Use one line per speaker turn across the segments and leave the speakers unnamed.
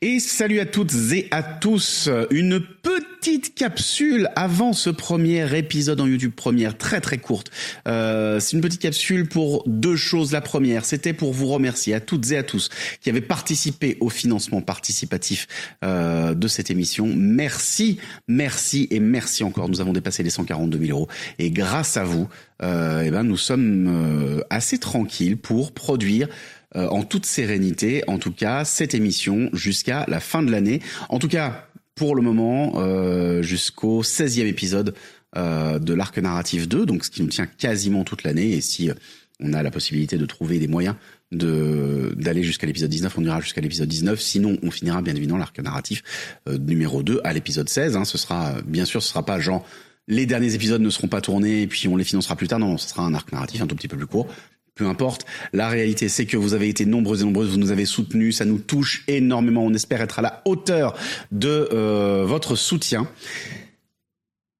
Et salut à toutes et à tous. Une petite capsule avant ce premier épisode en YouTube première, très très courte. Euh, c'est une petite capsule pour deux choses. La première, c'était pour vous remercier à toutes et à tous qui avaient participé au financement participatif euh, de cette émission. Merci, merci et merci encore. Nous avons dépassé les 142 000 euros et grâce à vous, euh, eh ben nous sommes euh, assez tranquilles pour produire euh, en toute sérénité, en tout cas, cette émission jusqu'à la fin de l'année. En tout cas, pour le moment, euh, jusqu'au 16e épisode euh, de l'Arc Narratif 2, donc ce qui nous tient quasiment toute l'année. Et si euh, on a la possibilité de trouver des moyens de d'aller jusqu'à l'épisode 19, on ira jusqu'à l'épisode 19. Sinon, on finira bien évidemment l'arc narratif euh, numéro 2 à l'épisode 16. hein. Ce sera, euh, bien sûr, ce sera pas genre les derniers épisodes ne seront pas tournés et puis on les financera plus tard. Non, non, ce sera un arc narratif un tout petit peu plus court. Peu importe. La réalité, c'est que vous avez été nombreuses et nombreuses, vous nous avez soutenus, ça nous touche énormément. On espère être à la hauteur de euh, votre soutien.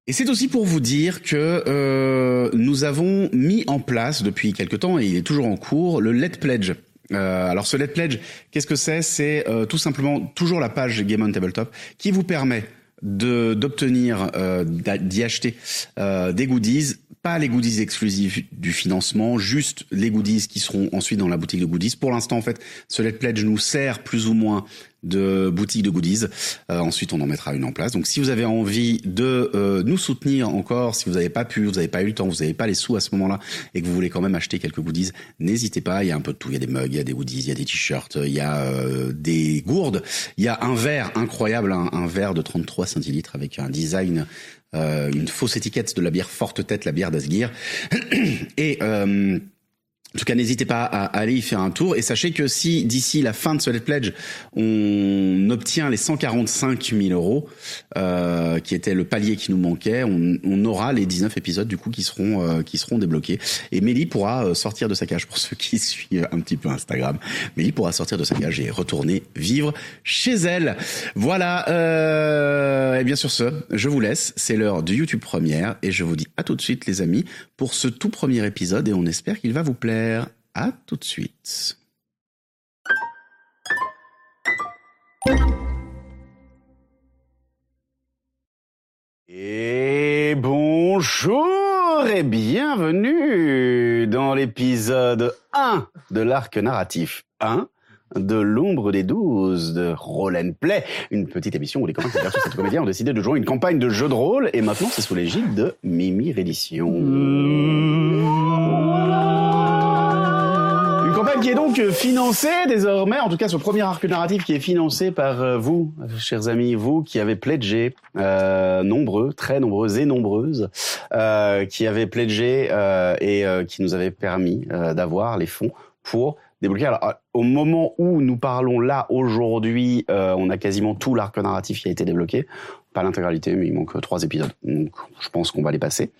Et c'est aussi pour vous dire que euh, nous avons mis en place depuis quelque temps, et il est toujours en cours, le Let Pledge. Euh, alors ce Let Pledge, qu'est-ce que c'est C'est euh, tout simplement toujours la page Game on Tabletop qui vous permet de d'obtenir, euh, d'a- d'y acheter euh, des goodies, pas les goodies exclusifs du financement, juste les goodies qui seront ensuite dans la boutique de goodies. Pour l'instant, en fait, ce Let Pledge nous sert plus ou moins de boutique de goodies. Euh, ensuite, on en mettra une en place. Donc, si vous avez envie de euh, nous soutenir encore, si vous n'avez pas pu, vous n'avez pas eu le temps, vous n'avez pas les sous à ce moment-là et que vous voulez quand même acheter quelques goodies, n'hésitez pas. Il y a un peu de tout. Il y a des mugs, il y a des goodies, il y a des t-shirts, il y a euh, des gourdes, il y a un verre incroyable, un, un verre de 33 centilitres avec un design, euh, une fausse étiquette de la bière forte tête, la bière d'Asgir. et euh, en tout cas, n'hésitez pas à aller y faire un tour et sachez que si d'ici la fin de ce Let Pledge, on obtient les 145 000 euros, euh, qui était le palier qui nous manquait, on, on aura les 19 épisodes du coup qui seront euh, qui seront débloqués. Et Mélie pourra euh, sortir de sa cage pour ceux qui suivent un petit peu Instagram. Mélie pourra sortir de sa cage et retourner vivre chez elle. Voilà. Euh, et bien sur ce, je vous laisse. C'est l'heure du YouTube première et je vous dis à tout de suite les amis pour ce tout premier épisode et on espère qu'il va vous plaire. À tout de suite. Et bonjour et bienvenue dans l'épisode 1 de l'arc narratif 1 de l'ombre des 12 de Roll and Play, une petite émission où les comédiens versus les comédiens ont décidé de jouer une campagne de jeu de rôle et maintenant c'est sous l'égide de Mimi Reddition. Une campagne qui est donc euh, financée désormais, en tout cas ce premier arc narratif qui est financé par euh, vous, chers amis, vous qui avez pledgé, euh, nombreux, très nombreux et nombreuses, euh, qui avez pledgé euh, et euh, qui nous avez permis euh, d'avoir les fonds pour débloquer. Alors, euh, au moment où nous parlons là aujourd'hui, euh, on a quasiment tout l'arc narratif qui a été débloqué. Pas l'intégralité, mais il manque euh, trois épisodes. Donc, je pense qu'on va les passer.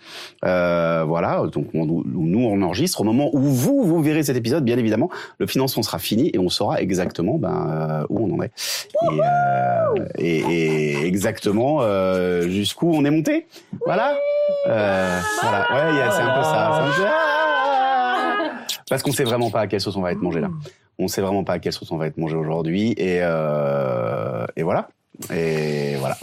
Euh, voilà, donc on- nous on enregistre au moment où vous vous verrez cet épisode, bien évidemment, le financement sera fini et on saura exactement ben, euh, où on en est et, euh, et- et exactement euh, jusqu'où on est monté. Voilà. Euh, voilà. Ouais, il y a- c'est un peu ça. c'est un peu- Ah Parce qu'on sait vraiment pas à quelle sauce on va être mangé là. On sait vraiment pas à quelle sauce on va être mangé aujourd'hui et euh, et voilà. Et voilà.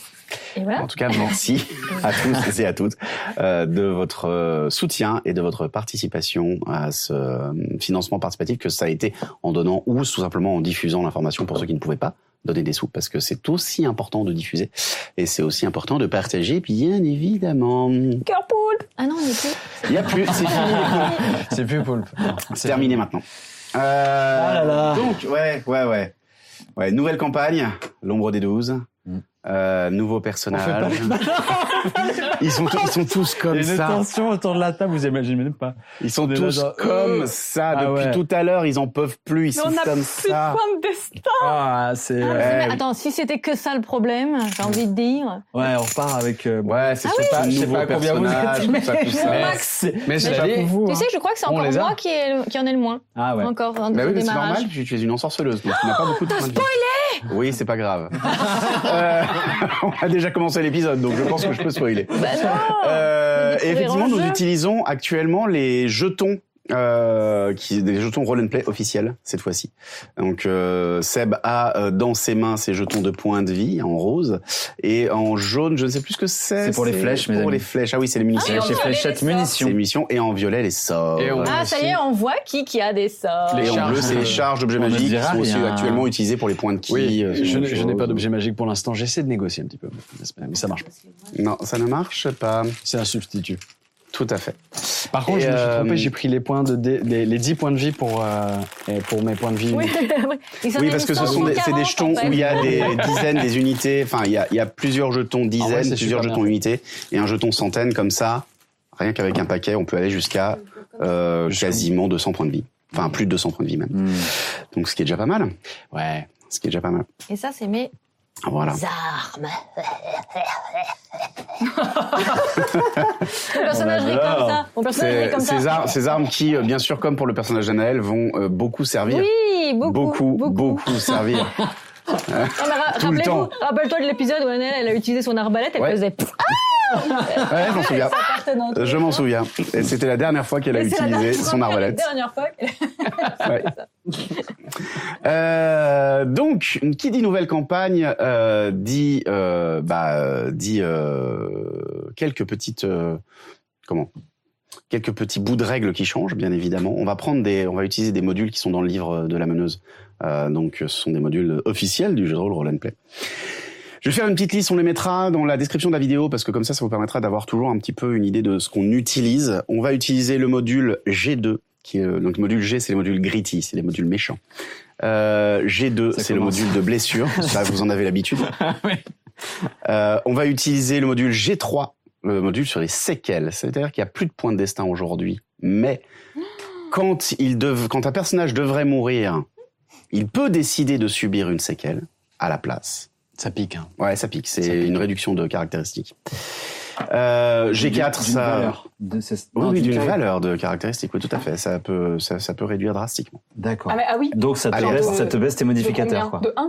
Et voilà.
En tout cas, merci à tous et à toutes euh, de votre euh, soutien et de votre participation à ce euh, financement participatif, que ça a été en donnant ou tout simplement en diffusant l'information pour ceux qui ne pouvaient pas donner des sous, parce que c'est aussi important de diffuser et c'est aussi important de partager, bien évidemment. Il
Cœur poulpe Ah non, on est plus.
n'y a plus, c'est fini,
Ah, C'est plus poulpe.
c'est terminé maintenant. Euh,
Ah là là.
Donc, ouais, ouais, ouais. Ouais, nouvelle campagne, l'ombre des 12.
Mm.
Euh, nouveaux personnages. ils, sont, ils sont tous
Il y
comme
a une
ça.
tension autour de la table, vous imaginez même pas.
Ils sont
On est
tous
là dans-
comme
Euh.
ça
Ah
depuis
ouais.
tout à l'heure. Ils en peuvent plus. Ils sont comme ça.
de destin
Ah, c'est.
ouais.
Ouais,
Euh, oui.
attends, si c'était que ça le problème, j'ai envie de dire.
on repart avec. euh, bon.
Ouais, c'est
Ah
ce
oui.
petit
Je sais
nouveau
pas combien vous
personnage,
êtes,
tout ça, tout ça.
Mais
Max.
c'est-
Mais
c'est
cela
pas
dit-
pour vous,
Tu
hein.
sais, je crois que c'est
On
encore
les a.
moi qui, ai le- qui en ai le moins.
Ah ouais.
Encore un
Bah oui, mais c'est
démarrage.
normal. Tu, tu es une ensorceleuse, donc tu n'as pas beaucoup de points de vie. Oui, c'est pas grave. Euh, on a déjà commencé l'épisode, donc je pense que je peux spoiler.
Bah non
Euh,
Mais découvrir
effectivement,
le
nous
jeu.
utilisons actuellement les jetons euh, qui des jetons roll and play officiels cette fois-ci. Donc euh, Seb a euh, dans ses mains ses jetons de points de vie en rose et en jaune, je ne sais plus ce que c'est.
C'est pour les flèches, mes
Pour
amis.
les flèches. Ah oui, c'est les munitions.
J'ai
on violet,
fléchette
les sorts.
C'est les
munitions.
munitions et en violet les sorts.
Et on-
Ah, ça y est, on voit qui qui a des sorts.
Et
Les
en
charges.
bleu, c'est bah, les charges d'objets
On ne
magiques qui
dira
sont aussi
rien.
actuellement utilisées pour les points de ki.
Oui,
euh, ce
je,
genre
n'ai-
de
je
choses.
n'ai pas d'objet magique pour l'instant. J'essaie de négocier un petit peu, mais ça marche pas.
Non, ça ne marche pas.
C'est un substitut.
Tout à fait.
Par contre,
Et,
je me suis
euh,
trompé, j'ai pris les points de dé- les, les 10 points de vie pour euh, et pour mes points de vie.
Oui, Ils en
oui,
ont
parce que ce sont des, c'est des
140,
jetons
en fait.
où il y a des dizaines, des unités. Enfin, il y a, il y a plusieurs jetons dizaines,
Ah ouais, c'est
plusieurs
super
jetons unités et un jeton centaine comme ça. Rien qu'avec un paquet, on peut aller jusqu'à euh, quasiment 200 points de vie. Enfin, plus de 200 points de vie même.
Hmm.
Donc, ce qui est déjà pas mal.
Ouais.
Ce qui est déjà pas mal.
Et ça, c'est mes
Voilà.
armes. Mon personnage rit
adore.
comme ça. Mon personnage rit
Ces,
comme
ces
ça.
ar- ces armes qui, euh, bien sûr, comme pour le personnage d'Anaël, vont euh, beaucoup servir.
Oui, beaucoup.
beaucoup, beaucoup, servir.
Non, Ah, mais ra-
Tout le
Rappelez-vous,
temps.
rappelle-toi de l'épisode où Annelle, elle a utilisé son arbalète, elle
Ouais.
faisait pfff,
Ouais, je m'en souviens.
partait dans tous les
Je m'en
sens.
souviens. Et c'était la dernière fois qu'elle a
Et c'est la
utilisé
dernière
son
fois,
arbalète.
La dernière fois. qu'elle-
Ouais. Euh, donc, qui dit nouvelle campagne euh, dit euh, bah euh, dit euh, quelques petites euh, comment quelques petits bouts de règles qui changent bien évidemment. On va prendre des on va utiliser des modules qui sont dans le livre de la meneuse. Euh, donc, ce sont des modules officiels du jeu de rôle Roll and Play. Je vais faire une petite liste, on les mettra dans la description de la vidéo parce que comme ça, ça vous permettra d'avoir toujours un petit peu une idée de ce qu'on utilise. On va utiliser le module G2, qui est, euh, donc le module G, c'est le module gritty, c'est les modules méchants. Euh, G2,
Ça
c'est le
commence.
module de blessure, ça vous en avez l'habitude. Euh, on va utiliser le module G3, le module sur les séquelles. C'est-à-dire qu'il n'y a plus de points de destin aujourd'hui, mais
Ah.
quand, il dev... quand un personnage devrait mourir, il peut décider de subir une séquelle à la place.
Ça pique. Hein.
Ouais, ça pique.
Ça
C'est
pique.
une réduction de caractéristiques. Euh, G4,
D'une
ça.
valeur. De- c'est-
Oui,
non,
oui, d'une
carré-
valeur de caractéristiques. Oui, tout à fait. Ça peut, ça, ça peut réduire drastiquement.
D'accord.
Ah, mais- ah oui.
Donc ça te,
Allez,
baisse,
de-
ça te baisse tes
de
modificateurs,
combien
quoi.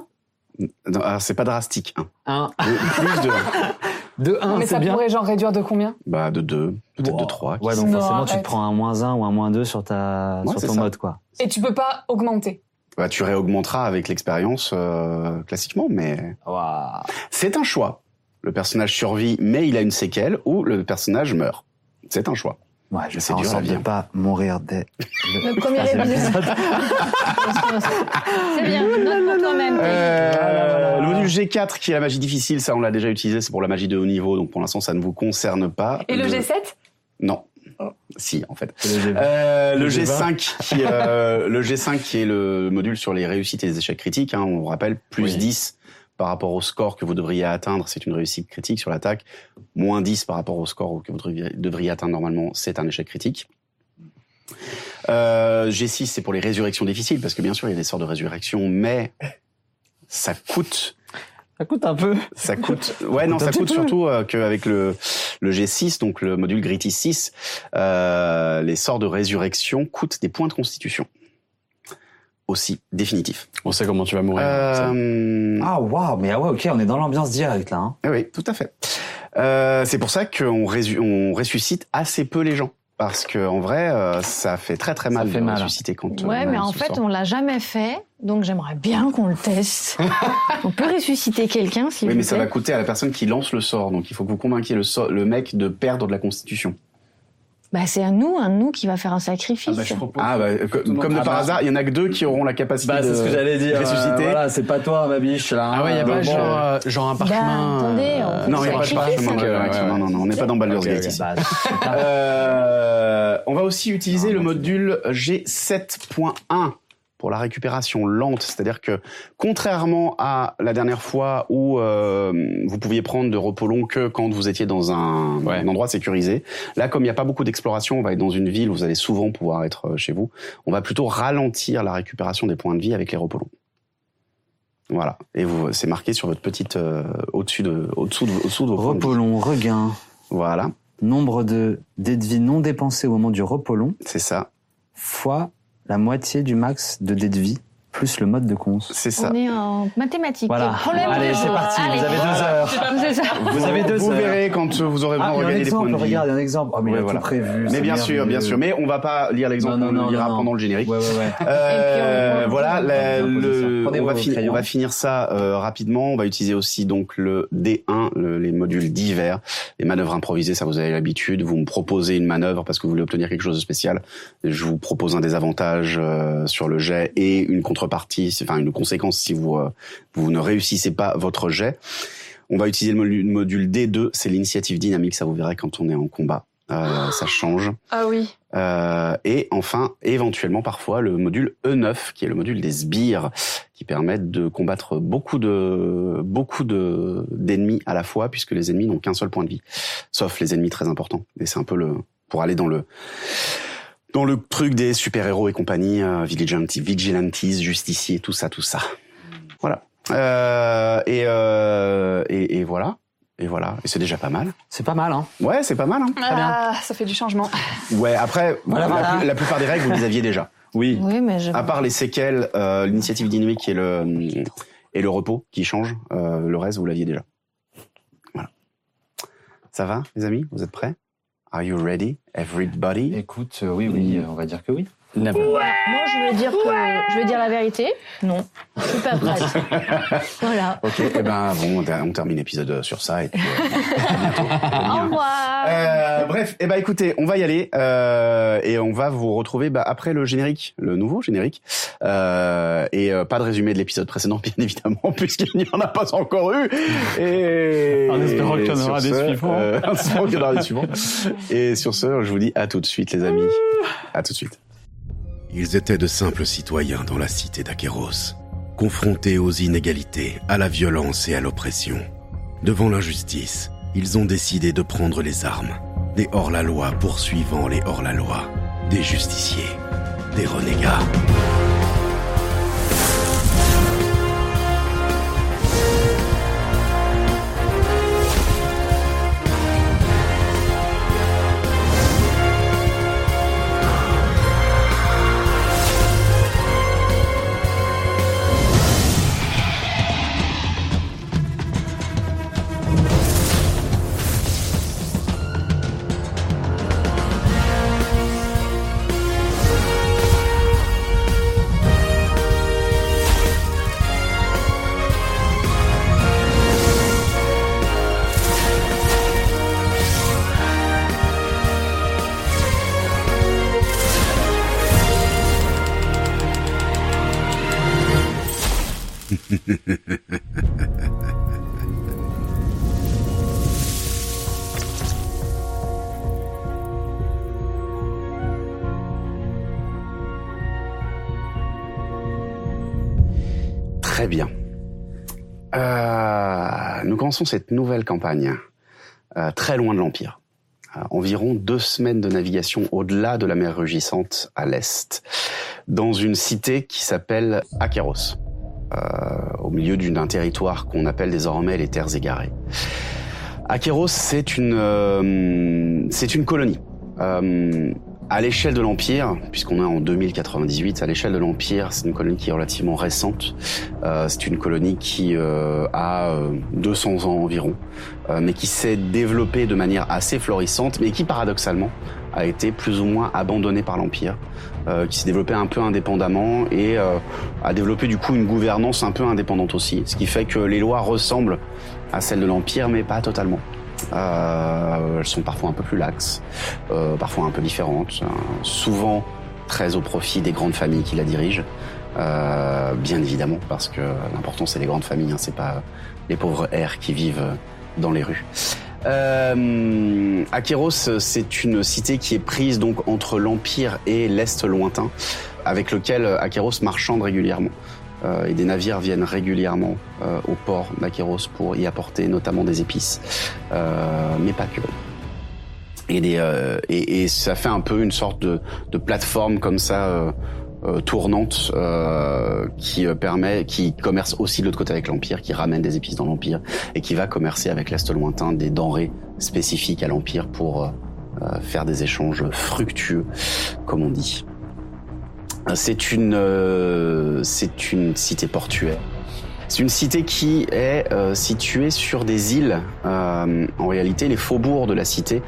De 1
Non, alors, c'est pas drastique. hein.
Un,
De- Plus de,
de un, Ah,
Mais
c'est
ça
bien.
pourrait genre réduire de combien
bah, de 2, peut-être
Wow.
de 3.
Ouais, donc
Non,
forcément, tu te
arrête.
prends un moins 1 ou un moins 2 sur, ta,
Ouais,
sur
c'est
ton
ça.
mode, quoi.
Et tu peux pas augmenter.
Bah, tu réaugmenteras avec l'expérience, euh, classiquement, mais
Ouah.
c'est un choix. Le personnage survit, mais il a une séquelle, ou le personnage meurt. C'est un choix.
Ouais, je
Mais
sais
c'est
en
dur à
sorte de
dire.
pas mourir dès
Le premier épisode. C'est bien, note pour toi-même.
Euh, le module G4, qui est la magie difficile, ça, on l'a déjà utilisé, c'est pour la magie de haut niveau, donc pour l'instant, ça ne vous concerne pas. Euh,
Et le Oh. G7
Non. Si, en fait.
le
Euh, le
Le débat.
G5, qui, euh, le G5 qui est le module sur les réussites et les échecs critiques, hein, on vous rappelle, plus
Oui.
10 par rapport au score que vous devriez atteindre, c'est une réussite critique sur l'attaque, moins 10 par rapport au score que vous devriez, devriez atteindre normalement, c'est un échec critique. Euh, G6, c'est pour les résurrections difficiles, parce que bien sûr, il y a des sorts de résurrection, mais ça coûte
Ça coûte un peu.
ça coûte. Ouais, non,
coûte un
ça
petit
coûte
peu.
surtout euh, qu'avec le, le G6, donc le module Gritty 6, euh, les sorts de résurrection coûtent des points de constitution. Aussi, définitif.
On sait comment tu vas mourir. ça.
Euh,
Ah, waouh, mais ah ouais, ok, on est dans l'ambiance directe, là. hein.
ah Oui, tout à fait. Euh, c'est pour ça qu'on résu- on ressuscite assez peu les gens. Parce que en vrai, euh, ça fait très très
Ça
mal
fait
de
mal.
ressusciter quand. euh,
Ouais,
on a
mais
eu
en
ce
fait,
sort.
on l'a jamais fait, donc j'aimerais bien qu'on le teste. on peut ressusciter quelqu'un, s'il
Oui,
vous
mais ça
plaît.
va coûter à la personne qui lance le sort. Donc il faut que vous convainquiez le, sort- le mec de perdre de la constitution.
Bah, c'est un nous, un nous qui va faire un sacrifice.
propose.
Ah bah, euh, co-
Tout le
comme de
monde-
par
Ah,
hasard, il y en a que deux qui auront la capacité
Bah,
de
c'est ce que j'allais dire.
ressusciter.
euh, voilà, c'est pas toi, ma biche, là.
Ah ouais, il y a
hein,
pas
bon,
genre,
euh,
euh, genre un
Bah,
parchemin.
attendez,
euh,
on-
Non, il n'y a pas de
Sacrifice,
parchemin.
hein.
dans le-
Ouais, ouais,
Non, non, non, on n'est pas dans Baldur's
Ok,
Gate
ok.
ici.
bah, c'est pas-
Euh, on va aussi utiliser
Ah,
le
non,
module G7.1 pour la récupération lente, c'est-à-dire que contrairement à la dernière fois où euh, vous pouviez prendre de repos long que quand vous étiez dans un,
Ouais.
un endroit sécurisé, là comme il n'y a pas beaucoup d'exploration, on va être dans une ville, où vous allez souvent pouvoir être euh, chez vous, on va plutôt ralentir la récupération des points de vie avec les repos longs. Voilà, et vous, c'est marqué sur votre petite euh, au-dessus de, au-dessous de, au-dessous de vos points de vie.
Repos long, regain,
Voilà,
nombre de dés non dépensés au moment du repos long,
c'est ça.
fois la moitié du max de dés de vie, plus le mode de cons.
C'est ça.
On est en mathématiques.
Voilà.
Problème
Allez,
euh,
de-
c'est parti. Vous avez deux heures.
C'est ça.
Vous avez deux
Vous
heures.
verrez quand vous aurez
Ah,
vraiment
il y a un
regagné les points
exemple,
de vie.
regarde, il y a un exemple. Oh, mais
Ouais,
il a
voilà.
tout prévu.
Mais
c'est
bien sûr, bien
merveilleux.
sûr. Mais on va pas lire l'exemple,
Non, non,
on le
non,
lira
non.
pendant le générique.
Ouais, ouais, ouais.
Euh,
Et puis on-
voilà, la-
on- on-
le-
prenez
on, va
vos
finir-
crayons.
on va finir ça euh, rapidement. On va utiliser aussi donc le D1, le- les modules divers, les manœuvres improvisées. Ça, vous avez l'habitude. Vous me proposez une manœuvre parce que vous voulez obtenir quelque chose de spécial. Je vous propose un désavantage euh, sur le jet et une contrepartie, c'est- enfin une conséquence si vous euh, vous ne réussissez pas votre jet. On va utiliser le module- module D2. C'est l'initiative dynamique. Ça, vous verrez quand on est en combat. Euh, ça change.
Ah oui.
Euh, et enfin, éventuellement parfois, le module E9, qui est le module des sbires, qui permettent de combattre beaucoup de beaucoup de d'ennemis à la fois, puisque les ennemis n'ont qu'un seul point de vie, sauf les ennemis très importants. Et c'est un peu le pour aller dans le dans le truc des super héros et compagnie, euh, vigilantes, vigilantes, justiciers, tout ça, tout ça. Voilà. Euh, et, euh, et et voilà. Et voilà. Et c'est déjà pas mal.
C'est pas mal, hein.
Ouais, c'est pas mal. Hein
Ah, ça fait du changement.
ouais. Après,
Voilà,
la-
voilà.
la plupart des règles vous les aviez déjà.
Oui.
Oui, mais je.
À part les séquelles, euh, l'initiative dynamique et le, et le repos qui changent, euh, le reste, vous l'aviez déjà. Voilà. Ça va, les amis Vous êtes prêts Are you ready, everybody
Écoute, euh, oui, oui, euh, on va dire que oui.
Moi, je veux dire que je veux dire la vérité. Non, je suis pas prête. voilà.
Ok, eh ben bon, on ter- on termine l'épisode sur ça. Et puis, euh, à bientôt.
Au revoir.
Euh, bref, eh ben écoutez, on va y aller euh, et on va vous retrouver bah, après le générique, le nouveau générique, Euh, et euh, pas de résumé de l'épisode précédent bien évidemment puisqu'il n'y en a pas encore eu. Et
En espérant
et
qu'il y en
sur
aura des
ce,
suivants.
euh, en espérant qu'il y en aura des suivants. Et sur ce, je vous dis à tout de suite les amis, à tout de suite.
Ils étaient de simples citoyens dans la cité d'Aquéros, confrontés aux inégalités, à la violence et à l'oppression. Devant l'injustice, ils ont décidé de prendre les armes, des hors-la-loi poursuivant les hors-la-loi, des justiciers, des renégats.
Très bien. Euh, nous commençons cette nouvelle campagne, euh, très loin de l'Empire. Euh, environ deux semaines de navigation au-delà de la mer rugissante à l'est, dans une cité qui s'appelle Akeros, euh, au milieu d'une- d'un territoire qu'on appelle désormais les Terres Égarées. Akeros, c'est une, euh, c'est une colonie. Euh, à l'échelle de l'Empire, puisqu'on est en 2098, à l'échelle de l'Empire, c'est une colonie qui est relativement récente. Euh, c'est une colonie qui euh, a euh, 200 ans environ, euh, mais qui s'est développée de manière assez florissante, mais qui paradoxalement a été plus ou moins abandonnée par l'Empire, euh, qui s'est développée un peu indépendamment et euh, a développé du coup une gouvernance un peu indépendante aussi, ce qui fait que les lois ressemblent à celles de l'Empire, mais pas totalement. Euh, elles sont parfois un peu plus laxes, euh, parfois un peu différentes, euh, souvent très au profit des grandes familles qui la dirigent. Euh, bien évidemment, parce que l'important c'est les grandes familles, hein, c'est pas les pauvres airs qui vivent dans les rues. Euh, Akeros, c'est une cité qui est prise donc entre l'Empire et l'Est lointain, avec lequel Akeros marchande régulièrement. Euh, et des navires viennent régulièrement euh, au port d'Akeros pour y apporter notamment des épices, euh, mais pas que. Et, des, euh, et, et ça fait un peu une sorte de, de plateforme comme ça euh, euh, tournante euh, qui euh, permet, qui commerce aussi de l'autre côté avec l'Empire, qui ramène des épices dans l'Empire et qui va commercer avec l'Est lointain des denrées spécifiques à l'Empire pour euh, euh, faire des échanges fructueux, comme on dit. C'est une, euh, c'est une cité portuaire. C'est une cité qui est euh, située sur des îles. Euh, en réalité, les faubourgs de la cité,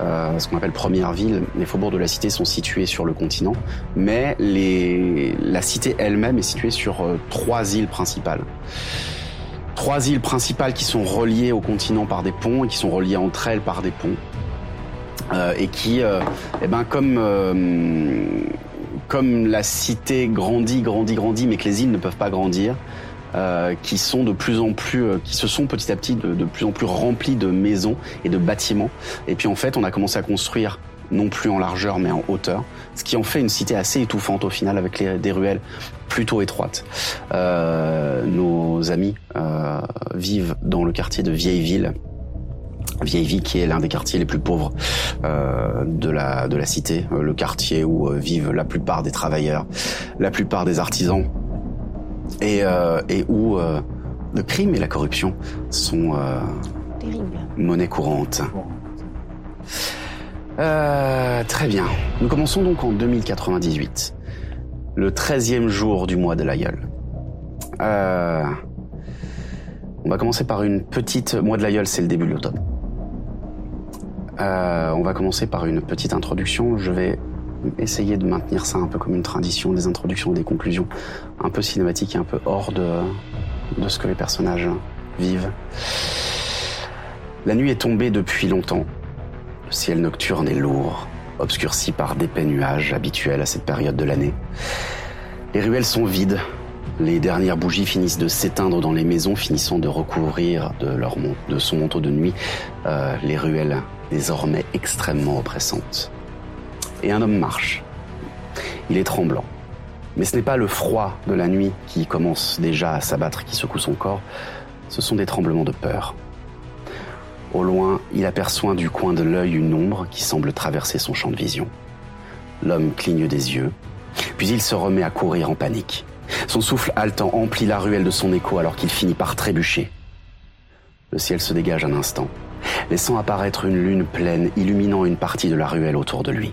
euh, ce qu'on appelle première ville, les faubourgs de la cité sont situés sur le continent, mais les, la cité elle-même est située sur euh, trois îles principales. Trois îles principales qui sont reliées au continent par des ponts et qui sont reliées entre elles par des ponts. Euh, et qui, euh, eh ben, comme euh, comme la cité grandit, grandit, grandit, mais que les îles ne peuvent pas grandir, euh, qui sont de plus en plus, euh, qui se sont petit à petit de, de plus en plus remplis de maisons et de bâtiments. Et puis en fait, on a commencé à construire non plus en largeur mais en hauteur, ce qui en fait une cité assez étouffante au final avec les- des ruelles plutôt étroites. Euh, nos amis euh, vivent dans le quartier de Vieilleville. Vieilleville qui est l'un des quartiers les plus pauvres euh, de la de la cité, euh, le quartier où euh, vivent la plupart des travailleurs, la plupart des artisans, et, euh, et où euh, le crime et la corruption sont euh,
Terrible.
monnaie courante. Euh, très bien. Nous commençons donc en 2098, le 13e jour du mois de l'aïeul. Euh, on va commencer par une petite... Mois de l'aïeul, c'est le début de l'automne. Euh, on va commencer par une petite introduction. Je vais essayer de maintenir ça un peu comme une tradition, des introductions, des conclusions un peu cinématiques et un peu hors de, de ce que les personnages vivent. La nuit est tombée depuis longtemps. Le ciel nocturne est lourd, obscurci par d'épais nuages habituels à cette période de l'année. Les ruelles sont vides. Les dernières bougies finissent de s'éteindre dans les maisons, finissant de recouvrir de, leur mon- de son manteau de nuit euh, les ruelles désormais extrêmement oppressantes. Et un homme marche. Il est tremblant. Mais ce n'est pas le froid de la nuit qui commence déjà à s'abattre, qui secoue son corps. Ce sont des tremblements de peur. Au loin, il aperçoit du coin de l'œil une ombre qui semble traverser son champ de vision. L'homme cligne des yeux, puis il se remet à courir en panique. Son souffle haletant emplit la ruelle de son écho alors qu'il finit par trébucher. Le ciel se dégage un instant, laissant apparaître une lune pleine illuminant une partie de la ruelle autour de lui.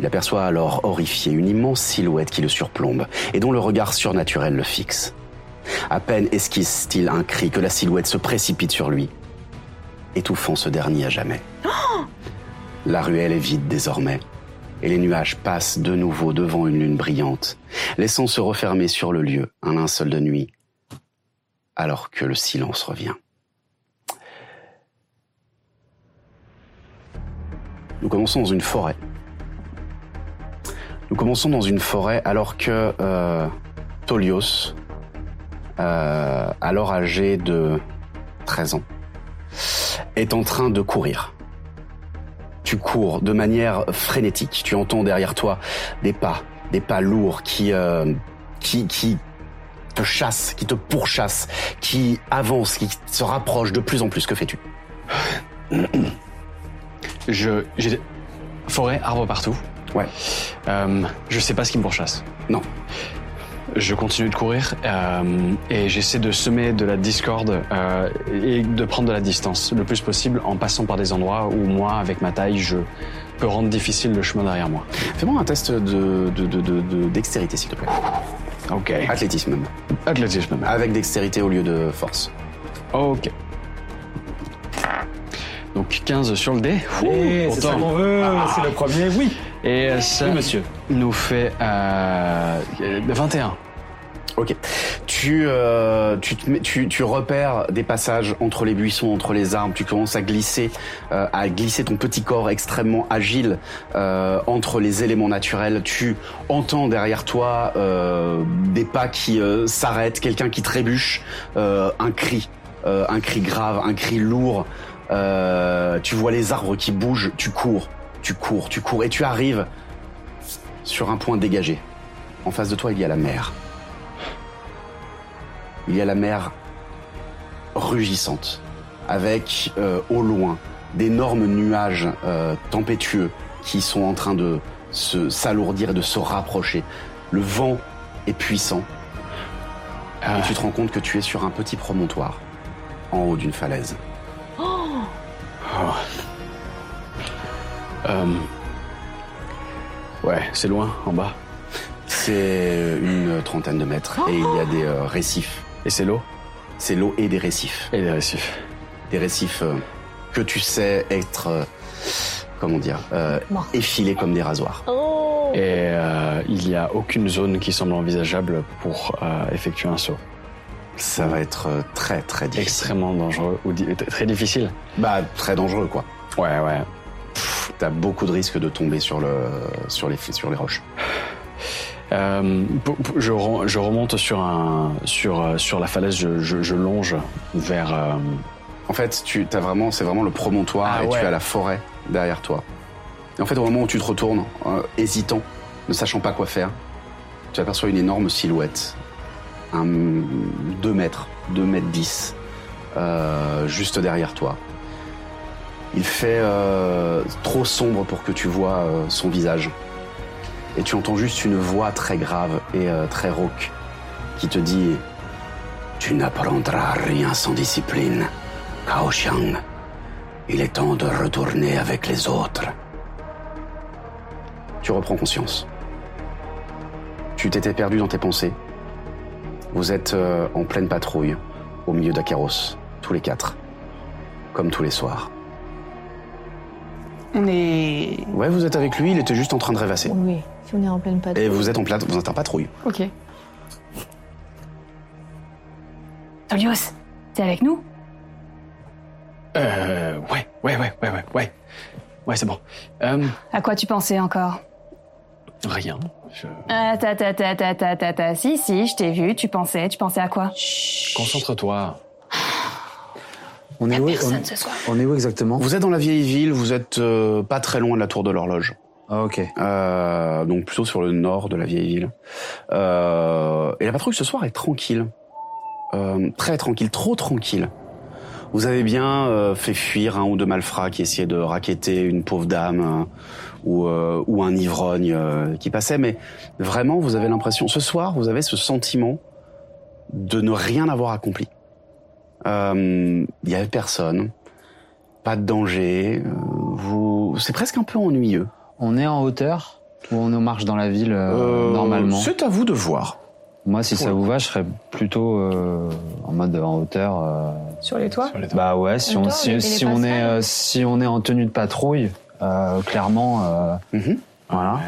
Il aperçoit alors, horrifié, une immense silhouette qui le surplombe et dont le regard surnaturel le fixe. À peine esquisse-t-il un cri que la silhouette se précipite sur lui étouffant ce dernier à jamais. La ruelle est vide désormais, et les nuages passent de nouveau devant une lune brillante, laissant se refermer sur le lieu un linceul de nuit, alors que le silence revient. Nous commençons dans une forêt. Nous commençons dans une forêt alors que euh, Tolios, euh, alors âgé de 13 ans, est en train de courir. Tu cours de manière frénétique. Tu entends derrière toi des pas, des pas lourds qui euh, qui qui te chassent, qui te pourchassent, qui avancent, qui se rapprochent de plus en plus. Que fais-tu
Je, j'ai des- forêt, arbres partout.
Ouais.
Euh, je sais pas ce qui me pourchasse.
Non.
Je continue de courir euh, et j'essaie de semer de la discorde euh, et de prendre de la distance le plus possible en passant par des endroits où moi, avec ma taille, je peux rendre difficile le chemin derrière moi.
Fais-moi un test de de de- de- de- dextérité s'il te plaît.
Ok.
Athlétisme même.
Athlétisme.
Avec dextérité au lieu de force.
Ok. Donc 15 sur le dé.
Eh,
Ouh,
c'est ça
pourtant.
qu'on veut, c'est le premier, oui.
Et euh, ça
monsieur.
nous fait euh, euh, 21.
Ok. Tu, euh, tu, te mets- tu, tu repères des passages entre les buissons, entre les arbres. Tu commences à glisser, euh, à glisser ton petit corps extrêmement agile euh, entre les éléments naturels. Tu entends derrière toi euh, des pas qui euh, s'arrêtent, quelqu'un qui trébuche, euh, un cri, euh, un cri grave, un cri lourd. Euh, tu vois les arbres qui bougent. Tu cours, tu cours, tu cours, et tu arrives sur un point dégagé. En face de toi, il y a la mer. Il y a la mer rugissante, avec euh, au loin d'énormes nuages euh, tempétueux qui sont en train de se s'alourdir et de se rapprocher. Le vent est puissant
Euh,
et tu te rends compte que tu es sur un petit promontoire en haut d'une falaise.
euh, ouais, c'est loin, en bas.
C'est euh, une trentaine de mètres et il y a des euh, récifs.
Et c'est l'eau
C'est l'eau et des récifs.
et les récifs.
Des récifs euh, que tu sais être, euh, comment dire, euh,
Mort.
effilés comme des rasoirs.
Oh
Et euh, il n'y a aucune zone qui semble envisageable pour euh, effectuer un saut.
Ça va être euh, très très difficile.
Extrêmement dangereux ou di- t- très difficile.
Bah très dangereux quoi.
Ouais, ouais.
T'as beaucoup de risques de tomber sur le sur les sur les roches.
Euh, pou- pou- je, ren- je remonte sur, un, sur, euh, sur la falaise, je, je- je longe vers... euh,
En fait, tu t'as vraiment c'est vraiment le promontoire
Ah
et
ouais.
tu as la forêt derrière toi. Et en fait, au moment où tu te retournes, euh, hésitant, ne sachant pas quoi faire, tu aperçois une énorme silhouette, un 2 mètres, 2 mètres 10, euh, juste derrière toi. Il fait euh, trop sombre pour que tu vois euh, son visage. Et tu entends juste une voix très grave et euh, très rauque qui te dit Tu n'apprendras rien sans discipline, Kao Xiang. Il est temps de retourner avec les autres. Tu reprends conscience. Tu t'étais perdu dans tes pensées. Vous êtes euh, en pleine patrouille, au milieu d'Aqueros, tous les quatre, comme tous les soirs.
On est.
Ouais, vous êtes avec lui, il était juste en train de rêvasser.
Oui, si on est en pleine patte.
Et vous êtes en, plat, vous êtes en patrouille.
Ok.
Tolios, t'es avec nous
euh, ouais, ouais, ouais, ouais, ouais, ouais. Ouais, c'est bon. Euh,
À quoi tu pensais encore
rien. Je-
Ah, ta ta ta ta ta ta ta. Si, si, je t'ai vu, tu pensais, tu pensais à quoi
Concentre-toi.
On est, où,
Personne ce soir.
On est où exactement
Vous êtes dans la vieille ville, vous êtes euh, pas très loin de la tour de l'horloge.
Ah ok.
Euh, donc plutôt sur le nord de la vieille ville. Euh, et la patrouille ce soir est tranquille, Euh, très tranquille, trop tranquille. Vous avez bien euh, fait fuir un ou deux malfrats qui essayaient de raqueter une pauvre dame euh, ou, euh, ou un ivrogne euh, qui passait, mais vraiment vous avez l'impression, ce soir vous avez ce sentiment de ne rien avoir accompli. Euh, Il y avait personne, pas de danger, euh, vous, c'est presque un peu ennuyeux.
On est en hauteur ou on est en marche dans la ville euh,
Euh,
normalement
C'est à vous de voir.
Moi, si ça
pour-
vous va, je serais plutôt euh, en mode en hauteur. euh,
Sur les toits
Bah ouais, si
En
on
même temps, les
si, si on est
télépassages.
euh, si on est en tenue de patrouille, euh, clairement. euh,
Mhm.
Voilà.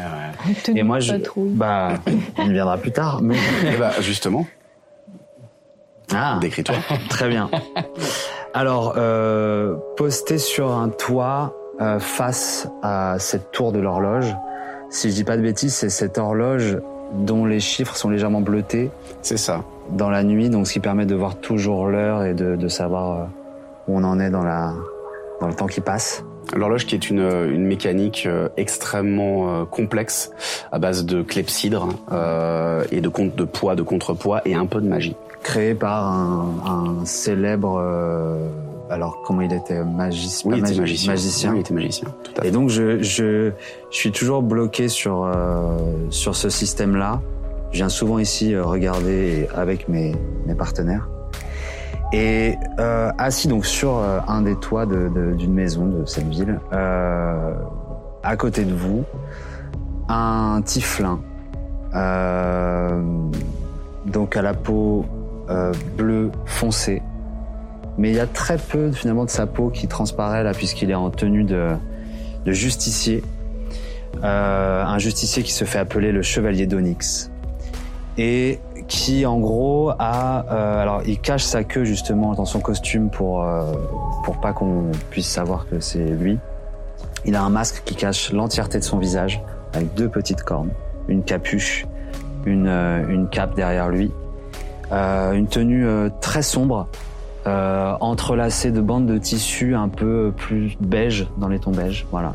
Tenue
Et moi,
de
je.
patrouille.
Bah, on y viendra plus tard. mais-
Eh bah, justement,
Ah.
décris-toi.
Très bien. Alors, euh, posté sur un toit euh, face à cette tour de l'horloge, si je dis pas de bêtises, c'est cette horloge dont les chiffres sont légèrement bleutés
C'est ça.
dans la nuit, donc ce qui permet de voir toujours l'heure et de, de savoir euh, où on en est dans, la, dans le temps qui passe.
L'horloge qui est une, une mécanique euh, extrêmement euh, complexe à base de clepsydre euh, et de compte de poids, de contrepoids et un peu de magie.
Créé par un, un célèbre... euh, alors, comment il était Magicien
il était magicien.
Ah, magicien.
Oui, il était magicien. Tout à
Et
fait.
donc je, je, je suis toujours bloqué sur, euh, sur ce système-là. Je viens souvent ici euh, regarder avec mes, mes partenaires. Et euh, assis donc sur euh, un des toits de- de- d'une maison de cette ville, euh, à côté de vous, un tiflin. Euh, donc à la peau euh, bleue foncé. Mais il y a très peu finalement de sa peau qui transparaît là puisqu'il est en tenue de, de justicier. Euh, un justicier qui se fait appeler le chevalier d'Onyx. Et qui, en gros, a. euh, alors, il cache sa queue justement dans son costume pour, euh, pour pas qu'on puisse savoir que c'est lui. Il a un masque qui cache l'entièreté de son visage, avec deux petites cornes, une capuche, une, euh, une cape derrière lui, euh, une tenue euh, très sombre, euh, entrelacée de bandes de tissu un peu plus beige dans les tons beiges. Voilà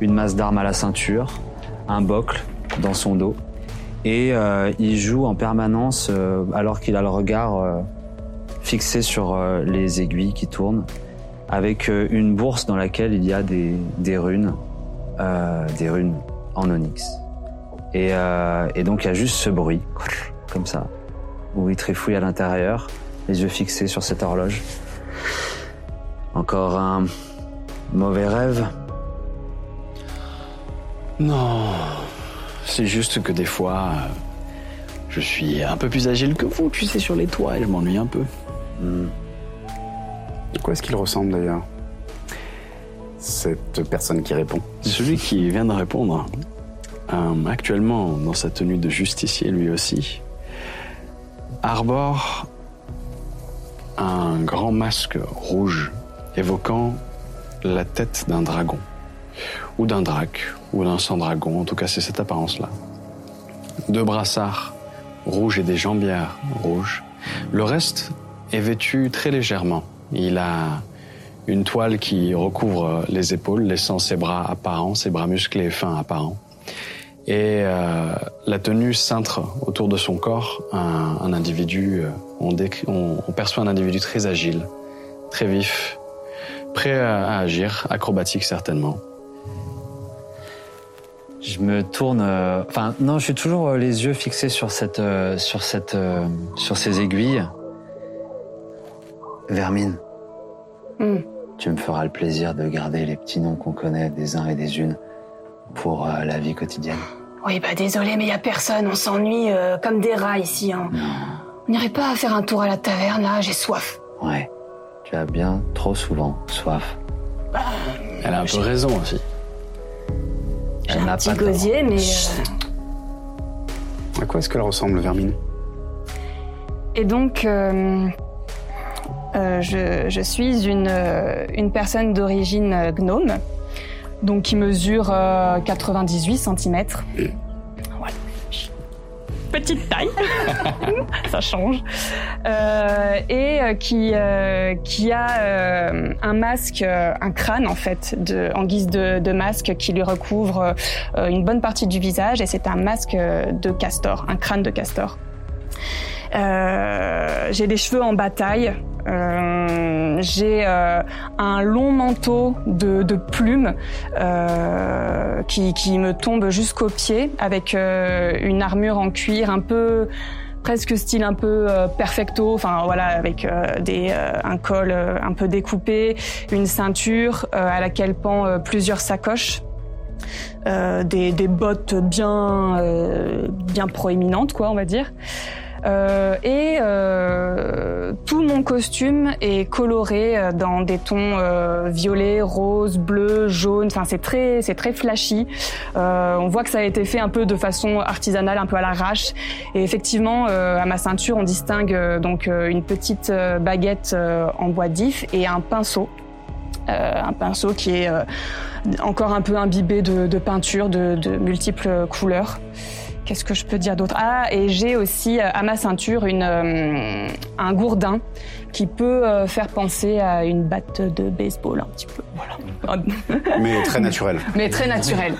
une masse d'armes à la ceinture, un bocle dans son dos, et euh, il joue en permanence euh, alors qu'il a le regard euh, fixé sur euh, les aiguilles qui tournent, avec euh, une bourse dans laquelle il y a des, des runes, euh, des runes en onyx. Et, euh, et donc il y a juste ce bruit, comme ça, où il trifouille à l'intérieur, les yeux fixés sur cette horloge. Encore un mauvais rêve.
Non. C'est juste que des fois, euh, Je suis un peu plus agile que vous, tu sais, sur les toits, et je m'ennuie un peu.
À quoi est-ce qu'il ressemble d'ailleurs Cette personne qui répond.
Celui qui vient de répondre, euh, actuellement dans sa tenue de justicier lui aussi, arbore un grand masque rouge évoquant la tête d'un dragon, ou d'un drac, ou d'un sans-dragon, en tout cas c'est cette apparence-là. Deux brassards rouges et des jambières rouges. Le reste est vêtu très légèrement. Il a une toile qui recouvre les épaules, laissant ses bras apparents, ses bras musclés et fins apparents. Et euh, la tenue cintre autour de son corps un, un individu, euh, on, décri- on- on perçoit un individu très agile, très vif, prêt à, à agir, acrobatique certainement.
Je me tourne. euh, Enfin, non, je suis toujours euh, les yeux fixés sur cette, euh, sur cette, euh, sur ces aiguilles. Vermine,
Hmm.
tu me feras le plaisir de garder les petits noms qu'on connaît des uns et des unes pour euh, la vie quotidienne.
Oui, bah désolé, mais y a personne. On s'ennuie euh, comme des rats ici. hein. On n'irait pas faire un tour à la taverne, là J'ai soif.
Ouais, tu as bien trop souvent soif.
Elle a un peu raison aussi.
J'ai
Elle n'a
un
pas
petit
de talent.
gosier, mais... euh,
À quoi est-ce qu'elle ressemble, Vermine
Et donc, euh, euh, je, je suis une, euh, une personne d'origine euh, gnome, donc qui mesure euh, 98 cm. Voilà. Petite taille, ça change, Euh, et euh, qui euh, qui a euh, un masque, euh, un crâne en fait, de, en guise de, de masque qui lui recouvre euh, une bonne partie du visage, et c'est un masque euh, de castor, un crâne de castor. Euh, j'ai des cheveux en bataille. Euh, j'ai euh, un long manteau de, de plumes euh, qui, qui me tombe jusqu'aux pieds avec euh, une armure en cuir un peu presque style un peu euh, perfecto enfin voilà avec euh, des euh, un col euh, un peu découpé une ceinture euh, à laquelle pend euh, plusieurs sacoches euh, des, des bottes bien euh, bien proéminentes quoi on va dire euh, et euh, tout mon costume est coloré euh, dans des tons euh, violets, rose, bleu, jaune. Enfin, c'est très, c'est très flashy. Euh, on voit que ça a été fait un peu de façon artisanale, un peu à l'arrache. Et effectivement, euh, à ma ceinture, on distingue euh, donc euh, une petite euh, baguette euh, en bois d'if et un pinceau. Euh, un pinceau qui est euh, encore un peu imbibé de, de peinture de, de multiples couleurs. Qu'est-ce que je peux dire d'autre Ah, et j'ai aussi euh, à ma ceinture une, euh, un gourdin qui peut euh, faire penser à une batte de baseball un petit peu. Voilà.
Mais très naturel.
Mais très naturel.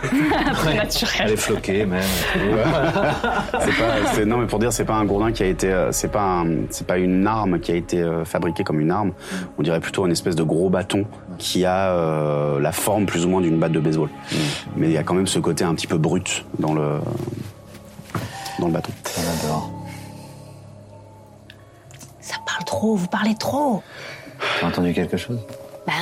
très naturel.
Elle est floquée, même.
C'est pas- c'est- non, mais pour dire, c'est pas un gourdin qui a été, euh, c'est pas, un- c'est pas une arme qui a été euh, fabriquée comme une arme. On dirait plutôt un espèce de gros bâton qui a euh, la forme plus ou moins d'une batte de baseball. Mais il y a quand même ce côté un petit peu brut dans le dans le bâton.
On adore.
Ça parle trop, vous parlez trop.
T'as entendu quelque chose
Ben.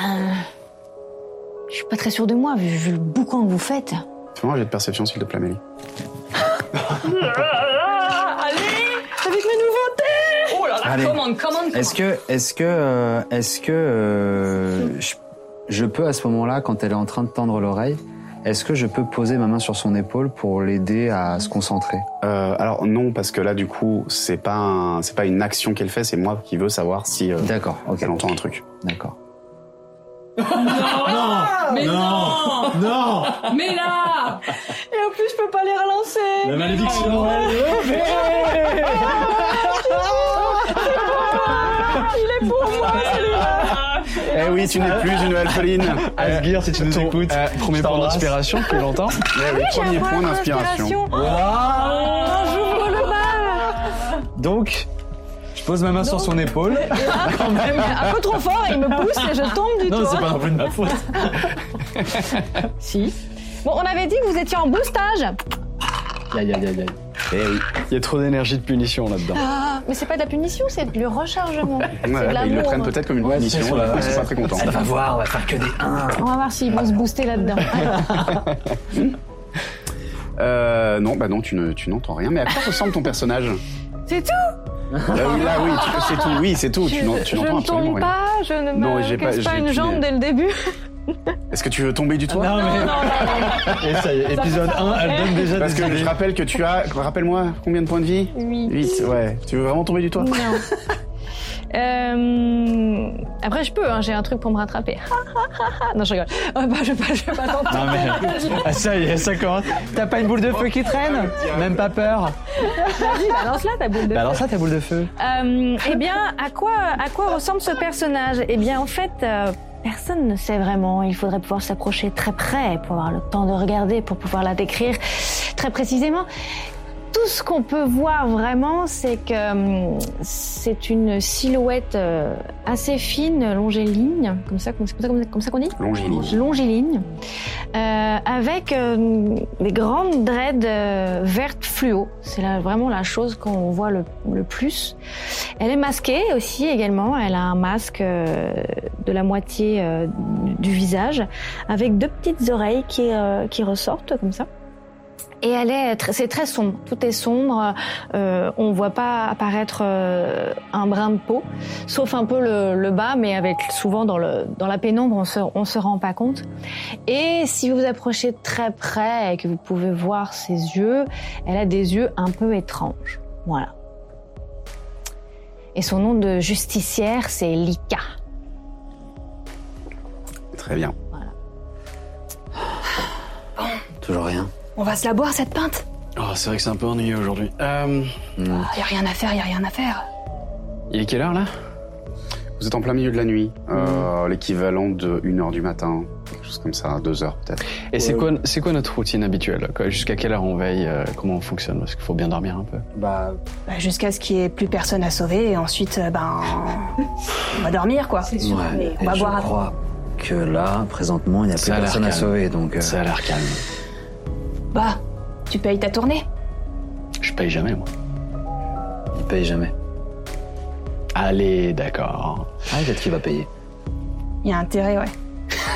Je suis pas très sûre de moi, vu, vu le boucan que vous faites.
Fais-moi un jet de perception, s'il te plaît, Amélie.
Allez.
Commande, commande, commande.
Est-ce que, est-ce que, euh, est-ce que euh, je, je peux à ce moment-là, quand elle est en train de tendre l'oreille, est-ce que je peux poser ma main sur son épaule pour l'aider à se concentrer
Euh, alors non, parce que là, du coup, c'est pas un- c'est pas une action qu'elle fait, c'est moi qui veux savoir si euh,
D'accord, ok.
elle entend un truc.
D'accord.
Mais
Non Non
Mais là
Et en plus, je peux pas les relancer
La malédiction
Eh oui, tu n'es plus une alpheline.
Asgir, si tu nous écoutes, premier point d'inspiration que longtemps.
Eh oui, premier point d'inspiration.
Donc, je pose ma main sur son épaule.
Un peu trop fort, il me pousse et je tombe du
Non, c'est
toit.
pas non plus de ma faute.
Si. Bon, on avait dit que vous étiez en boostage.
Aïe, aïe, aïe, aïe. Il y a trop d'énergie de punition là-dedans.
Ah, mais c'est pas de la punition, c'est le rechargement. C'est de
Ouais, bah, ils le
l'amour.
hein.
prennent peut-être comme une punition.
c'est ça.
Ils sont pas très contents.
voir, on va faire que des 1.
Ah.
On va voir s'ils vont se booster là-dedans.
Euh, non, bah non, tu ne- tu n'entends rien. Mais à quoi ressemble ton personnage
C'est tout
Là, oui, là, oui, tu- c'est tout. Oui, c'est tout.
Je,
Tu n'en- tu
je
n'entends
ne
absolument
tombe
rien.
pas, je ne me
Non, j'ai pas-
casse pas,
j'ai
une
aucune
jambe
idée.
dès le début.
Est-ce que tu veux tomber du toit
Et ça y est, épisode 1, elle donne déjà
Parce
des
que
idées.
je rappelle que tu as. Rappelle-moi combien de points de vie
Huit.
8, ouais. Tu veux vraiment tomber du toit
Non. Euh, après, je peux, hein, j'ai un truc pour me rattraper. non, je rigole. Oh, bah, je vais pas, je vais pas tenter.
Non mais, ah, ça y est, ça commence. T'as pas une boule de feu qui traîne Même pas peur
Vas-y, balance-la ta boule de
Bah alors
feu.
ça, ta boule de feu.
Euh, eh bien, à quoi, à quoi ressemble ce personnage Eh bien, en fait, euh, personne ne sait vraiment. Il faudrait pouvoir s'approcher très près pour avoir le temps de regarder, pour pouvoir la décrire très précisément. Tout ce qu'on peut voir vraiment, c'est que hum, c'est une silhouette euh, assez fine, longéligne, comme ça, comme, c'est comme ça, comme ça qu'on dit
Longiligne.
Longiligne, euh, avec euh, des grandes dreads euh, vertes fluo. C'est la- vraiment la chose qu'on voit le, le plus. Elle est masquée aussi également. Elle a un masque euh, de la moitié euh, du visage, avec deux petites oreilles qui, euh, qui ressortent comme ça. Et elle est, tr- c'est très sombre. Tout est sombre. Euh, on voit pas apparaître euh, un brin de peau, sauf un peu le, le bas, mais avec souvent dans le dans la pénombre, on se on se rend pas compte. Et si vous vous approchez très près et que vous pouvez voir ses yeux, elle a des yeux un peu étranges. Voilà. Et son nom de justicière, c'est Lika.
Très bien.
Toujours rien.
On va se la boire cette pinte
Oh, c'est vrai que c'est un peu ennuyeux aujourd'hui. Euh,
Il Ah, y a rien à faire, il y a rien à faire.
il est quelle heure là
Vous êtes en plein milieu de la nuit, euh, l'équivalent de 1h du matin, quelque chose comme ça, 2h peut-être.
Et c'est quoi, c'est quoi notre routine habituelle quoi Jusqu'à quelle heure on veille euh, Comment on fonctionne Parce qu'il faut bien dormir un peu.
Bah,
Bah, Jusqu'à ce qu'il n'y ait plus personne à sauver, et ensuite, euh, ben. on va dormir, quoi.
ouais.
on va
Et
boire
je
après.
crois que là, présentement, il n'y a plus
Ça a l'air
personne à
calme.
sauver, donc. euh,
Ça a l'air calme.
Bah, tu payes ta tournée
Je paye jamais, moi.
Il paye jamais.
Allez, d'accord.
Ah, peut-être qu'il va payer.
Il y a intérêt, ouais.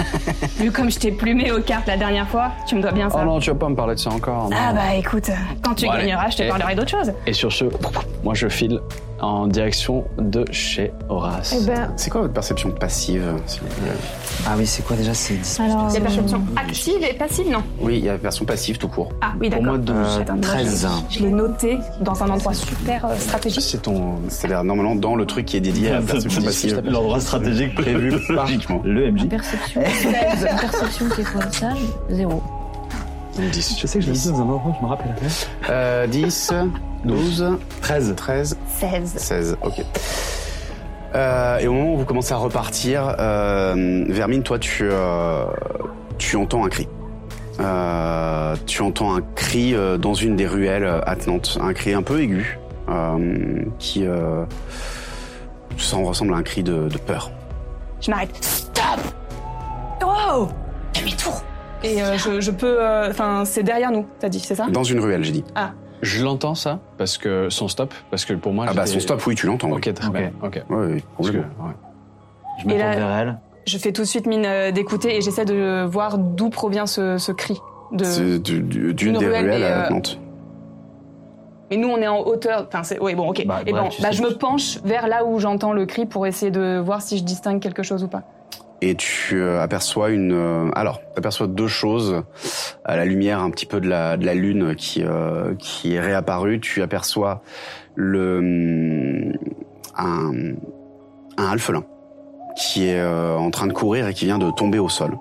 Vu comme je t'ai plumé aux cartes la dernière fois, tu me dois bien
Oh
ça.
non, tu vas pas me parler de ça encore. non.
Ah, bah écoute,
Quand tu
Bon, allez.
gagneras, je te
Eh.
parlerai d'autre chose.
Et sur ce, moi je file en direction de chez Horace.
Eh
Ah.
ben,
C'est quoi votre perception passive, s'il vous plaît
Ah oui, c'est quoi déjà C'est 10
alors.
Les
euh,
perceptions actives et passives, non
Oui, il y a la version passive tout court.
Ah oui,
Pour moi,
d'accord.
de-
euh,
Attends, moi,
13.
je- Je l'ai noté dans un endroit super euh,
Ah,
stratégique.
C'est ton. C'est l'air normalement dans le truc qui est dédié à la perception passive.
L'endroit stratégique prévu par
Logiquement.
le MJ.
Perception. perception qui est quoi ça Zéro.
Je sais que je l'ai dit dans un endroit, je me rappelle.
Euh, 10, 12,
13.
13,
16.
16, ok. Euh, et au moment où vous commencez à repartir, euh, Vermine, toi, tu, euh, tu entends un cri. Euh, tu entends un cri euh, dans une des ruelles euh, attenantes, un cri un peu aigu, euh, qui euh, ça en ressemble à un cri de, de peur.
Je m'arrête.
Oh
demi-tour
Et euh, je, je peux. euh, Enfin, c'est derrière nous, t'as dit, c'est ça
Dans une ruelle, j'ai dit.
Je l'entends ça parce que son stop, parce que pour moi.
Ah bah son
j'étais-
stop, oui, tu l'entends. oui.
Ok, très
Ok.
bien. Ok.
Ouais, ouais,
Parce que,
complètement.
ouais.
Je me
Et
tourne
là-
vers elle.
Je fais tout de suite mine euh, d'écouter et j'essaie de voir d'où provient ce, ce cri. De...
C'est du- du- d'une
Euh, une
des
ruelle,
ruelles
mais, euh,
attenantes.
Mais nous, on est en hauteur. Enfin, c'est. Oui, bon, ok.
Bah,
et
bref,
bon,
tu
bah,
sais.
je me penche vers là où j'entends le cri pour essayer de voir si je distingue quelque chose ou pas.
et tu euh, aperçois une. euh, alors, t'aperçois deux choses à la lumière un petit peu de la, de la lune qui euh, qui est réapparue. Tu aperçois le hum, un un alphelin qui est euh, en train de courir et qui vient de tomber au sol.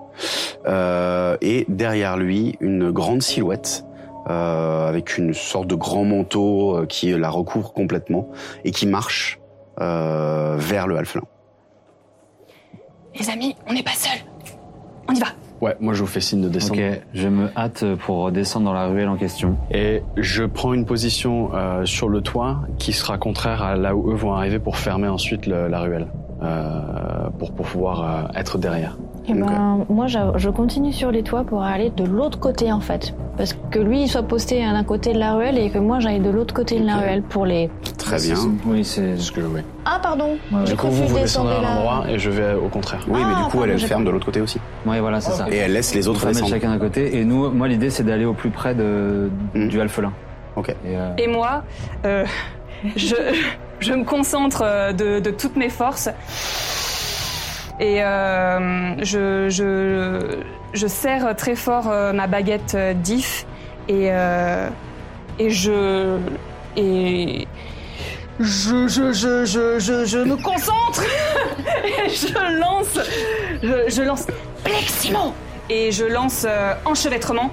Euh, et derrière lui, une grande silhouette. euh, avec une sorte de grand manteau euh, qui la recouvre complètement et qui marche euh, vers le alphelin.
Les amis, on n'est pas seuls. On y va.
Ouais, moi je vous fais signe de descendre.
Ok, je me hâte pour descendre dans la ruelle en question.
Et je prends une position euh, sur le toit qui sera contraire à là où eux vont arriver pour fermer ensuite le- la ruelle, euh, pour, pour pouvoir euh, être derrière.
Et ben, moi, j'a- je continue sur les toits pour aller de l'autre côté, en fait. Parce que lui, il soit posté à l'un côté de la ruelle et que moi, j'aille de l'autre côté de la ruelle pour les.
Très bien.
Oui, c'est
ce que oui.
Ah, pardon.
Du
J'ai
coup,
confus,
vous vous descendez à
descendez là.
l'endroit et je vais au contraire.
Oui, mais du
Ah,
coup, elle,
pardon,
elle
j'ai
ferme
pas-
de l'autre côté aussi.
Oui, voilà, c'est ça.
Et elle laisse les
On
autres
va mettre
descendre.
chacun d'un côté. Et nous, moi, l'idée, c'est d'aller au plus près de,
Hmm.
du alphelin.
Ok.
Et moi, euh, je, je me concentre euh, de, de toutes mes forces et euh, je, je, je serre très fort euh, ma baguette euh, d'if et, euh, et je. Et je, je, je, je, je, je me concentre et je lance. Je, je lance. Pleximo Et je lance euh, enchevêtrement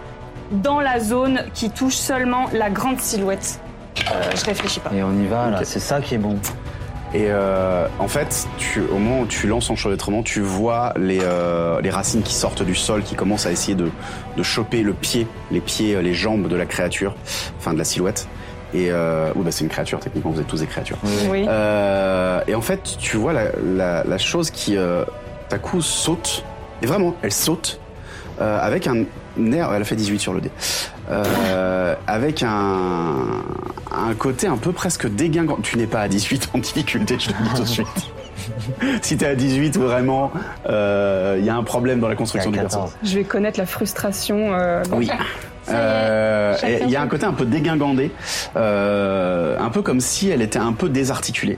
dans la zone qui touche seulement la grande silhouette. Euh, je réfléchis pas.
Et on y va, là. C'est ça qui est bon.
Et euh, en fait, tu, au moment où tu lances enchevêtrement, tu vois les, euh, les racines qui sortent du sol, qui commencent à essayer de, de choper le pied, les pieds, euh, les jambes de la créature, enfin de la silhouette. Et euh, oui, bah c'est une créature, techniquement, vous êtes tous des créatures.
Oui.
Euh, et en fait, tu vois la, la, la chose qui, euh, d'un coup, saute. Et vraiment, elle saute euh, avec un nerf. Elle a fait 18 sur le dé. Euh, avec un, un côté un peu presque dégingant. Tu n'es pas à 18 en difficulté, je te le dis tout de suite. si t'es à 18, vraiment, euh, il y a un problème dans la construction du personnage.
Je vais connaître la frustration. euh,
Oui. Euh,
chacun
et Il y a
son
un côté un peu dégingandé, euh, un peu comme si elle était un peu désarticulée.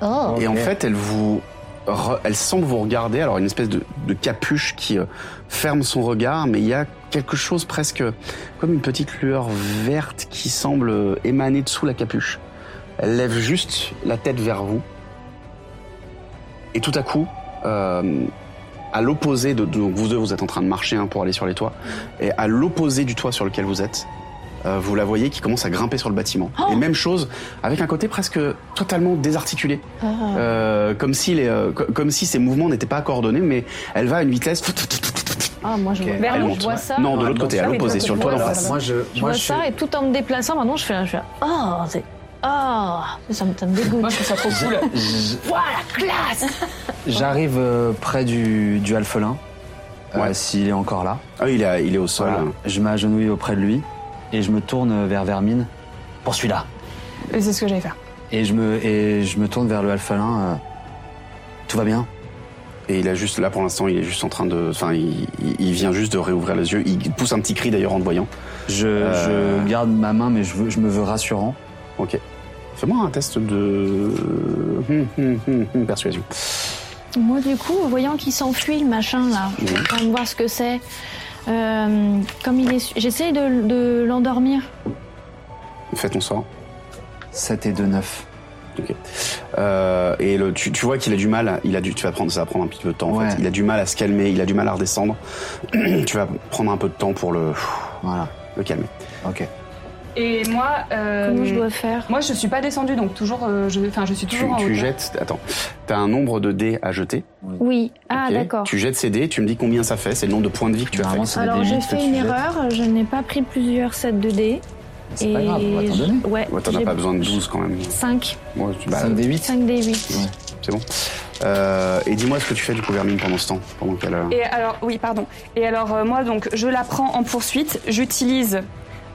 Ah,
Oh.
Et en fait, elle vous, re- elle semble vous regarder. Alors une espèce de, de capuche qui euh, ferme son regard, mais il y a quelque chose presque comme une petite lueur verte qui semble euh, émaner de sous la capuche. Elle lève juste la tête vers vous. Et tout à coup, euh, à l'opposé de donc vous deux, vous êtes en train de marcher hein, pour aller sur les toits, et à l'opposé du toit sur lequel vous êtes, euh, vous la voyez qui commence à grimper sur le bâtiment. et même chose, avec un côté presque totalement désarticulé,
Ah.
Euh, comme si les, euh, co- comme si ses mouvements n'étaient pas coordonnés, mais elle va à une vitesse.
Ah, moi, je,
Ok,
vois-
Vers
elle
nous,
monte.
je
vois
vois
ça.
Non, de l'autre côté, à l'opposé, sur le toit d'en face.
Moi, je, vois ça et tout en me déplaçant, maintenant, je fais là, je fais là, Oh, c'est. Oh, ça me, ça me dégoûte. Moi, je trouve ça trop
cool. J-
Voilà, classe
J'arrive euh, près du, du alphelin, euh, s'il est encore là.
Ah, il, est, il est au sol. hein.
Je m'agenouille auprès de lui et je me tourne vers Vermine. Poursuis là.
Et C'est ce que j'allais faire.
Et je me, et je me tourne vers le alphalin. euh, Tout va bien
Et il a juste là pour l'instant, il est juste en train de, enfin, il, il- il vient juste de réouvrir les yeux. Il pousse un petit cri d'ailleurs en te voyant.
Je, je garde ma main, mais je, veux- je me veux rassurant.
Ok. Fais-moi un test de hum, hum, hum, hum, persuasion.
Moi, du coup, voyant qu'il s'enfuit, le machin, là, je vais quand même voir ce que c'est. Euh, comme il est. J'essaie de, de l'endormir.
Fais ton sort.
7 et 2, 9.
Ok. Euh, et le, tu, tu vois qu'il a du mal. Il a du, tu vas prendre, ça va prendre un petit peu de temps. En fait. Il a du mal à se calmer. Il a du mal à redescendre. tu vas prendre un peu de temps pour le,
voilà,
le calmer.
Ok.
Et moi. euh,
Comment je dois faire
Moi, je suis pas descendue, donc toujours. euh, je, enfin, je suis
Tu,
toujours en
tu
hauteur.
jettes. Attends. T'as un nombre de dés à jeter.
Oui. Ah,
Ok.
d'accord.
Tu jettes ces dés. Tu me dis combien ça fait. C'est le nombre de points de vie que tu as fait.
Alors, j'ai fait une erreur, je n'ai pas pris plusieurs sets de dés.
C'est pas grave, on va t'en donner.
Ouais,
Ouais, T'en as pas besoin de 12 quand même.
5.
Moi, tu- bah,
5 des 8.
5 des 8.
C'est bon. Euh, et dis-moi ce que tu fais du coup Vermine pendant ce temps, pendant qu'elle. euh,
Et alors, oui, pardon. Et alors, euh, moi, donc, je la prends en poursuite, j'utilise.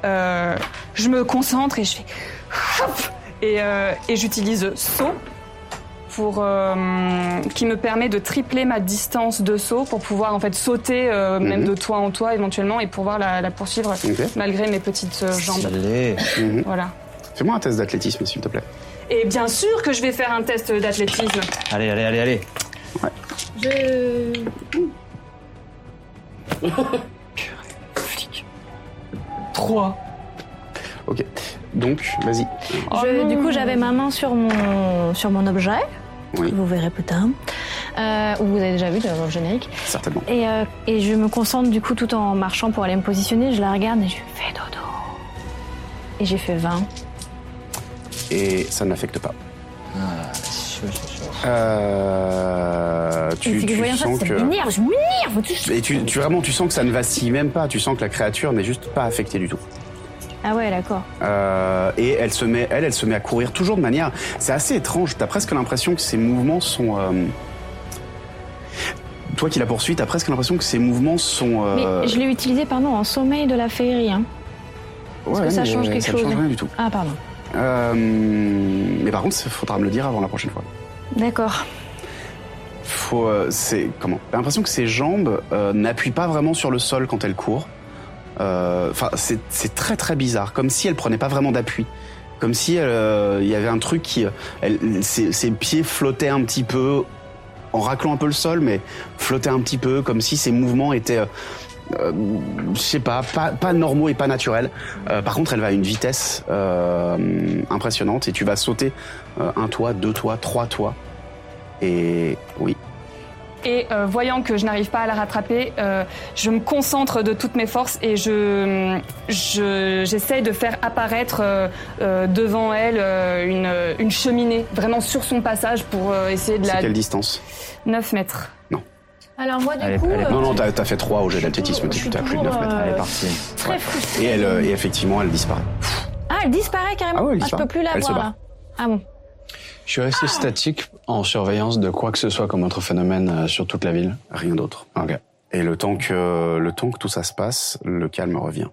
euh, je me concentre et je fais. hop et euh, et j'utilise saut pour euh, qui me permet de tripler ma distance de saut pour pouvoir en fait sauter euh, même
Mhm.
de toit en toit éventuellement et pouvoir la, la poursuivre
Ok.
malgré mes petites euh, jambes.
Mhm.
Voilà.
Fais-moi un test d'athlétisme s'il te plaît.
Et bien sûr que je vais faire un test d'athlétisme.
Allez, allez, allez, allez.
Je.
Trois.
Ok. Donc, vas-y. Ah,
Je- du coup, j'avais ma main sur mon, sur mon objet.
Oui.
Vous verrez plus tard. Euh, ou vous avez déjà vu dans le générique.
Certainement.
Et, euh, et je me concentre du coup tout en marchant pour aller me positionner. Je la regarde et je fais dodo. Et j'ai fait 20.
Et ça ne l'affecte pas. Euh,
et
tu,
c'est que
tu
voyant ça,
sens
ça
que.
m'énerve. Je m'énerve. tu-
Et tu, tu- vraiment, tu sens que ça ne vacille même pas. Tu sens que la créature n'est juste pas affectée du tout.
Ah ouais, d'accord.
Euh, et elle se met, elle, elle se met à courir toujours de manière. C'est assez étrange. T'as presque l'impression que ses mouvements sont. euh, toi qui la poursuis, t'as presque l'impression que ses mouvements sont. euh,
Mais je l'ai utilisé, pardon, en sommeil de la féerie. Hein. Est-ce
ouais,
que ça
mais
change quelque
ça ne
chose
change rien du tout.
Ah, pardon.
Euh, mais par contre, il faudra me le dire avant la prochaine fois.
D'accord.
Faut, euh, c'est comment T'as l'impression que ses jambes euh, n'appuient pas vraiment sur le sol quand elle court. Euh, Enfin, c'est- c'est très très bizarre, comme si elle prenait pas vraiment d'appui, comme si elle, euh, il y avait un truc qui, euh, elle- ses, ses pieds flottaient un petit peu en raclant un peu le sol, mais flottaient un petit peu, comme si ses mouvements étaient, euh, euh, je sais pas, pas, pas normaux et pas naturels. Euh, par contre, elle va à une vitesse euh, impressionnante et tu vas sauter euh, un toit, deux toits, trois toits. Et oui,
Et euh, voyant que je n'arrive pas à la rattraper, euh, je me concentre de toutes mes forces et je je- j'essaye de faire apparaître euh, euh, devant elle euh, une, euh, une cheminée, vraiment sur son passage pour euh, essayer de
c'est
la...
quelle distance
9 mètres.
Alors moi, du
Elle est-
coup,
elle est-
euh,
non, non, t'as t'as fait 3 au jeu d'athlétisme,
je suis
tu t'as plus de 9
toujours,
mètres.
euh, Elle est
partie.
très frustrée.
Et elle, euh, et effectivement, elle disparaît.
Ah, elle disparaît carrément.
Ah ouais, elle
je
disparaît.
peux plus la
Elle se
voir
barre.
là. Ah bon.
Je suis resté statique en surveillance de quoi que ce soit comme autre phénomène euh, sur toute la ville.
Rien d'autre. Et le temps que le temps que tout ça se passe, le calme revient.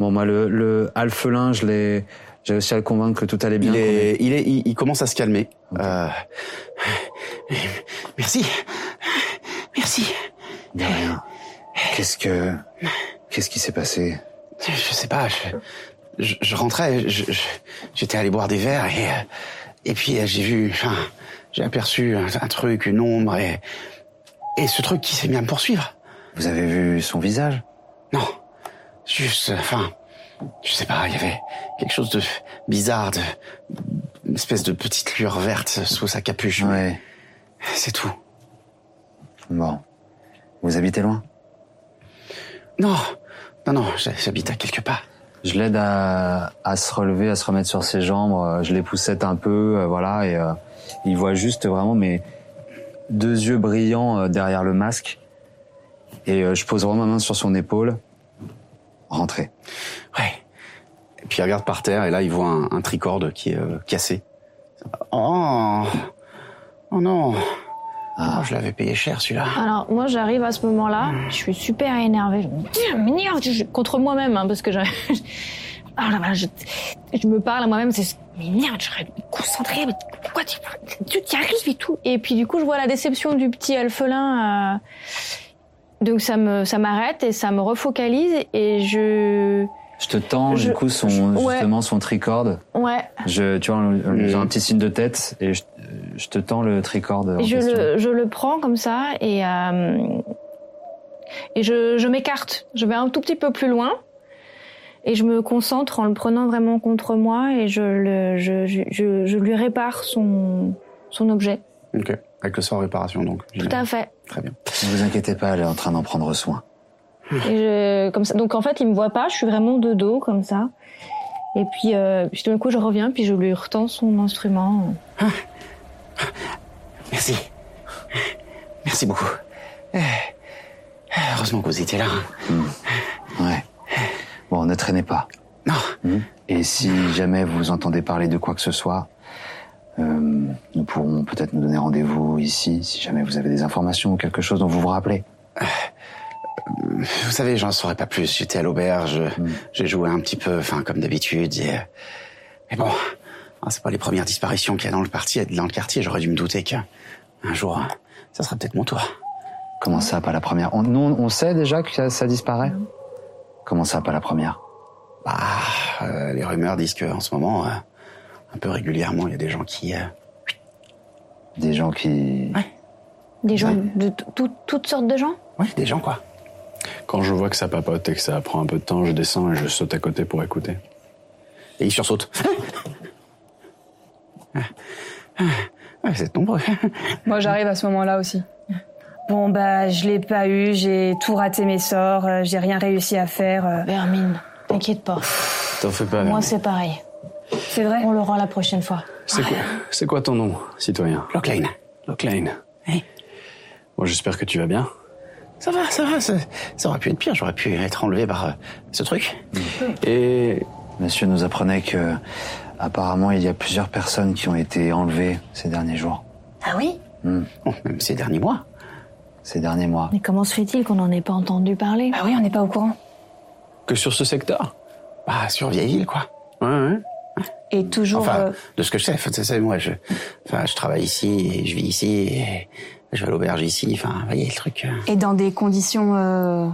Bon, moi, le, le alphelin, je l'ai, j'ai réussi à le convaincre que tout allait bien.
Il est, il est, il, il commence à se calmer. Euh, Merci. Merci.
De rien. Qu'est-ce que, qu'est-ce qui s'est passé
je sais pas. Je, je, je rentrais, je- je- j'étais allé boire des verres et euh, et puis euh, j'ai vu, enfin, j'ai aperçu un, un truc, une ombre et et ce truc qui s'est mis à me poursuivre.
Vous avez vu son visage
Non, juste, euh, enfin, je sais pas, il y avait quelque chose de bizarre, de, une espèce de petite lueur verte sous sa capuche.
Ouais.
C'est tout.
Bon. Vous habitez loin
Non, non, non, j'ha- j'habite à quelque part.
Je l'aide à, à se relever, à se remettre sur ses jambes. euh, Je les poussette un peu, euh, voilà, et euh, il voit juste vraiment mes deux yeux brillants euh, derrière le masque. Et euh, je pose vraiment ma main sur son épaule. Rentrez.
Et puis il regarde par terre et là il voit un, un tricorde qui est euh, cassé. Oh, oh non.
Ah.
Oh, je l'avais payé cher celui-là.
Alors moi, j'arrive à ce moment-là, je suis super énervée. Je me dis, Tiens, m'énerve je- contre moi-même, hein, parce que je... Ah là là, je... je me parle à moi-même, c'est mais merde, j'aurais dû me concentrer, mais pourquoi tu tu t'y arrives et tout. Et puis du coup, je vois la déception du petit alphelin. euh, Donc ça me ça m'arrête et ça me refocalise et je
Je te tends
Je-
du coup son
je- ouais.
justement son tricorde.
ouais
Je, tu vois, en lui faisant un petit signe de tête et je, je te tends le tricorde. en
je
question.
le, je le prends comme ça et, euh, et je, je m'écarte. Je vais un tout petit peu plus loin et je me concentre en le prenant vraiment contre moi et je, le, je, je, je, je lui répare son, son objet.
Ok, avec le sort réparation donc.
Tout à fait.
Ne vous inquiétez pas, elle est en train d'en prendre soin.
Et je, comme ça. Donc en fait, il me voit pas, je suis vraiment de dos comme ça. Et puis, euh, puis tout d'un coup, je reviens puis je lui retends son instrument.
Merci. Merci beaucoup. Eh, Heureusement que vous étiez là.
Ouais. Bon, ne traînez pas. Mm.
Non.
Et si jamais vous entendez parler de quoi que ce soit, euh, nous pourrons peut-être nous donner rendez-vous ici, si jamais vous avez des informations ou quelque chose dont vous vous rappelez.
Vous savez, j'en saurais pas plus. J'étais à l'auberge,
Hmm.
j'ai joué un petit peu, enfin comme d'habitude. et- Mais bon, hein, c'est pas les premières disparitions qu'il y a dans le quartier. Dans le quartier, j'aurais dû me douter que un jour, ça sera peut-être mon tour.
Comment ça, pas la première on, Nous, on sait déjà que ça, ça disparaît Comment ça, pas la première
Bah, Euh, les rumeurs disent que en ce moment, euh, un peu régulièrement, il y a des gens qui. euh,
Des gens qui.
Des gens, de t- tout- toutes sortes de gens
Oui, des gens quoi.
Quand je vois que ça papote et que ça prend un peu de temps, je descends et je saute à côté pour écouter.
Et il sursaute. ah, Ouais, vous êtes nombreux.
Moi, j'arrive à ce moment-là aussi. Bon, bah, je l'ai pas eu, j'ai tout raté mes sorts, euh, j'ai rien réussi à faire. euh.
Vermine, t'inquiète pas.
T'en fais pas.
Moi, c'est pareil.
C'est vrai
On le rend la prochaine fois.
C'est quoi, c'est quoi ton nom, citoyen
Lockline.
Lockline. Bon, j'espère que tu vas bien.
Ça va, ça va, ça, ça aurait pu être pire, j'aurais pu être enlevé par euh, ce truc.
Et monsieur nous apprenait que apparemment il y a plusieurs personnes qui ont été enlevées ces derniers jours.
Ah oui
Bon, même ces derniers mois.
ces derniers mois.
Mais comment se fait-il qu'on n'en ait pas entendu parler
Bah oui, on n'est pas au courant.
Que sur ce secteur
Bah, sur Vieille-Ville, quoi. Ouais, ouais.
Et toujours.
Enfin,
euh,
de ce que je sais, c'est ça, moi, je, enfin, je travaille ici, et je vis ici, et je vais à l'auberge ici, enfin, vous voyez le truc. euh.
Et dans des conditions. euh,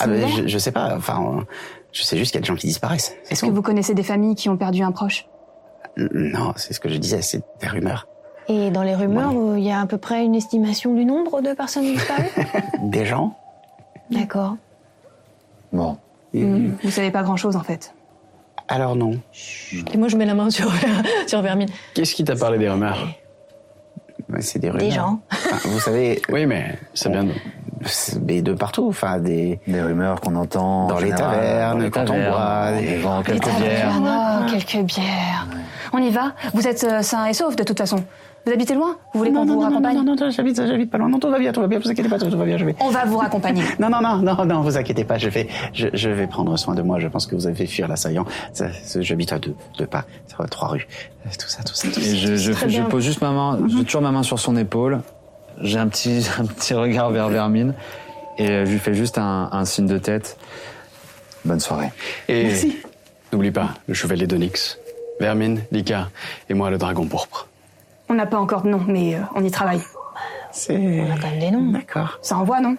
Ah, ben,
similaires
je, je sais pas, enfin, euh, je sais juste qu'il y a des gens qui disparaissent. c'est
Est-ce
tout.
que vous connaissez des familles qui ont perdu un proche
Non, c'est ce que je disais, c'est des rumeurs.
Et dans les rumeurs, euh, il y a à peu près une estimation du nombre de personnes disparues
Des gens
D'accord.
Bon.
Mmh. Vous savez pas grand-chose en fait.
Alors non.
Et moi, je mets la main sur, sur Vermine.
Qu'est-ce qui t'a parlé des rumeurs
Mais C'est des rumeurs.
gens.
Enfin, vous savez.
Oui, mais ça vient de.
Mais de partout, enfin, des.
Des rumeurs qu'on entend.
Dans
en
les
général,
tavernes,
dans les
quand on
tavernes,
boit,
on
des-
vend quelques
Ah,
bières.
voilà, Oh, quelques bières. On y va Vous êtes euh, sains et saufs de toute façon. Vous habitez loin Vous voulez qu'on vous raccompagne
non, non, non, j'habite, j'habite pas loin. Non, tout va bien, tout va bien, vous inquiétez pas, tout va bien, je vais.
On va vous raccompagner.
Non, non, non, non, non, vous inquiétez pas, je vais, je, je vais prendre soin de moi. Je pense que vous avez fait fuir l'assaillant. Ça, ça, J'habite à deux, deux pas, ça va, trois rues. Euh, Tout ça, tout ça, tout ça.
Et je, je-
Très
je
bien.
pose juste ma main, j'ai toujours ma main sur son épaule. J'ai un petit, un petit regard vers Vermine et je lui fais juste un, un signe de tête. Bonne soirée.
Et n'oublie pas, le chevalier d'Onyx, Vermine, Lika et moi, le dragon pourpre.
On n'a pas encore de nom, mais euh, on y travaille.
C'est.
On a quand même des noms.
D'accord.
Ça envoie, non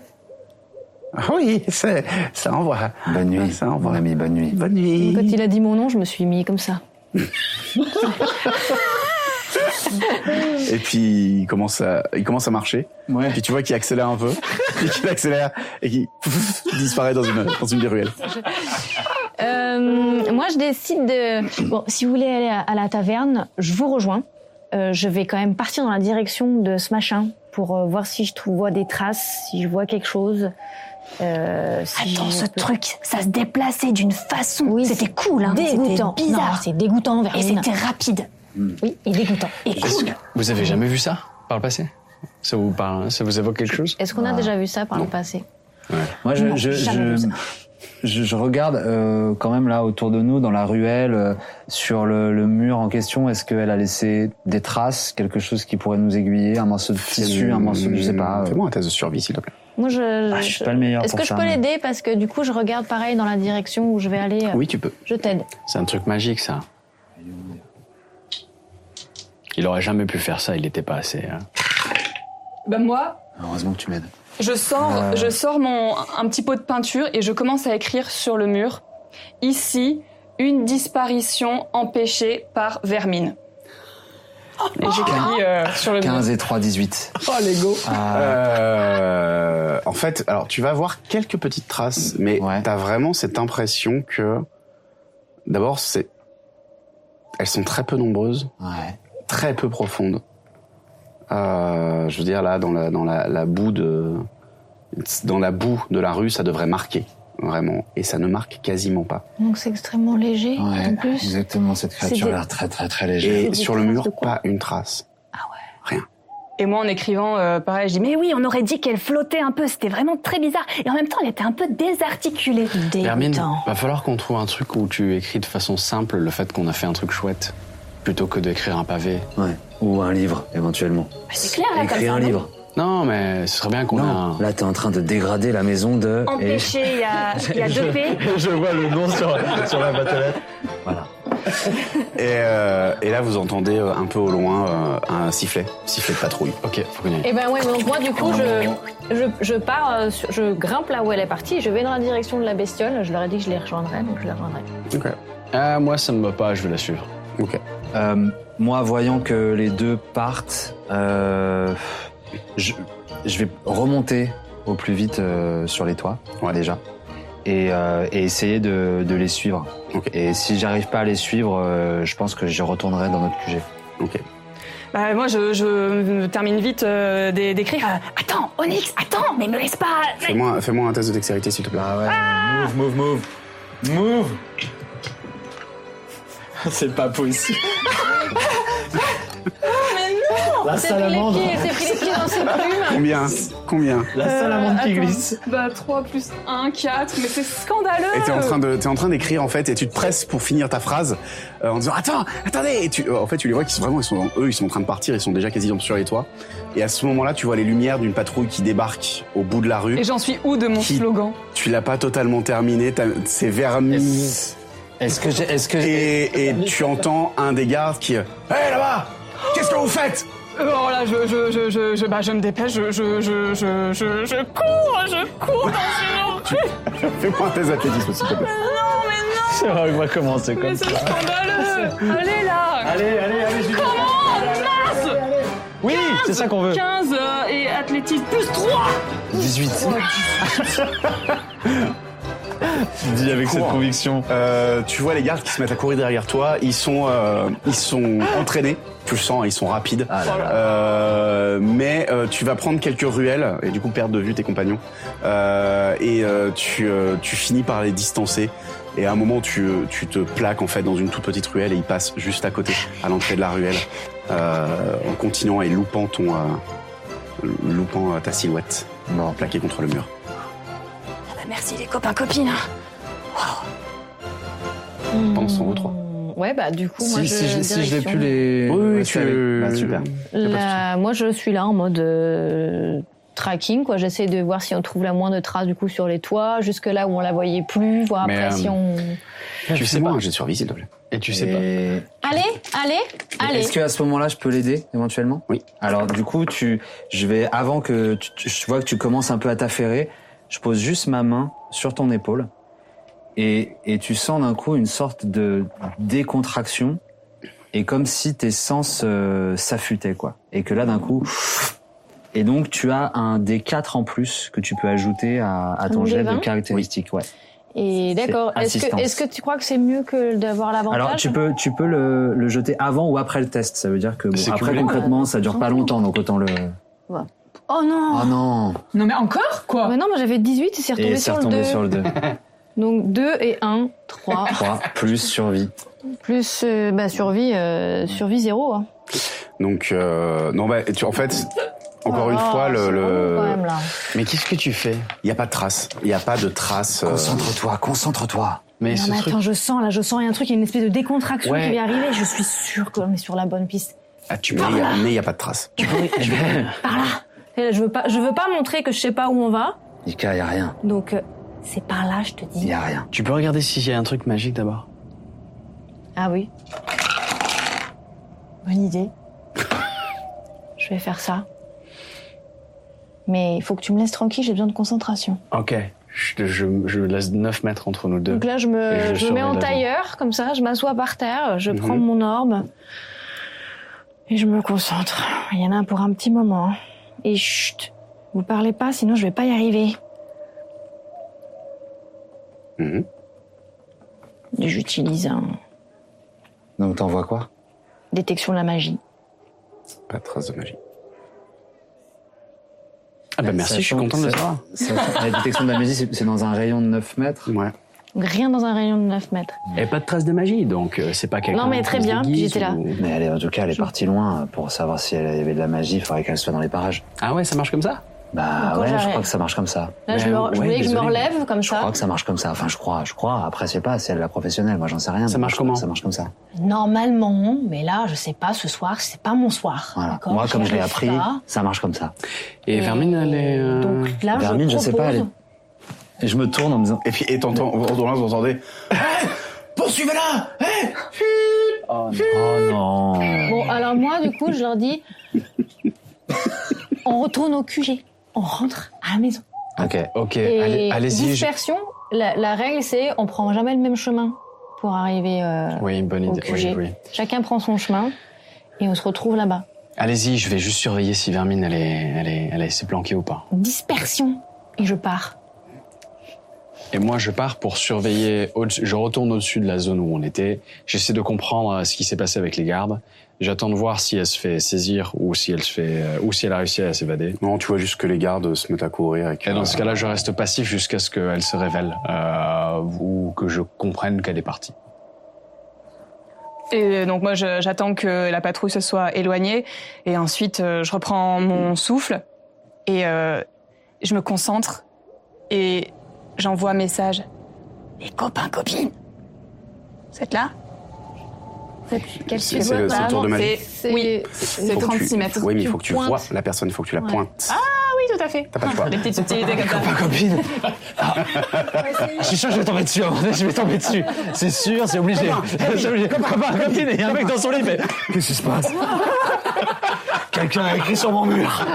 Ah Oui, c'est- ça envoie.
Bonne nuit,
Ça envoie.
mon ami, bonne nuit.
Bonne
Quand
nuit.
il a dit mon nom, je me suis mis comme ça.
Et puis il commence à, il commence à marcher.
Ouais.
Puis tu vois qu'il accélère un peu, puis qu'il accélère et qu'il disparaît dans une dans une des ruelles.
Euh,
Moi, je décide de. Bon, si vous voulez aller à, à la taverne, je vous rejoins. Euh, je vais quand même partir dans la direction de ce machin pour euh, voir si je trouve vois des traces, si je vois quelque chose. Euh, si
Attends,
je
ce
peux-
truc, ça se déplaçait d'une façon.
Oui,
c'était
c'est
cool, hein.
Dégoûtant.
C'était bizarre.
Non, C'est dégoûtant,
et
Vermine.
c'était rapide.
Oui, et dégoûtant.
Et
Est-ce
cool.
que Vous avez jamais vu ça par le passé ça vous, parle, hein? ça vous évoque quelque chose
Est-ce
Bah,
qu'on a déjà vu ça par le passé
Moi, je,
Non,
je,
jamais
je, je- je regarde euh, quand même là autour de nous, dans la ruelle, euh, sur le, le mur en question. Est-ce qu'elle a laissé des traces, quelque chose qui pourrait nous aiguiller, un morceau de tissu, un morceau, de- je sais pas. euh,
Fais-moi un test de survie, s'il te plaît.
Moi, je.
Ah, je suis pas le meilleur
Est-ce
pour
que
ça,
je peux
mais-
l'aider Parce que du coup, je regarde pareil dans la direction où je vais aller. euh,
Oui, tu peux.
Je t'aide.
C'est un truc magique, ça. Il aurait jamais pu faire ça, il n'était pas assez. hein.
Bah moi,
Heureusement que tu m'aides.
Je sors,
Euh.
je sors mon, un petit pot de peinture et je commence à écrire sur le mur. Ici, une disparition empêchée par vermine. Et j'écris euh, sur le mur.
15 et 3, 18.
Oh Lego.
Ah,
Euh, en fait, alors tu vas voir quelques petites traces, mais
Ouais.
t'as vraiment cette impression que d'abord c'est elles sont très peu nombreuses.
ouais.
très peu profonde. Euh, je veux dire là dans la dans la, la boue de dans la boue de la rue, ça devrait marquer vraiment et ça ne marque quasiment pas.
Donc c'est extrêmement léger
Ouais,
en plus.
exactement, cette créature
des-
a l'air très très très légère.
Et
des
sur le
traces
mur,
de quoi
pas une trace.
Et moi, en écrivant, euh, pareil, je dis mais
Mais oui, on aurait dit qu'elle flottait un peu. C'était vraiment très bizarre. Et en même temps, elle était un peu désarticulée.
Vermine,
Dégoûtant.
va falloir qu'on trouve un truc où tu écris de façon simple le fait qu'on a fait un truc chouette, plutôt que d'écrire un pavé.
Ouais. Ou un livre, éventuellement.
C'est clair, là, comme
Écris
ça.
un
non
livre.
Non, mais ce serait bien qu'on ait un.
Non, là t'es en train de dégrader la maison de. et-
Empêché, il y a, il y a deux P.
Je vois le nom sur, la batelette.
Voilà.
Et, euh, et là, vous entendez euh, un peu au loin euh, un sifflet, sifflet de patrouille.
Ok, faut qu'on y aille.
Eh ben ouais, donc moi, du coup, je, je, je pars, euh, sur- je grimpe là où elle est partie, et je vais dans la direction de la bestiole. Je leur ai dit que je les rejoindrais, donc je les rejoindrai.
Ah, moi, ça me va pas, je vais la suivre.
Euh, moi, voyant que les deux partent, euh, je, je vais remonter au plus vite euh, sur les toits, déjà, et, euh, et essayer de, de les suivre.
Ok.
Et si j'arrive pas à les suivre, euh, je pense que je retournerai dans notre QG.
bah, moi, je, je termine vite euh, d'é- d'écrire.
Euh, attends, Onyx, attends, mais me laisse pas.
Fais-moi fais-moi un test de dextérité, s'il te plaît.
ouais, move, move, move, move.
C'est pas possible.
C'est pris les pieds, c'est pris les pieds
dans ses
hein.
plumes.
Combien Combien
Euh,
attends. Bah 3 plus 1, 4, mais c'est scandaleux
Et t'es en train de, t'es en train d'écrire en fait, et tu te presses pour finir ta phrase euh, en disant attends, attendez. Et tu, euh, en fait, tu les vois qui sont vraiment, ils sont dans eux, ils sont en train de partir, ils sont déjà quasiment sur les toits. Et à ce moment-là, tu vois les lumières d'une patrouille qui débarque au bout de la rue.
Et j'en suis où de mon
Qui-
slogan
Tu l'as pas totalement terminé, t'as- c'est vermi.
Est-ce que j'ai, est-ce que
et, et tu entends un des gardes qui, hé là-bas, qu'est-ce que vous faites
Euh, Alors là, je, je, je, je, je- bah, je me dépêche, je, je, je, je, je, je cours, je cours dans une rue.
Fais-moi tes athlétismes s'il te plaît.
Non, mais non,
C'est vrai, on va commencer
mais
comme
c'est
ça.
scandaleux Allez là
Allez, allez, allez, Julie.
Comment
Allez, allez,
15
Oui,
15,
c'est ça qu'on veut.
15 euh, et athlétisme plus 3
18.
Dis avec
cette
conviction. Euh, tu vois les gardes qui se mettent à courir derrière toi. Ils sont, euh, ils sont entraînés. Tu le sens, ils sont rapides. Euh, mais euh, tu vas prendre quelques ruelles et du coup perdre de vue tes compagnons. Euh, et euh, tu, euh, tu finis par les distancer. Et à un moment, tu, euh, tu te plaques en fait dans une toute petite ruelle et ils passent juste à côté, à l'entrée de la ruelle, euh, en continuant et loupant ton, euh, loupant euh, ta silhouette, plaquée contre le mur.
Ah bah merci les copains copines.
Pense en haut trois.
Hmm. Ouais, bah du coup, moi
Si,
je.
si, je- si je l'ai
direction-
plus les.
Oui, oui,
Ouais,
tu-
ça l'est. Bah, super.
La- Moi, je suis là en mode euh, tracking, quoi. J'essaie de voir si on trouve la moindre trace du coup sur les toits, jusque là où on la voyait plus, voir
Mais,
après
euh,
si on.
Tu sais pas, j'ai survécu, s'il te plaît.
Et tu sais
Et-
Allez, allez, allez.
Est-ce que à ce moment-là, je peux l'aider éventuellement
Oui.
Alors du coup, tu, je vais avant que tu, tu- je vois que tu commences un peu à t'affairer, je pose juste ma main sur ton épaule et, et tu sens d'un coup une sorte de décontraction et comme si tes sens euh, s'affûtaient quoi et que là d'un coup et donc tu as un D4 en plus que tu peux ajouter à, à ton
Un
jet de
D20?
caractéristiques, ouais.
Et d'accord.
c'est
Est-ce que,
assistance.
est-ce que tu crois que c'est mieux que d'avoir l'avantage
Alors tu peux tu peux le, le jeter avant ou après le test. Ça veut dire que bon,
C'est
après
cumulé.
concrètement ça dure pas longtemps donc autant le.
Oh non.
Oh non.
Non mais encore quoi
Mais non, moi j'avais 18 et c'est retombé,
Et c'est
sur, le
retombé
2.
sur le 2.
Donc 2 et 1, 3.
3 plus survie.
plus euh, bah, survie, euh, survie 0. Hein.
Donc, euh, non, bah, tu, en fait, encore
Oh,
une fois, le.
c'est
le-
relou quand même, là.
Mais qu'est-ce que tu fais
Il n'y a pas de trace. Il n'y a pas de trace. euh,
Concentre-toi, concentre-toi.
Mais
Non
ce
mais
truc.
attends, je sens là, je sens il y a un truc, il y a une espèce de décontraction
Ouais.
qui va arriver. Je suis sûre qu'on est sur la bonne piste.
ah, tu mais il y a- mais il n'y a pas de trace.
Et là, je veux pas, je veux pas montrer que je sais pas où on va.
Nika, y a rien.
Donc euh, c'est par là, je te dis.
Y a rien.
Tu peux regarder s'il y a un truc magique d'abord
Ah oui. Bonne idée. je vais faire ça. Mais il faut que tu me laisses tranquille, j'ai besoin de concentration.
Ok. Je, je, je laisse 9 mètres entre nous deux.
Donc là, je
Et je
me, je me
surveille
mets en
la
tailleur, comme ça, je m'assois par terre, je prends mon orbe et je me concentre. Il y en a pour un petit moment. Et chut, vous parlez pas, sinon je vais pas y arriver.
Mhm.
Et J'utilise un
Donc t'en vois quoi
détection de la magie.
Pas de trace de magie.
Ah bah merci, je suis content de le savoir.
Ça- La détection de la magie, c'est c'est dans un rayon de 9 mètres.
Ouais.
Donc rien dans un rayon de 9 mètres.
Et pas de trace de magie, donc euh, c'est pas quelqu'un.
Non, mais
qui
très
se
bien, puis
déguise
j'étais là.
ou-
Mais elle est, en tout cas, elle est partie loin. euh, Pour savoir si elle y avait de la magie, il faudrait qu'elle soit dans les parages.
Ah ouais, ça marche comme ça
Bah
Encore
ouais, je
j'arrête.
crois que ça marche comme ça.
Là, je,
Ben,
me, je
ouais,
voulais que je me
désolé.
relève comme
Je crois
ça.
que ça marche comme ça. Enfin, je crois, je crois. Après, je sais pas si elle est la professionnelle. Moi, j'en sais rien.
Ça
mais
marche
je crois que
comment
Ça marche comme ça.
Normalement, mais là, je sais pas, ce soir, c'est pas mon soir.
Voilà.
d'accord
Moi, comme
J'y
je l'ai
arrive
appris,
pas.
ça marche comme ça.
Et Vermine, elle est. euh,
Donc là,
Vermine,
je,
je sais pas, elle est-
propose-
Et je me tourne en me disant.
Et puis, et t'entends, au loin, vous entendez. Poursuivez-la
Oh non.
Bon, alors moi, du coup, je leur dis on retourne au QG, on rentre à la maison.
Ok.
Ok,
Euh,
Et
allez- allez-y. je-
dispersion, la, la règle, c'est on prend jamais le même chemin pour arriver. euh,
Oui, bonne
au
idée. Oui,
QG.
oui.
Chacun prend son chemin et on se retrouve là-bas.
Allez-y, je vais juste surveiller si Vermine, elle est, elle est, elle est, s'est planquée ou pas.
Dispersion et je pars.
Et moi, je pars pour surveiller. au- je retourne au-dessus de la zone où on était. J'essaie de comprendre euh, ce qui s'est passé avec les gardes. J'attends de voir si elle se fait saisir ou si elle se fait euh, ou si elle a réussi à s'évader.
Non, tu vois juste que les gardes se mettent à courir. Et que,
Et dans ce cas-là, je reste passif jusqu'à ce qu'elle se révèle euh, ou que je comprenne qu'elle est partie.
Et donc moi, je- j'attends que la patrouille se soit éloignée, et ensuite euh, je reprends mon souffle et euh, je me concentre et j'envoie un message. Les copains, copines, vous êtes là
Quel
C'est le- c'est le tour de magie.
C'est- Oui, c'est
Faut que tu-
36 mètres.
Oui, mais il faut que tu
pointes.
vois la personne, il faut que tu la
Ouais.
pointes.
Ah oui, tout à fait.
pas le choix.
Les petites subtilités comme ça.
Copine Je suis sûr que je vais tomber dessus, en vrai, je vais tomber dessus. C'est sûr, c'est obligé. C'est obligé. Copain, copine, il y a un mec dans son lit, mais qu'est-ce qui se passe Quelqu'un a écrit sur mon mur.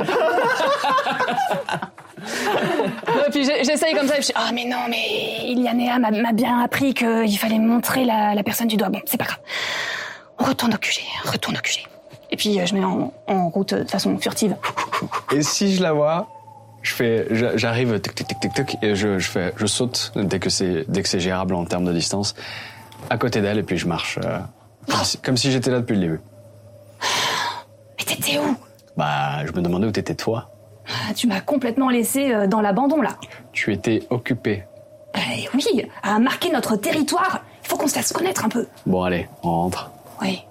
Euh,
Et puis j'ai- j'essaye comme ça, et puis je-
Ah mais non, mais Ilianéa m'a m'a bien appris qu'il fallait montrer la, la personne du doigt. Bon, c'est pas grave. On retourne au QG, retourne au QG.
Et puis euh, je mets en, en route euh, de façon furtive.
Et si je la vois, je fais, je- j'arrive, tic tic tic tic tic, et je, je fais, je saute dès que c'est, dès que c'est gérable en termes de distance, à côté d'elle, et puis je marche, euh, comme si, comme si j'étais là depuis le début.
Mais t'étais où
Bah, je me demandais où t'étais toi.
Ah, Tu m'as complètement laissé euh, dans l'abandon là.
Tu étais occupé.
Eh oui, à marquer notre territoire, il faut qu'on se fasse connaître un peu.
Bon, allez, on rentre.
Oui.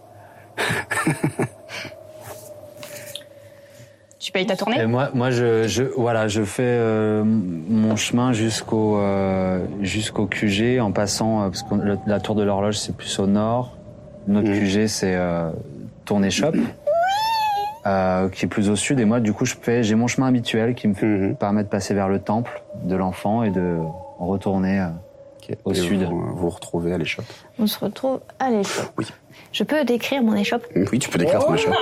Tu payes ta tournée
Et moi, moi, je, je, voilà, je fais euh, mon chemin jusqu'au euh, jusqu'au QG en passant euh, parce que le- la tour de l'horloge c'est plus au nord. Notre
Mhm.
QG c'est euh, tournée shop euh, qui est plus au sud. Et moi, du coup, je fais j'ai mon chemin habituel qui me fait
Mhm.
permet de passer vers le temple de l'enfant et de retourner euh, au
Et
sud.
Vous vous retrouvez à l'échoppe.
On se retrouve à l'échoppe. Je peux décrire mon échoppe
Oui, tu peux décrire ton échoppe.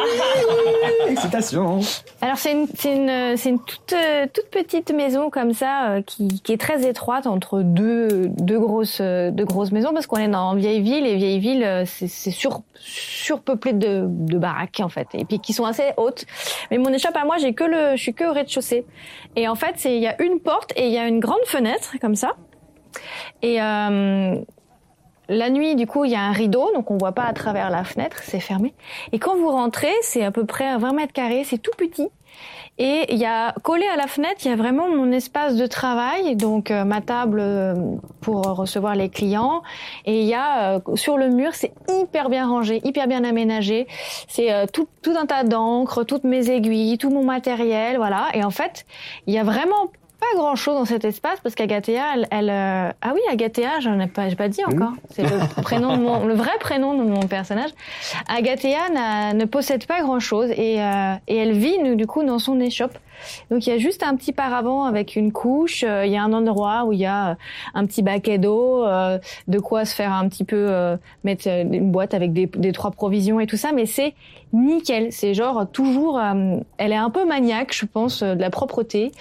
Excitation
Alors c'est une, c'est une, c'est une toute, euh, toute petite maison comme ça euh, qui, qui est très étroite entre deux, deux, grosses, euh, deux grosses maisons parce qu'on est dans une vieille ville et vieille ville euh, c'est c'est sur, surpeuplé de, de baraques en fait et puis qui sont assez hautes. Mais mon échoppe à moi j'ai que le, je suis que au rez-de-chaussée et en fait c'est il y a une porte et il y a une grande fenêtre comme ça et euh, la nuit, du coup, il y a un rideau, donc on voit pas à travers la fenêtre, c'est fermé. Et quand vous rentrez, c'est à peu près 20 mètres carrés, c'est tout petit. Et il y a collé à la fenêtre, il y a vraiment mon espace de travail, donc euh, ma table euh, pour recevoir les clients. Et il y a euh, sur le mur, c'est hyper bien rangé, hyper bien aménagé. C'est euh, tout, tout un tas d'encre, toutes mes aiguilles, tout mon matériel, voilà. Et en fait, il y a vraiment pas grand chose dans cet espace parce qu'Agathea, elle, elle, euh, ah oui, Agathea, j'en ai pas, j'ai pas dit encore. C'est le prénom de mon, le vrai prénom de mon personnage. Agathea n'a- euh, ne possède pas grand chose et, euh, et elle vit nous, du coup dans son échoppe. Donc il y a juste un petit paravent avec une couche. euh, Il y a un endroit où il y a euh, un petit baquet d'eau, euh, de quoi se faire un petit peu euh, mettre euh, une boîte avec des, des trois provisions et tout ça. Mais c'est nickel. C'est genre toujours. euh, elle est un peu maniaque, je pense, euh, de la propreté.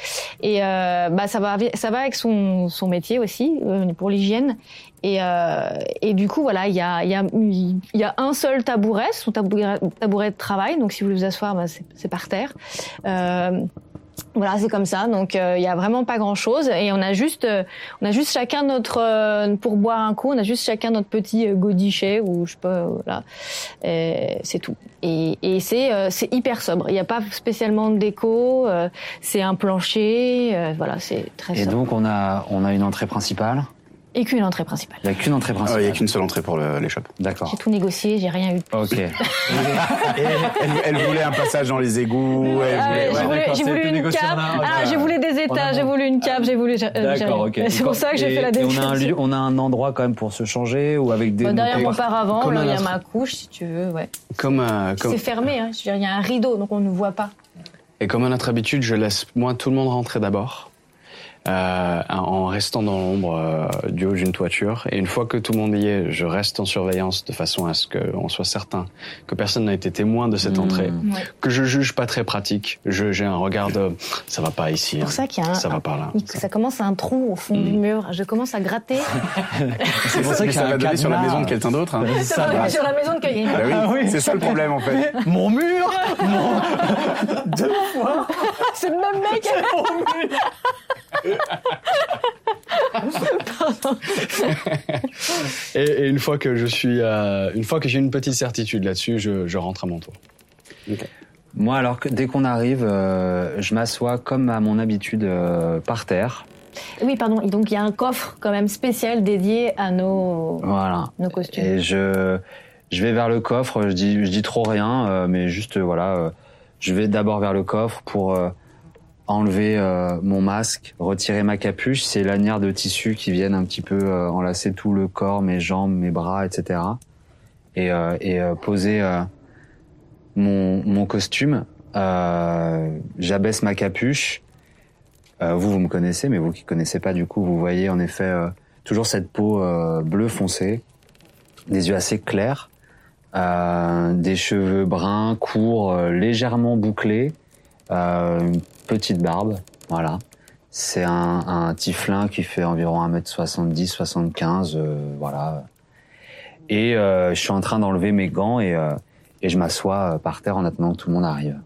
Et euh, bah ça va, avec- ça va avec son, son métier aussi euh, pour l'hygiène. Et, euh, et du coup voilà, il y a, il y, a, il y a un seul tabouret, son tabouret, tabouret de travail. Donc si vous voulez vous asseoir, bah, c'est c'est par terre. Euh, voilà, c'est comme ça. Donc euh, il y a vraiment pas grand chose et on a juste, euh, on a juste chacun notre euh, pour boire un coup, on a juste chacun notre petit euh, godichet ou je sais pas, voilà, Euh, c'est tout. Et, et c'est euh, c'est hyper sobre. Il n'y a pas spécialement de déco. euh, c'est un plancher, euh, voilà, c'est très
Et
sobre.
donc on a on a une entrée principale.
Et qu'une entrée principale.
Il y a qu'une entrée
Ah,
principale.
Il n'y a qu'une seule entrée pour le- l'échoppe.
D'accord.
J'ai tout négocié, j'ai rien eu. de-
Ok.
Et elle, elle voulait un passage dans les égouts. Elle
Ah,
voulait,
j'ai
ouais.
voulu,
d'accord,
j'ai
c'est
voulu
tout
une
négocié en
cape.
un,
Ah,
voilà.
j'ai voulu des
En
états,
un
j'ai voulu une cape, j'ai voulu. j'ai- euh,
D'accord, ok.
j'ai- C'est pour ça que j'ai
Et-
fait la
et on a, un lieu,
description.
on a un endroit quand même pour se changer ou avec des.
Bah, derrière
des-
mon paravent,
comme
là,
un
euh, il y a
astro-
ma couche, si tu veux, ouais.
Comme, euh, comme-
C'est fermé, hein. je veux dire, il y a un rideau, donc on ne voit pas.
Et comme à notre habitude, je laisse moi tout le monde rentrer d'abord, euh, en restant dans l'ombre euh, du haut d'une toiture. Et une fois que tout le monde y est, je reste en surveillance de façon à ce qu'on soit certain que personne n'a été témoin de
Hmm.
cette entrée, que je juge pas très pratique. Je j'ai un regard de ça va pas ici.
C'est pour
hein.
ça qu'il y a un.
Ça va pas là.
il- Ça commence à un trou au fond du
Mm.
mur. Je commence à gratter. Ah,
C'est pour ça que ça va donner sur la maison de quelqu'un d'autre. hein.
ça va sur la maison de cueillir.
Bah oui,
Ah oui.
c'est ça le problème en fait.
Mon mur Mon
C'est le même mec. Pardon.
Et, et une fois que je suis, euh, une fois que j'ai une petite certitude là-dessus, je, je rentre à mon tour.
Moi, alors que dès qu'on arrive, euh, je m'assois comme à mon habitude euh, par terre.
Oui, pardon. Et Donc il y a un coffre quand même spécial dédié à nos
Voilà.
nos costumes.
Et je Je vais vers le coffre, je dis, je dis trop rien, euh, mais juste euh, voilà, euh, je vais d'abord vers le coffre pour euh, enlever euh, mon masque, retirer ma capuche, ces lanières de tissu qui viennent un petit peu euh, enlacer tout le corps, mes jambes, mes bras, etc. Et, euh, et euh, poser euh, mon, mon costume, euh, j'abaisse ma capuche. Euh, vous, vous me connaissez, mais vous qui connaissez pas, du coup, vous voyez en effet euh, toujours cette peau euh, bleue foncé, des yeux assez clairs, euh, des cheveux bruns, courts, euh, légèrement bouclés, euh, une petite barbe, voilà. C'est un, un tiflin qui fait environ 1m70, 75, euh, voilà. Et euh, je suis en train d'enlever mes gants et, euh, et je m'assois euh, par terre en attendant que tout le monde arrive.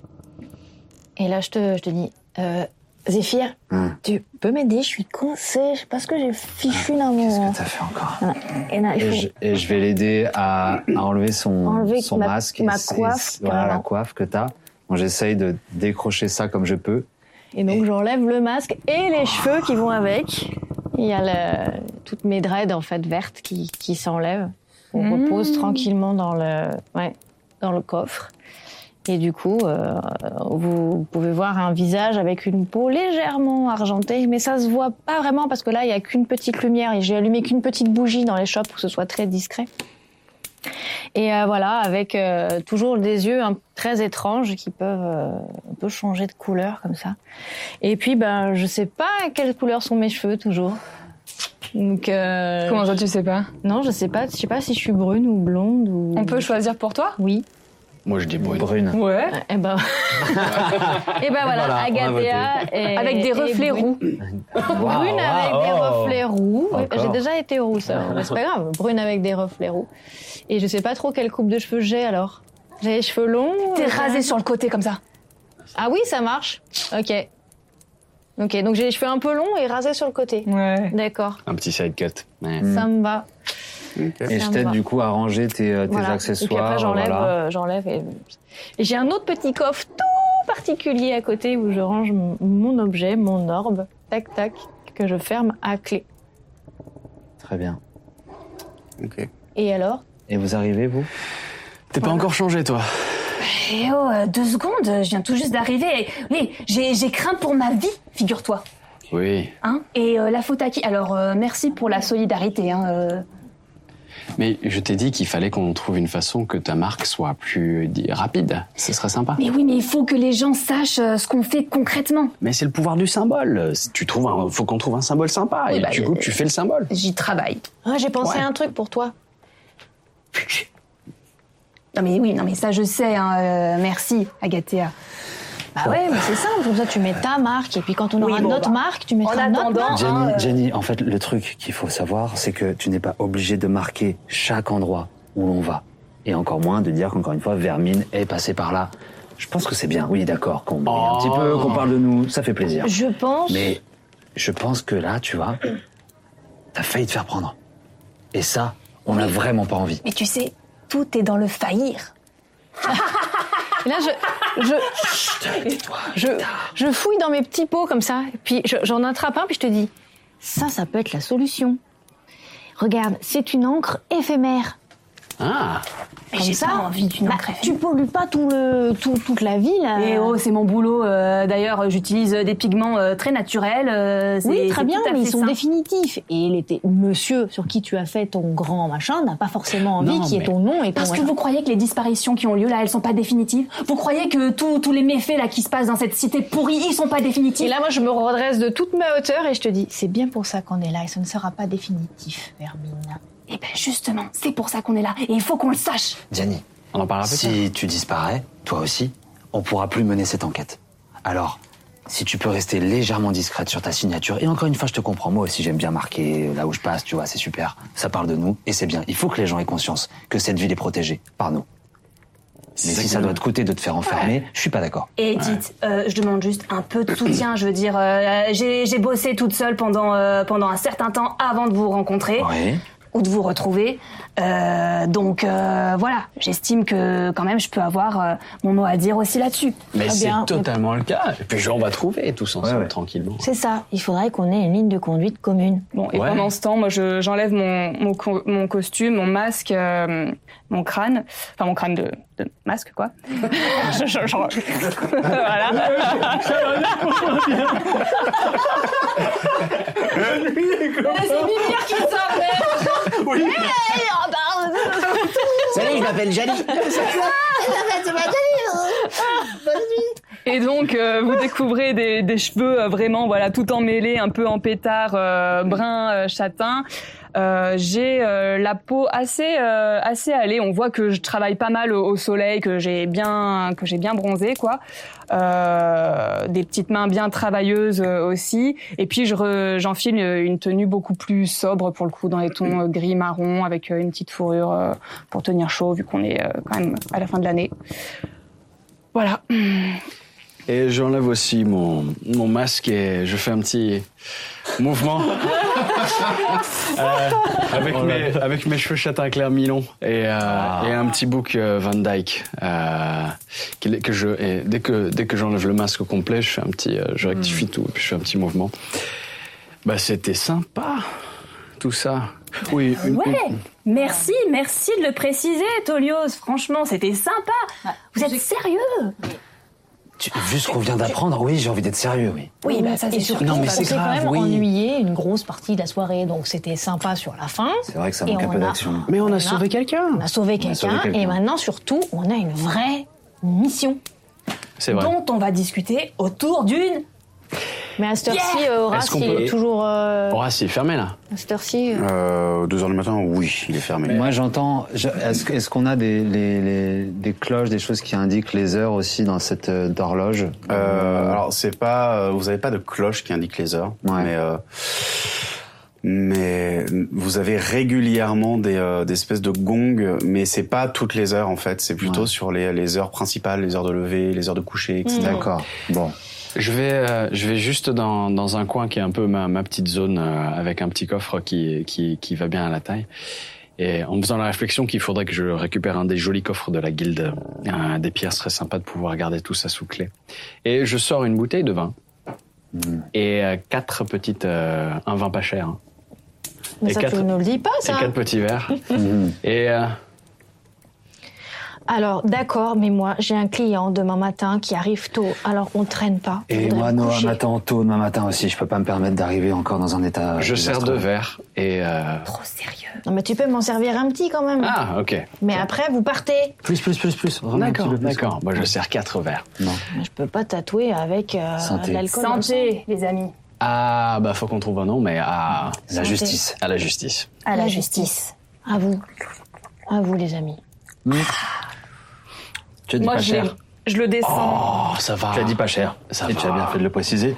Et là, je te, je te dis, euh, Zéphyr,
Hum.
tu peux m'aider Je suis coincée, je sais pas ce que j'ai fichu là. Qu'est-ce que
t'as fait encore
Et là,
Ah,
il
Et
faut-
je, et je vais l'aider à, à enlever son,
Enlever
son
ma-
masque.
ma
et ses-
coiffe,
Voilà la
carrément.
coiffe que t'as. Bon, J'essaye de décrocher ça comme je peux.
Et donc j'enlève le masque et les cheveux qui vont avec. Il y a le- toutes mes dreads en fait vertes qui, qui s'enlèvent. On
Mmh.
repose tranquillement dans le, ouais, dans le coffre. Et du coup, euh, vous pouvez voir un visage avec une peau légèrement argentée, mais ça se voit pas vraiment parce que là, il y a qu'une petite lumière et j'ai allumé qu'une petite bougie dans les shops pour que ce soit très discret. Et euh, voilà, avec euh, toujours des yeux hein, très étranges qui peuvent euh, un peu changer de couleur comme ça. Et puis, ben, je sais pas quelle couleur sont mes cheveux toujours. Donc, euh,
Comment ça, tu sais pas
Non, je sais pas. Je sais pas si je suis brune ou blonde ou.
On peut choisir pour toi
Oui.
Moi, je dis brune.
Ouais.
Eh ben. Et ben voilà,
Voilà, on a
Agathea
voté.
et-
Avec des
et
reflets
brune.
roux.
brune avec des reflets roux. Oui,
Encore.
J'ai déjà été rousse, alors, mais c'est pas grave. Brune avec des reflets roux. Et je sais pas trop quelle coupe de cheveux j'ai alors. J'ai les cheveux longs.
T'es
euh,
rasé sur le côté comme ça.
Ah oui, ça marche. Ok. Ok, donc j'ai les cheveux un peu longs et rasés sur le côté.
Ouais.
D'accord,
Un petit side cut. Ouais.
ça me va.
Et
Ça
je
me
t'aide
va.
du coup à ranger tes, euh, tes
Voilà.
accessoires.
Et puis après, j'enlève,
voilà.
euh, j'enlève et... et j'ai un autre petit coffre tout particulier à côté où je range mon- mon objet, mon orbe, tac tac, que je ferme à clé. euh,
Très bien.
Et alors
Et vous arrivez, vous
T'es pas encore changé, toi
Eh oh, euh, deux secondes, je viens tout juste d'arriver. Eh, Oui, j'ai j'ai craint pour ma vie, figure-toi.
Oui.
Hein Et euh, la faute à qui Alors, euh, merci pour la solidarité. Hein, euh.
Mais je t'ai dit qu'il fallait qu'on trouve une façon que ta marque soit plus dis, rapide. Ce serait sympa.
Mais oui, mais il faut que les gens sachent euh, ce qu'on fait concrètement.
Mais c'est le pouvoir du symbole. Si Tu trouves un, faut qu'on trouve un symbole sympa.
Oui,
et
bah,
du coup, tu fais le symbole.
J'y travaille.
Ah, J'ai pensé
Ouais.
à un truc pour toi.
Non mais oui, non mais ça je sais. Hein, euh, merci, Agathea.
Bah ouais, mais c'est simple, comme ça tu mets ta marque et puis quand on
Oui,
aura
bon,
notre
bah,
marque, tu mettras
en
notre
attendant,
marque.
Jenny,
hein, euh,
Jenny, en fait, le truc qu'il faut savoir, c'est que tu n'es pas obligé de marquer chaque endroit où l'on va. Et encore moins de dire qu'encore une fois, Vermine est passé par là. Je pense que c'est bien, oui, d'accord, qu'on brille un petit peu, qu'on parle de nous, ça fait plaisir.
Oh. Je pense.
Mais je pense que là, tu vois, t'as failli te faire prendre. Et ça, on n'a vraiment pas envie.
Mais tu sais, tout est dans le faillir.
Et là, je, je, je, je fouille dans mes petits pots comme ça, et puis je- j'en attrape un, puis je te dis, ça, ça peut être la solution. Regarde, c'est une encre éphémère.
Ah,
Mais
Comme
j'ai
ça,
pas envie d'une
Bah,
encre éphémère.
tu pollues pas tout le, tout- toute la ville. euh.
Et oh, c'est mon boulot. euh, D'ailleurs, j'utilise des pigments euh, très naturels. euh, c'est-
oui, très
c'est
bien,
tout à
mais ils
fait
sont
sain.
définitifs. Et les t- monsieur sur qui tu as fait ton grand machin n'a pas forcément envie
Non,
qu'il y ait
mais-
ton nom et ton
Parce que
machin.
vous croyez que les disparitions qui ont lieu là, elles sont pas définitives Vous croyez que tous tous les méfaits là qui se passent dans cette cité pourrie, ils sont pas
Et
définitifs
là, moi, je me redresse de toute ma hauteur et je te dis, c'est bien pour ça qu'on est là et ce ne sera pas définitif, Vermine.
Eh ben justement, c'est pour ça qu'on est là, et il faut qu'on le sache.
Jenny,
on en parlera plus tard.
si tu disparais, toi aussi, on pourra plus mener cette enquête. Alors, si tu peux rester légèrement discrète sur ta signature, et encore une fois, je te comprends, moi aussi j'aime bien marquer là où je passe, tu vois, c'est super. Ça parle de nous, et c'est bien. Il faut que les gens aient conscience que cette ville est protégée par nous. Mais si ça doit te coûter de te faire enfermer, je suis pas d'accord.
Et dites, euh, je demande juste un peu de soutien, je veux dire, euh, j'ai j'ai bossé toute seule pendant, euh, pendant un certain temps avant de vous rencontrer.
Oui.
ou de vous retrouver. Euh, donc euh, voilà, j'estime que quand même je peux avoir euh, mon mot à dire aussi là-dessus.
Mais
Très
c'est
bien.
totalement le cas. Et puis genre, on va trouver tous ensemble tranquillement.
C'est ça, il faudrait qu'on ait une ligne de conduite commune.
Bon, et
Ouais.
pendant ce temps, moi, je- j'enlève mon, mon, co- mon costume, mon masque, euh, mon crâne, enfin mon crâne de, de masque, quoi. Je- je- je- voilà.
C'est Mimir qui sort, merde Oui
Salut, je m'appelle Jali.
Et donc, euh, vous découvrez des, des cheveux euh, vraiment, voilà, tout emmêlés, un peu en pétard, euh, brun, euh, châtain. Euh, j'ai euh, la peau assez euh, assez allée. On voit que je travaille pas mal au, au soleil, que j'ai bien que j'ai bien bronzé quoi. Euh, des petites mains bien travailleuses euh, aussi. Et puis je re- j'enfile euh, une tenue beaucoup plus sobre pour le coup dans les tons euh, gris marron avec euh, une petite fourrure euh, pour tenir chaud vu qu'on est euh, quand même à la fin de l'année. Voilà.
Et j'enlève aussi mon, mon masque et je fais un petit mouvement euh, avec, mes, avec mes cheveux châtain clair mi-long et, euh, et un petit bouc euh, Van Dyke. euh, qu'il- que je, et dès que, dès que j'enlève le masque au complet, je, fais un petit, euh, je rectifie tout et puis je fais un petit mouvement. Bah, C'était sympa, tout ça. Oui, une-
Ouais,
une-
merci, merci de le préciser, Tolios. Franchement, c'était sympa. Vous êtes sérieux
Vu ce qu'on vient d'apprendre, oui, j'ai envie d'être sérieux, oui.
Oui, bah, ça, c'est
Et
sûr.
surtout,
Non, mais
on
c'est
s'est quand
grave,
même
oui.
ennuyé une grosse partie de la soirée, donc c'était sympa sur la fin.
C'est vrai que ça
Et
manque un
on
peu
a-
d'action.
Mais
on a
sauvé
quelqu'un.
On a sauvé
On a sauvé
quelqu'un,
quelqu'un.
et maintenant surtout, on a une vraie mission.
c'est vrai.
Dont on va discuter autour d'une.
Mais à cette heure-ci,
Yeah.
euh, Horace,
Est-ce qu'on
il
peut- Ah,
est toujours. euh,
Horace, il est fermé là.
À cette heure-ci. euh,
Euh, 2h du matin, oui, il est fermé.
Moi, j'entends. je- Est-ce que- est-ce qu'on a des, les- les- des cloches, des choses qui indiquent les heures aussi dans cette euh, horloge
Euh, alors, c'est pas. euh, vous avez pas de cloche qui indique les heures, mais. euh, mais vous avez régulièrement des, euh, des espèces de gongs, mais c'est pas toutes les heures en fait, c'est plutôt sur les, les heures principales, les heures de lever, les heures de coucher, etc.
D'accord. Bon.
Je vais, euh, je vais juste dans, dans un coin qui est un peu ma, ma petite zone euh, avec un petit coffre qui, qui, qui va bien à la taille. Et en me faisant la réflexion qu'il faudrait que je récupère un des jolis coffres de la guilde, euh, des pierres serait sympa de pouvoir garder tout ça sous clé. Et je sors une bouteille de vin et euh, quatre petites, euh, un vin pas cher, hein.
Mais
Et
ça,
quatre-
tu ne le dis pas,
et
ça.
quatre petits verres.
Mhm.
et euh,
Alors, d'accord, mais moi, j'ai un client demain matin qui arrive tôt, alors on traîne pas. Je
Et
voudrais
moi,
me
Noah
coucher.
m'attend tôt demain matin aussi. Je peux pas me permettre d'arriver encore dans un état.
je sers
désastreux.
deux verres et euh,
Non, mais tu peux m'en servir un petit quand même.
ah ok.
Mais après, vous partez.
Plus, plus, plus, plus. Vraiment un
D'accord,
petit peu plus.
d'accord. Moi, je sers quatre verres.
Je peux pas tatouer avec euh,
Santé.
de l'alcool. dans le sang.
Santé, les amis.
Ah, bah faut qu'on trouve un nom, mais à
La Santé. justice.
À la justice.
À la justice.
À vous. À vous, les amis.
Tu as dit
Moi,
pas
je,
cher.
l'ai- je le descends.
Oh, ça va.
Tu as dit pas cher.
Ça
Et
va.
tu as bien fait de le préciser.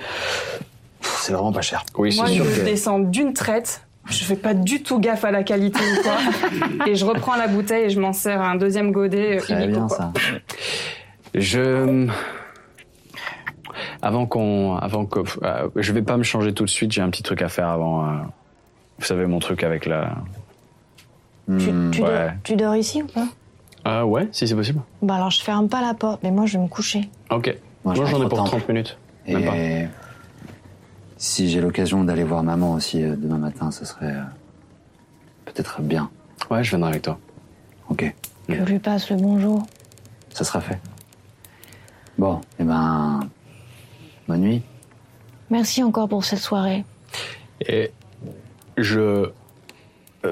Pff, C'est vraiment pas cher.
Oui,
Moi,
c'est
je
sûr
le
que.
descends d'une traite. Je fais pas du tout gaffe à la qualité ou quoi. et je reprends la bouteille et je m'en sers un deuxième godet. euh,
Très
illico,
bien
quoi.
ça.
Je. Avant qu'on. Avant que. euh, je vais pas me changer tout de suite, j'ai un petit truc à faire avant. euh, Vous savez, mon truc avec la.
Tu, tu,
Hmm, ouais.
dors, tu dors ici ou pas
Euh, ouais, si c'est possible.
Bah alors, je ferme pas la porte, mais moi, je vais me coucher.
Ok.
Moi,
Moi,
je
j'en ai
rentre au
pour
temple.
30 minutes. Même pas.
Et si j'ai l'occasion d'aller voir maman aussi euh, demain matin, ce serait euh, peut-être bien.
Ouais, je viendrai avec toi.
Ok,
Je lui passe le bonjour.
ça sera fait. Bon, et ben, bonne nuit.
Merci encore pour cette soirée.
Et je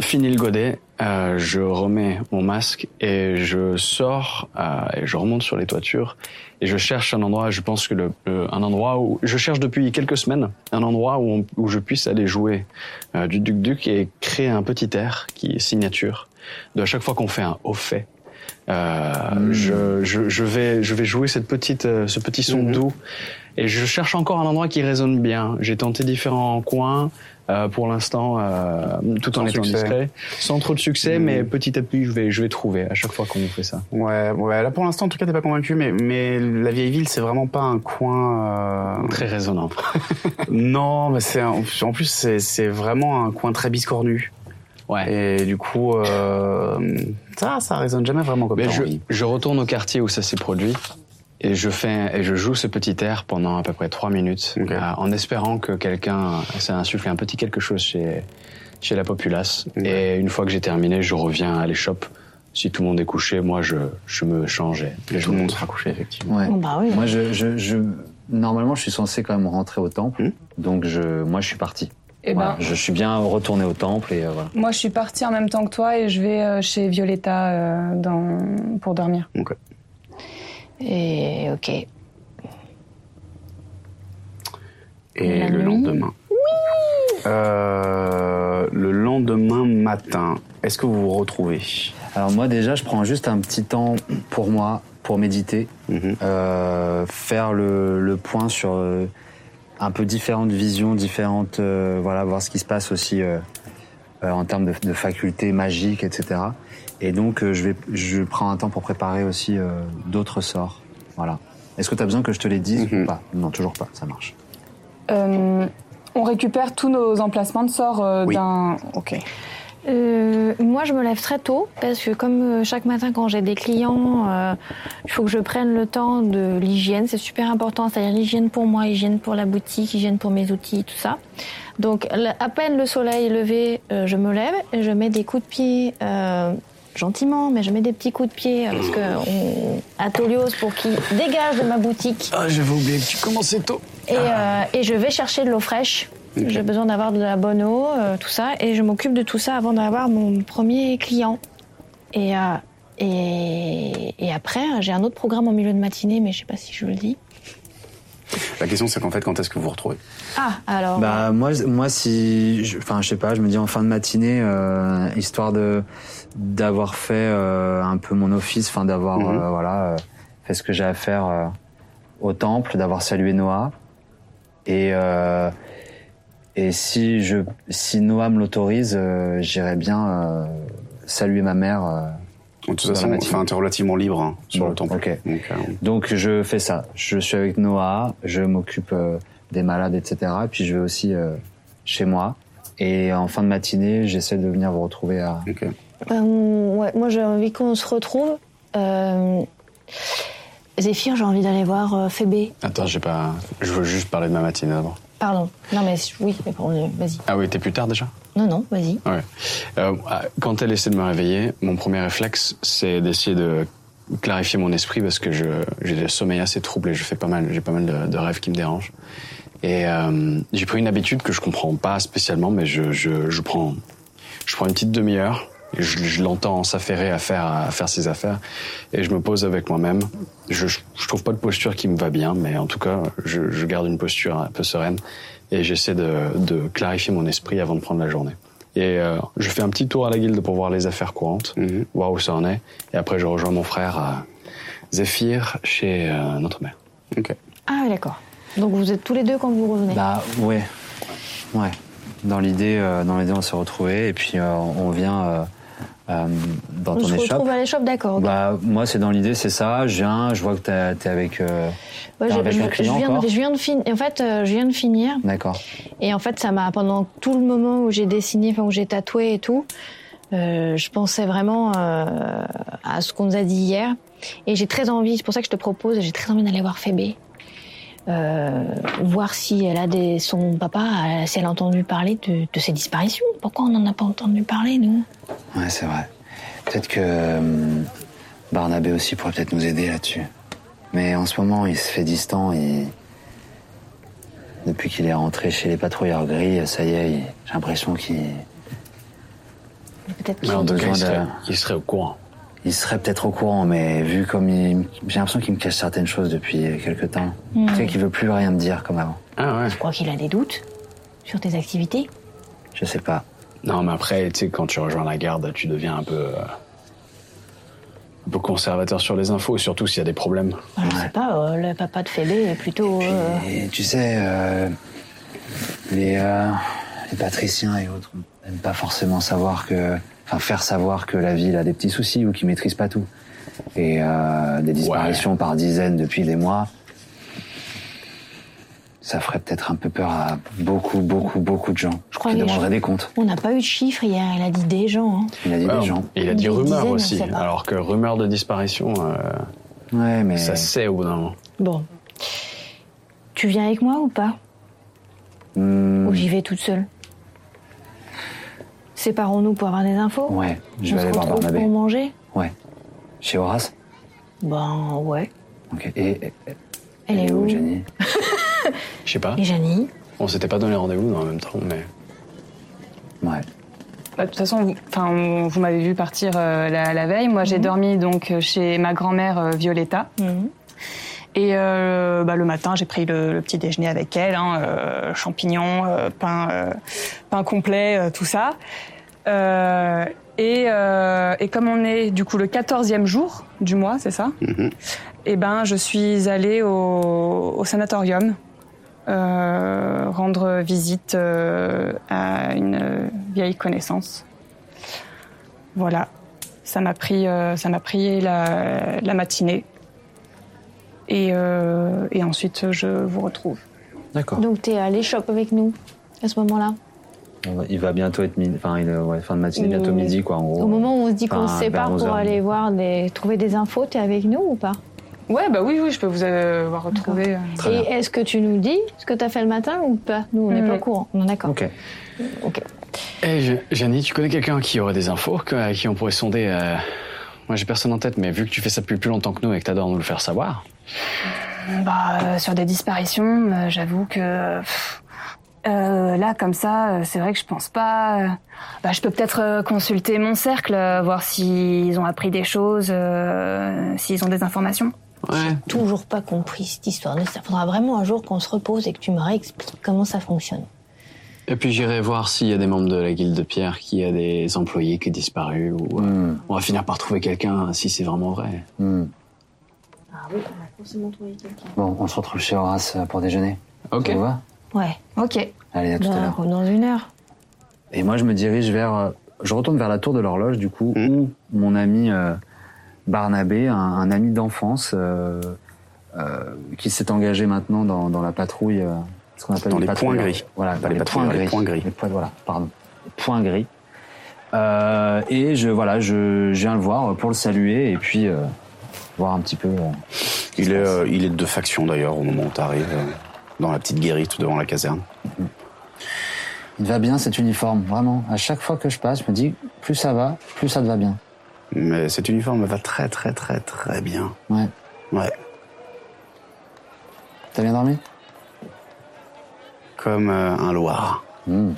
finis le godet, euh, je remets mon masque et je sors euh, et je remonte sur les toitures et je cherche un endroit. Je pense que le, le- un endroit où je cherche depuis quelques semaines un endroit où, on- où je puisse aller jouer euh, du duc duc et créer un petit air qui est signature de à chaque fois qu'on fait un au fait. Euh, je, je, je vais je vais jouer cette petite euh, ce petit son doux et je cherche encore un endroit qui résonne bien. J'ai tenté différents coins euh, pour l'instant euh, tout en
Sans
étant
succès.
discret, sans trop de succès,
Mhm.
mais petit à petit je vais je vais trouver à chaque fois qu'on fait ça.
Ouais, ouais, là pour l'instant en tout cas t'es pas convaincu, mais, mais la vieille ville c'est vraiment pas un coin... euh,
Très résonnant.
non, mais c'est un- en plus c'est c'est vraiment un coin très biscornu. Et du coup, euh, ça, ça résonne jamais vraiment comme
Mais
ça.
je, je retourne au quartier où ça s'est produit et je fais et je joue ce petit air pendant à peu près trois minutes euh, en espérant que quelqu'un ça insufflé un petit quelque chose chez chez la populace. Et une fois que j'ai terminé, je reviens à l'échoppe. Si tout le monde est couché, moi je, je me change et, et je tout le monde sera couché effectivement.
Ouais.
bah
Moi, je, je- je- normalement, je suis censé quand même rentrer au temple. Donc, je, moi, je suis parti.
Eh
Voilà,
ben.
Je suis bien retourné au temple et euh, voilà.
Moi, je suis partie en même temps que toi et je vais euh, chez Violetta euh, dans- pour dormir.
Et ok.
Et
La
le
nuit.
lendemain. Euh, le lendemain matin, est-ce que vous vous retrouvez
Alors moi déjà, je prends juste un petit temps pour moi, pour méditer, euh, faire le, le point sur euh, un peu différentes visions, différentes, euh, voilà, voir ce qui se passe aussi euh, euh, en termes de, de facultés magiques, etc. Et donc euh, je vais, je prends un temps pour préparer aussi euh, d'autres sorts, voilà. Est-ce que tu as besoin que je te les dise ou pas Non, toujours pas, ça marche.
Euh, on récupère tous nos emplacements de sort euh,
Oui.
d'un. Ok.
Euh, moi, je me lève très tôt parce que comme euh, chaque matin quand j'ai des clients, euh, il faut que je prenne le temps de l'hygiène. C'est super important, c'est-à-dire l'hygiène pour moi, hygiène pour la boutique, hygiène pour mes outils, tout ça. Donc, la- à peine le soleil est levé, euh, je me lève et je mets des coups de pied. euh, Gentiment, mais je mets des petits coups de pied euh, parce que on- à Tolios pour qu'il dégage de ma boutique.
Ah, j'avais oublié que tu commençais tôt.
Et,
Ah.
euh, et je vais chercher de l'eau fraîche.
Ok.
J'ai besoin d'avoir de la bonne eau, euh, tout ça. Et je m'occupe de tout ça avant d'avoir mon premier client. Et, euh, et, et après, euh, j'ai un autre programme en milieu de matinée, mais je sais pas si je vous le dis.
La question, c'est qu'en fait, quand est-ce que vous vous retrouvez
Ah, alors.
Bah moi, moi si, je- enfin je sais pas, je me dis en fin de matinée, euh, histoire de d'avoir fait euh, un peu mon office, enfin d'avoir euh, voilà euh, fait ce que j'ai à faire euh, au temple, d'avoir salué Noah. Et euh, et si je, si Noah me l'autorise, euh, j'irai bien euh, saluer ma mère. euh,
De toute
dans la
façon,
matinée.
enfin, t'es relativement libre hein, sur le temple. Donc, euh,
Donc je fais ça. Je suis avec Noah, je m'occupe euh, des malades, etc. Et puis je vais aussi euh, chez moi. Et en fin de matinée, j'essaie de venir vous retrouver à.
Euh, ouais, moi, j'ai envie qu'on se retrouve. Euh, Zéphyr, j'ai envie d'aller voir euh, Phébé.
Attends, j'ai pas. Je veux juste parler de ma matinée d'abord.
Pardon. Non, mais oui, mais bon, vas-y.
Ah oui, t'es plus tard déjà.
Non, non, vas-y.
Ouais. Euh, quand elle essaie de me réveiller, mon premier réflexe, c'est d'essayer de clarifier mon esprit parce que je, j'ai le sommeil assez troublé. Je fais pas mal, j'ai pas mal de, de rêves qui me dérangent. Et euh, j'ai pris une habitude que je comprends pas spécialement, mais je, je, je prends, je prends une petite demi-heure. et Je, je l'entends s'affairer à faire, à faire ses affaires et je me pose avec moi-même. Je, je, je trouve pas de posture qui me va bien, mais en tout cas, je, je garde une posture un peu sereine et j'essaie de, de clarifier mon esprit avant de prendre la journée. Et euh, je fais un petit tour à la guilde pour voir les affaires courantes, voir où ça en est. Et après, je rejoins mon frère à Zéphyr chez euh, notre mère.
Ok.
Ah, oui, d'accord. Donc, vous êtes tous les deux quand vous revenez
Bah ouais, ouais. Dans l'idée, euh, dans l'idée, on s'est retrouvés et puis euh, on vient euh, euh, dans ton
On se
échoppe.
retrouve à l'échoppe, d'accord. ok.
Bah moi, c'est dans l'idée, c'est ça. Je viens, je vois que t'as- t'es avec. euh,
Ouais,
t'es
je,
avec
je-
un
je
client
viens,
encore.
de- je viens de finir. En fait, euh, je viens de finir.
D'accord.
Et en fait, ça m'a pendant tout le moment où j'ai dessiné, enfin où j'ai tatoué et tout, euh, je pensais vraiment euh, à ce qu'on nous a dit hier. Et j'ai très envie. C'est pour ça que je te propose. J'ai très envie d'aller voir Phébé. Euh, voir si elle a des, son papa, euh, si elle a entendu parler de, de ses disparitions. Pourquoi on n'en a pas entendu parler, nous
Ouais, c'est vrai. Peut-être que euh, Barnabé aussi pourrait peut-être nous aider là-dessus. Mais en ce moment, il se fait distant. Il... Depuis qu'il est rentré chez les patrouilleurs gris, ça y est, il- j'ai l'impression qu'il
Peut-être
qu'il a besoin
il
de...
serait, il serait au courant.
Il serait peut-être au courant, mais vu comme il... J'ai l'impression qu'il me cache certaines choses depuis quelque temps.
Hmm.
Tu sais qu'il veut plus rien me dire comme avant.
Ah ouais.
Je crois qu'il a des doutes sur tes activités.
Je sais pas.
Non, mais après, tu sais, quand tu rejoins la garde, tu deviens un peu. euh, un peu conservateur sur les infos, surtout s'il y a des problèmes.
Enfin, Je sais pas. euh, le papa de Phébé est plutôt. euh,
Et tu sais, euh, les, euh, les patriciens et autres n'aiment pas forcément savoir que. Enfin, faire savoir que la ville a des petits soucis ou qu'ils maîtrisent pas tout. Et euh, des disparitions par dizaines depuis des mois. Ça ferait peut-être un peu peur à beaucoup, beaucoup, beaucoup de gens. Je
crois
qu'il
que les
demanderait
gens-
des comptes.
On n'a pas eu de chiffres hier, il a dit des gens. hein.
Il a dit
Alors,
des gens.
Et il a dit
Des
rumeur
dizaines,
aussi,
on sait pas.
alors que rumeur de disparition, euh,
mais...
ça se sait au bout d'un moment.
Bon. Tu viens avec moi ou pas
Hmm,
Ou j'y vais toute seule Séparons-nous pour avoir des infos
Ouais,
On
je vais
se
aller voir
retrouve
Barnabé.
pour manger
Ouais. Chez Horace
Ben ouais.
Ok. Et, et-
Elle est où
Jenny
Je sais pas.
Et Janie
On s'était pas donné rendez-vous dans le même temps, mais.
Ouais.
Bah, de toute façon, vous, enfin, on- vous m'avez vu partir euh, la, la veille. Moi, j'ai dormi donc euh, chez ma grand-mère euh, Violetta. Et euh, bah, le matin, j'ai pris le, le petit déjeuner avec elle, hein, euh, champignons, euh, pain, euh, pain complet, euh, tout ça. Euh, et, euh, et comme on est du coup le 14e jour du mois, c'est ça Eh ben, je suis allée au, au sanatorium euh, rendre visite euh, à une euh, vieille connaissance. Voilà, ça m'a pris, euh, ça m'a pris la, la matinée. Et, euh, et ensuite, je vous retrouve.
D'accord.
Donc t'es allé shop avec nous à ce moment-là
On va- Il va bientôt être midi, enfin, il, est- ouais, fin de matinée, bientôt
Il-
midi, quoi, en gros.
Au moment où on se dit qu'on
Enfin,
se sépare
Ah, vers 11
pour
heures.
aller voir des... trouver des infos, t'es avec nous ou pas
Ouais, bah oui, oui, je peux vous euh, avoir retrouvé.
Très
Et
bien.
est-ce que tu nous dis ce que t'as fait le matin ou pas Nous, on n'est pas au courant. Non, d'accord.
Ok.
Ok.
Hey, Eh, Je- Janie, tu connais quelqu'un qui aurait des infos, que- à qui on pourrait sonder euh, Moi, j'ai personne en tête, mais vu que tu fais ça depuis plus longtemps que nous et que t'adores nous le faire savoir,
Bah, euh, sur des disparitions, euh, j'avoue que pff, euh, là, comme ça, euh, c'est vrai que je pense pas. euh, bah, je peux peut-être euh, consulter mon cercle, euh, voir s'ils ont appris des choses, euh, s'ils ont des informations.
Toujours pas compris cette histoire. Ça faudra vraiment un jour qu'on se repose et que tu me réexpliques comment ça fonctionne.
et puis j'irai voir s'il y a des membres de la guilde de pierre qui a des employés qui ont disparu, ou euh, on va finir par trouver quelqu'un si c'est vraiment vrai.
Hmm.
Ah oui, on va forcément trouver quelqu'un.
Bon, on se retrouve chez Horace euh, pour déjeuner.
Ok.
Ça vous va
Ouais.
Ok.
Allez, à tout
Bah, Euh,
à l'heure.
dans une heure.
Et moi, je me dirige vers. euh, Je retourne vers la tour de l'horloge, du coup,
Mm.
où mon ami euh, Barnabé, un, un ami d'enfance, euh, euh, qui s'est engagé maintenant dans, dans la patrouille. euh, ce qu'on appelle
Dans
une
les
patrouille,
points
euh,
gris.
Voilà,
Dans
dans
les
les,
patrouilles,
points
dans les
gris.
points gris.
Les points- voilà, pardon. Points gris. Euh, et je, voilà, je, je viens le voir pour le saluer et puis euh, voir un petit peu. euh,
Il est, euh, il est de faction d'ailleurs au moment où t'arrives, euh, dans la petite guérite devant la caserne.
Il va bien cet uniforme, vraiment. À chaque fois que je passe, je me dis, plus ça va, plus ça te va bien.
Mais cet uniforme va très très très très bien.
Ouais.
Ouais.
T'as bien dormi
Comme euh, un Loir.
Hmm.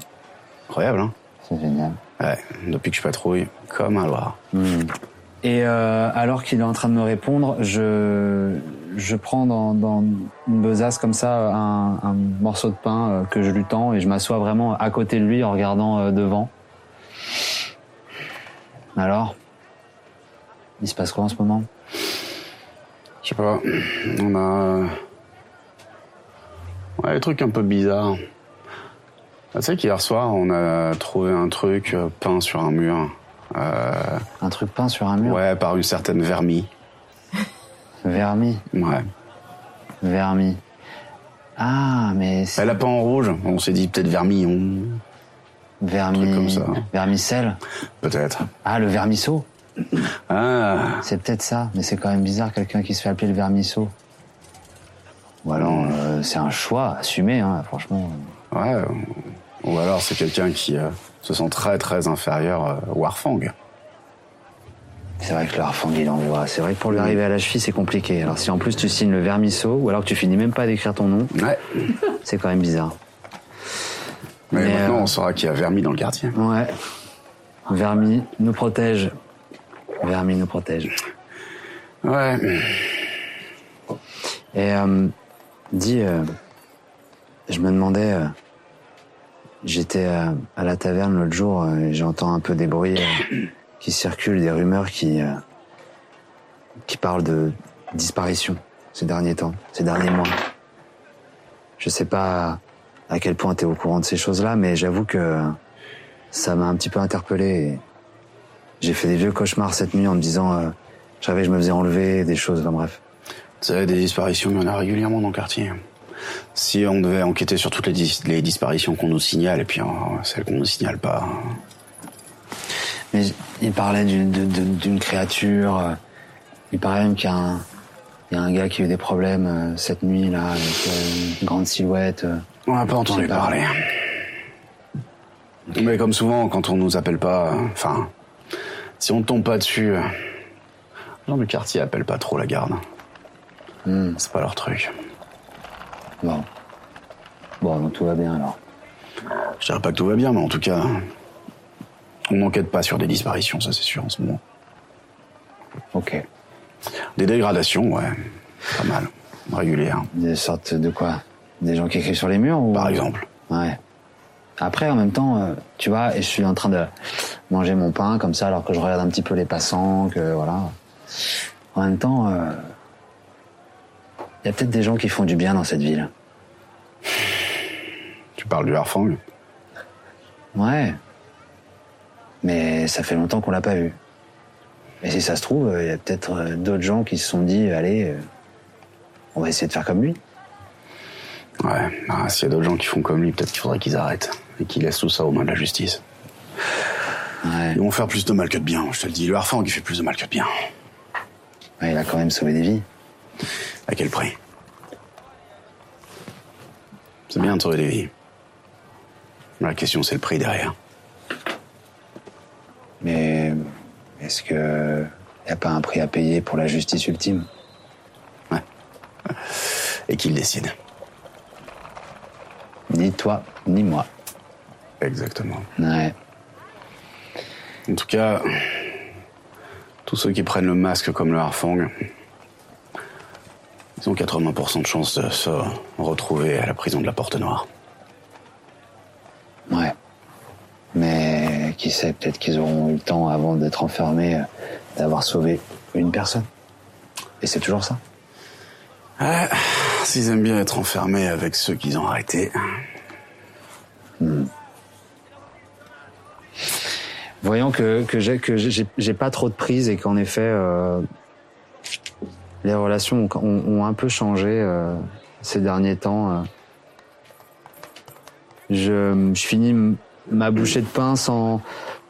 Incroyable, hein
C'est génial.
Ouais, depuis que je patrouille, comme un Loir.
Et euh, alors qu'il est en train de me répondre, je, je prends dans, dans une besace comme ça un, un morceau de pain euh, que je lui tends et je m'assois vraiment à côté de lui en regardant euh, devant. Alors Il se passe quoi en ce moment
Je sais pas, on a... euh, Ouais, des trucs un peu bizarres. Ah, Tu sais qu'hier soir, on a trouvé un truc euh, peint sur un mur. Euh,
Un truc peint sur un mur
Ouais, par une certaine vermie.
Vermi,
Ouais.
vermi. Ah, mais c'est
Elle a peint en rouge, on s'est dit peut-être vermillon,
vermi,
comme ça.
vermicelle.
peut-être.
Ah, le vermisseau
Ah,
C'est peut-être ça, mais c'est quand même bizarre quelqu'un qui se fait appeler le vermisseau. Ou alors, euh, c'est un choix assumé, hein, franchement.
ouais. Ou alors c'est quelqu'un qui euh, se sent très très inférieur euh, au Warfang.
C'est vrai que le harfang, il envoie. C'est vrai que pour lui arriver à la cheville, c'est compliqué. Alors, si en plus tu signes le vermisseau, ou alors que tu finis même pas d'écrire ton nom,
Ouais.
c'est quand même bizarre.
Mais,
Mais,
maintenant
euh,
on saura qu'il y a vermi dans le quartier.
Ouais. Vermi nous protège. Vermi nous protège.
Ouais.
Et euh, dis, euh, je me demandais, euh, j'étais euh, à la taverne l'autre jour, euh, et j'entends un peu des bruits euh, qui circulent, des rumeurs qui euh, qui parlent de disparition ces derniers temps, ces derniers mois. Je sais pas à quel point t'es au courant de ces choses-là, mais j'avoue que ça m'a un petit peu interpellé. et J'ai fait des vieux cauchemars cette nuit en me disant, euh, je rêvais que je me faisais enlever, des choses, enfin bref.
Tu sais, des disparitions, il y en a régulièrement dans le quartier.
Si on devait enquêter sur toutes les, dis- les disparitions qu'on nous signale, et puis hein, celles qu'on nous signale pas. hein.
Mais il parlait d'une de- de- d'une créature. euh, Il paraît même qu'il y, a un- il y a un gars qui a eu des problèmes euh, cette nuit, là, avec euh, une grande silhouette. euh.
On n'a pas
Je
entendu
sais pas.
parler. Mais comme souvent, quand on nous appelle pas, euh, enfin, si on ne tombe pas dessus, euh, les gens du quartier appellent pas trop la garde.
Hmm.
C'est pas leur truc.
Bon. Bon, donc tout va bien alors.
Je dirais pas que tout va bien, mais en tout cas, on n'enquête pas sur des disparitions, ça c'est sûr en ce moment.
Ok.
Des dégradations, ouais, pas mal, régulières.
Des sortes de quoi Des gens qui écrivent sur les murs ou...
Par exemple.
Ouais. Après, en même temps, euh, tu vois, et je suis en train de manger mon pain comme ça, alors que je regarde un petit peu les passants, que voilà. En même temps, il y a peut-être des gens qui font du bien dans cette ville.
Tu parles du Harfang
Ouais. Mais ça fait longtemps qu'on l'a pas vu. Et si ça se trouve, il y a peut-être euh, d'autres gens qui se sont dit, allez, euh, on va essayer de faire comme lui.
Ouais, ah, s'il y a d'autres gens qui font comme lui, peut-être qu'il faudrait qu'ils arrêtent et qu'ils laissent tout ça aux mains de la justice. Ils vont faire plus de mal que de bien, je te le dis. Le Harfang, il fait plus de mal que de bien.
Ouais, il a quand même sauvé des vies.
À quel prix C'est bien de sauver des vies. Mais La question, c'est le prix derrière.
Mais est-ce que y a pas un prix à payer pour la justice ultime
Et qui le décide
Ni toi, ni moi.
Exactement.
Ouais.
En tout cas, tous ceux qui prennent le masque comme le Harfang, ils ont 80% de chances de se retrouver à la prison de la Porte Noire.
Ouais. Mais qui sait, peut-être qu'ils auront eu le temps, avant d'être enfermés, euh, d'avoir sauvé une personne. Et c'est toujours ça.
Ouais, Ah, s'ils aiment bien être enfermés avec ceux qu'ils ont arrêtés.
Voyant que, que j'ai que j'ai- j'ai pas trop de prise et qu'en effet, euh, les relations ont, ont un peu changé euh, ces derniers temps. euh. Je, je finis m- ma bouchée de pain sans,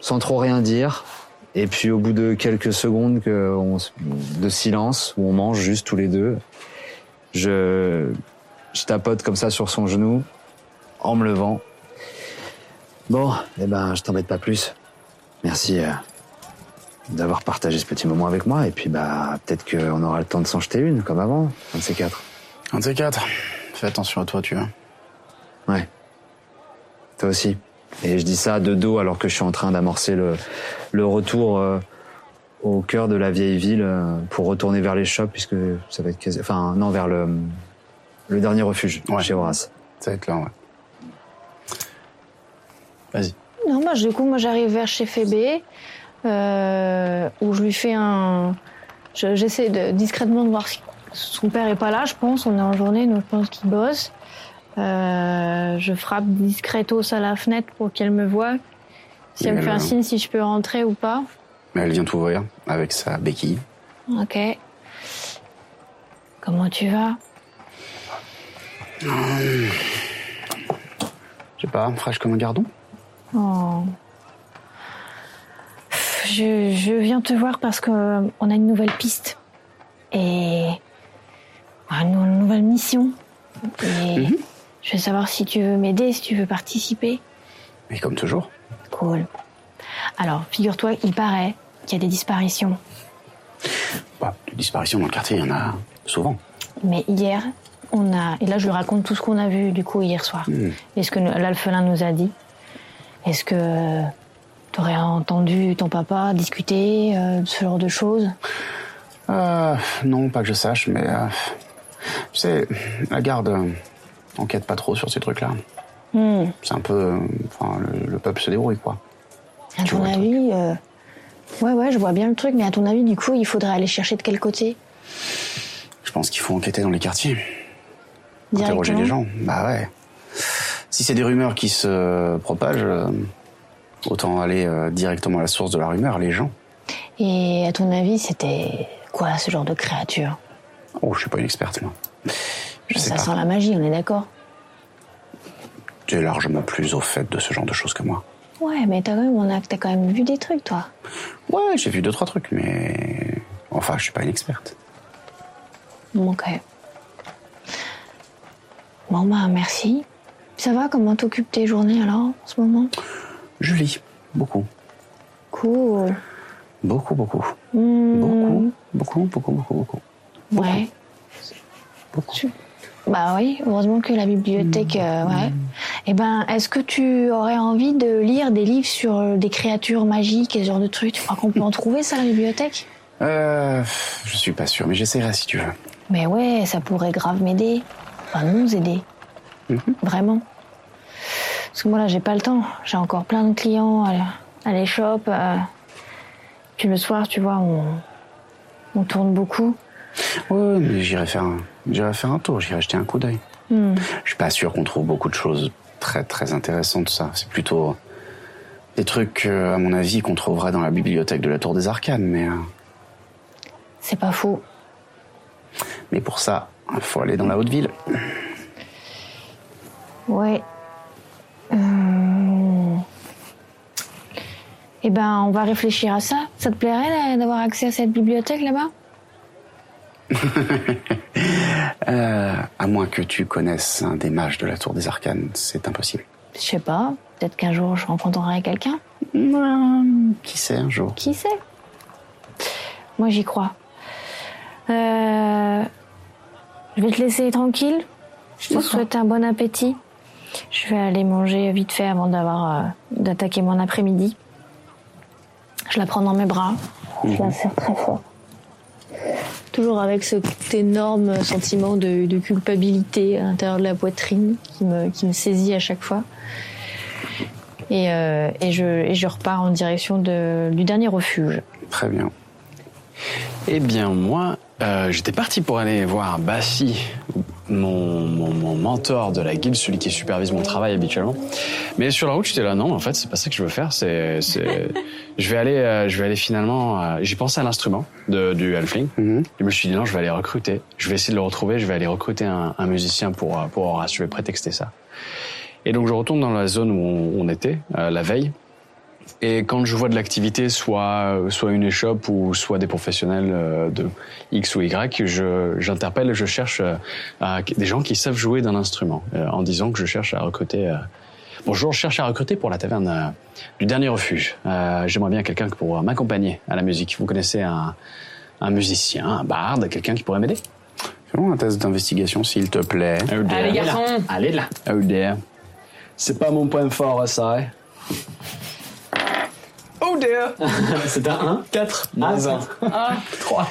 sans trop rien dire. Et puis au bout de quelques secondes que on s- de silence, où on mange juste tous les deux, je, je tapote comme ça sur son genou, en me levant. Bon, eh ben, je t'embête pas plus. Merci euh, d'avoir partagé ce petit moment avec moi. Et puis, bah, peut-être qu'on aura le temps de s'en jeter une, comme avant, un de ces quatre.
Un de ces quatre. Fais attention à toi, tu vois.
Ouais. Toi aussi. Et je dis ça de dos alors que je suis en train d'amorcer le, le retour euh, au cœur de la vieille ville euh, pour retourner vers les shops, puisque ça va être quasi. Enfin, non, vers le, le dernier refuge chez Horace.
Ça va être là, ouais. Vas-y.
Non, bah, du coup, moi, j'arrive vers chez Fébé, euh, où je lui fais un. je- J'essaie de, discrètement de voir si son père est pas là, je pense. On est en journée, donc je pense qu'il bosse. Euh, je frappe discretos à la fenêtre pour qu'elle me voie. Si
Et
elle me
elle,
fait
euh,
un signe si je peux rentrer ou pas.
Mais elle vient t'ouvrir avec sa béquille.
Ok. Comment tu vas
Hum. Je sais pas, fraîche comme un gardon
Oh. Je, je viens te voir parce que euh, on a une nouvelle piste et enfin, une une nouvelle mission. Et
Mhm.
je veux savoir si tu veux m'aider, si tu veux participer.
Mais comme toujours.
Cool. Alors, figure-toi, il paraît qu'il y a des disparitions.
Bah, des disparitions dans le quartier, il y en a souvent.
Mais hier, on a. Et là, je lui raconte tout ce qu'on a vu du coup hier soir.
Hmm.
Et ce que nous- l'alphelin nous a dit. Est-ce que t'aurais entendu ton papa discuter euh, de ce genre de choses
Euh, non, pas que je sache, mais... euh, tu sais, la garde euh, enquête pas trop sur ces trucs-là.
Hmm.
C'est un peu... euh, Enfin, le, le peuple se débrouille, quoi.
À ton avis, euh, ouais, ouais, je vois bien le truc, mais à ton avis, du coup, il faudrait aller chercher de quel côté
Je pense qu'il faut enquêter dans les quartiers.
Directement
Interroger les gens. Bah ouais. Si c'est des rumeurs qui se propagent, euh, autant aller euh, directement à la source de la rumeur, les gens.
Et à ton avis, c'était quoi ce genre de créature
Oh, je suis pas une experte, moi.
Je sais
Ça
pas.
sent la magie, on est d'accord.
Tu es largement plus au fait de ce genre de choses que moi.
Ouais, mais t'as quand, même- on a- t'as quand même vu des trucs, toi.
Ouais, j'ai vu deux, trois trucs, mais. Enfin, je suis pas une experte.
Bon, ok. Bon, bah, merci. Ça va, comment t'occupes tes journées alors, en ce moment
Je lis. Beaucoup.
Cool.
Beaucoup, beaucoup.
Hmm,
Beaucoup, beaucoup, beaucoup, beaucoup, beaucoup.
Ouais. Tu- Bah oui, heureusement que la bibliothèque. euh, ouais. Eh ben, est-ce que tu aurais envie de lire des livres sur euh, des créatures magiques et ce genre de trucs Tu crois qu'on peut en trouver ça à la bibliothèque
Euh. Je suis pas sûr, mais j'essaierai si tu veux.
Mais ouais, ça pourrait grave m'aider. Enfin, nous aider. Vraiment. Parce que moi, là, j'ai pas le temps. J'ai encore plein de clients à, à l'échoppe. euh. Puis le soir, tu vois, on, on tourne beaucoup.
Ouais, mais j'irai faire un. J'irai faire un tour, j'irai jeter un coup d'œil.
Hmm.
Je suis pas sûr qu'on trouve beaucoup de choses très très intéressantes, ça. C'est plutôt des trucs, euh, à mon avis, qu'on trouvera dans la bibliothèque de la Tour des Arcanes, mais, euh,
C'est pas faux.
mais pour ça, il faut aller dans la haute ville.
Ouais. Euh, Eh ben, on va réfléchir à ça. Ça te plairait là, d'avoir accès à cette bibliothèque là-bas
Euh, à moins que tu connaisses un des mages de la Tour des Arcanes, c'est impossible.
Je sais pas. Peut-être qu'un jour, je rencontrerai quelqu'un.
Qui sait un jour
Qui sait Moi, j'y crois. Euh, Je vais te laisser tranquille. Je te souhaite un bon appétit. Je vais aller manger vite fait avant d'avoir euh, d'attaquer mon après-midi. Je la prends dans mes bras. Je la serre très fort. Toujours avec cet énorme sentiment de, de culpabilité à l'intérieur de la poitrine qui me, qui me saisit à chaque fois. Et, euh, et je, et je repars en direction de- du dernier refuge.
Très bien.
Eh bien, moi, euh, j'étais parti pour aller voir Bassi, mon, mon- mon mentor de la guilde, celui qui supervise mon travail habituellement. Mais sur la route, j'étais là, non, en fait, c'est pas ça que je veux faire. C'est, c'est- je vais aller, euh, je vais aller finalement. euh, j'ai pensé à l'instrument de- du Halfling. Et je me suis dit non, je vais aller recruter. Je vais essayer de le retrouver. Je vais aller recruter un, un musicien pour euh, pour Horace. Je vais prétexter ça. Et donc, je retourne dans la zone où on, on était euh, la veille. Et quand je vois de l'activité, soit, euh, soit une échoppe ou soit des professionnels euh, de X ou Y, je, j'interpelle et je cherche euh, à- des gens qui savent jouer d'un instrument euh, en disant que je cherche à recruter. euh, Bonjour, je cherche à recruter pour la taverne euh, du dernier refuge. Euh, j'aimerais bien quelqu'un pour euh, m'accompagner à la musique. Vous connaissez un, un musicien, un barde, quelqu'un qui pourrait m'aider
Faisons un test d'investigation, s'il te plaît.
Allez, garçon Allez, là Oh dear. C'est pas mon point fort, ça. hein.
Oh dear
C'est un 1, 4, moins 1.
Ah.
3.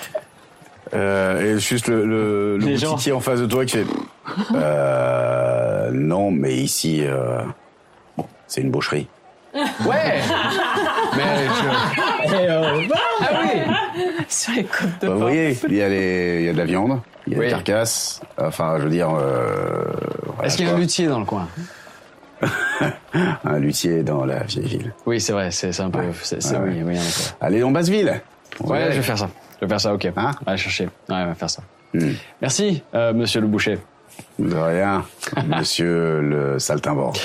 Euh, et juste le, le, le
Les gens.
boutiquier en face de toi qui fait. Euh, non, mais ici, euh, bon, c'est une boucherie.
Ouais Mais
Ah oui Sur les côtes de
Bah,
porc.
vous voyez, il y, a les- il y a de la viande, il y a des carcasses. Enfin, je veux dire. euh, voilà,
Est-ce qu'il y a un
quoi.
luthier dans le coin
un luthier dans la vieille ville.
Oui, c'est vrai, c'est c'est un peu. c'est- c'est- oui, oui, d'accord.
Allez, dans Basseville On va y
Ouais, Hein
aller.
je vais faire ça. Je vais faire ça, ok. On va chercher. Ouais, on va faire ça. Merci, euh, monsieur le boucher.
De rien, monsieur le saltimbanque.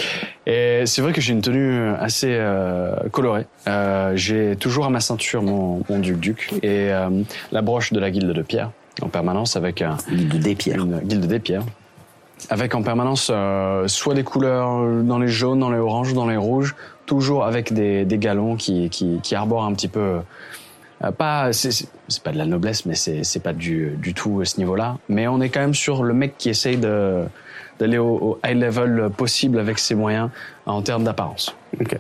Et c'est vrai que j'ai une tenue assez euh, colorée. Euh, j'ai toujours à ma ceinture mon, mon duc-duc et euh, la broche de la guilde de pierre en permanence avec un.
Guilde des pierres.
Une guilde des pierres. Avec en permanence euh, soit des couleurs dans les jaunes, dans les oranges, dans les rouges, toujours avec des, des galons qui, qui, qui arborent un petit peu. euh, pas, c'est- c'est c'est pas de la noblesse, mais c'est c'est pas du, du tout à ce niveau-là. Mais on est quand même sur le mec qui essaye de- d'aller au, au high level possible avec ses moyens euh, en termes d'apparence.
Ok.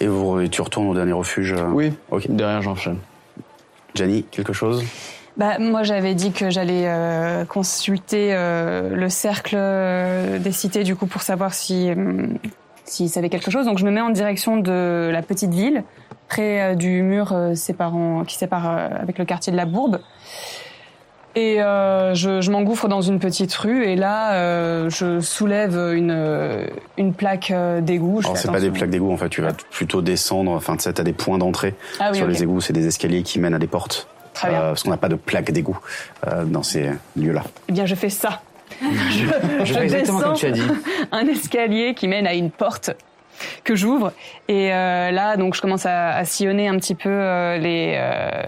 Et vous, et tu retournes au dernier refuge euh,
Oui.
Ok.
Derrière, j'enchaîne.
Jenny, quelque chose
Bah, moi, j'avais dit que j'allais euh, consulter euh, le cercle euh, des cités, du coup, pour savoir si hum, s'ils savaient quelque chose. Donc, je me mets en direction de la petite ville, près euh, du mur euh, séparant, qui sépare euh, avec le quartier de la Bourbe. Et euh, je, je m'engouffre dans une petite rue, et là, euh, je soulève une, euh, une plaque euh, d'égout. Je
Alors,
fais
Oh, c'est pas des
attention.
plaques d'égout, en fait, tu vas plutôt descendre, enfin, tu sais, t'as des points d'entrée
Ah oui,
sur
ok.
les égouts, c'est des escaliers qui mènent à des portes.
Très bien.
Euh, parce qu'on n'a pas de plaques d'égout euh, dans ces lieux-là.
Eh bien, je fais ça.
Je- je fais exactement comme tu as dit.
un escalier qui mène à une porte que j'ouvre et euh, là donc je commence à, à sillonner un petit peu euh, les euh,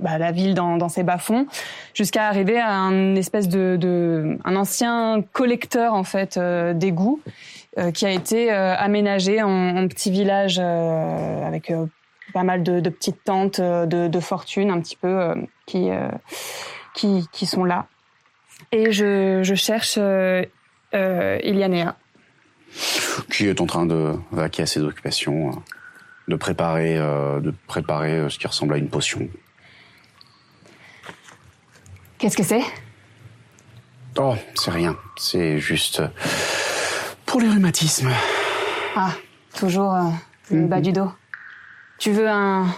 bah, la ville dans, dans ses bas fonds jusqu'à arriver à un espèce de, de un ancien collecteur en fait euh, d'égouts euh, qui a été euh, aménagé en, en petit village euh, avec euh, pas mal de, de petites tentes euh, de, de fortune un petit peu euh, qui euh, qui qui sont là et je, je cherche euh, euh, Ilianea.
qui est en train de vaquer à ses occupations, euh, de préparer, euh, de préparer euh, ce qui ressemble à une potion.
Qu'est-ce que c'est
Oh, c'est rien, c'est juste euh, pour les rhumatismes.
Ah, toujours euh, le bas du dos. Tu veux un... bah,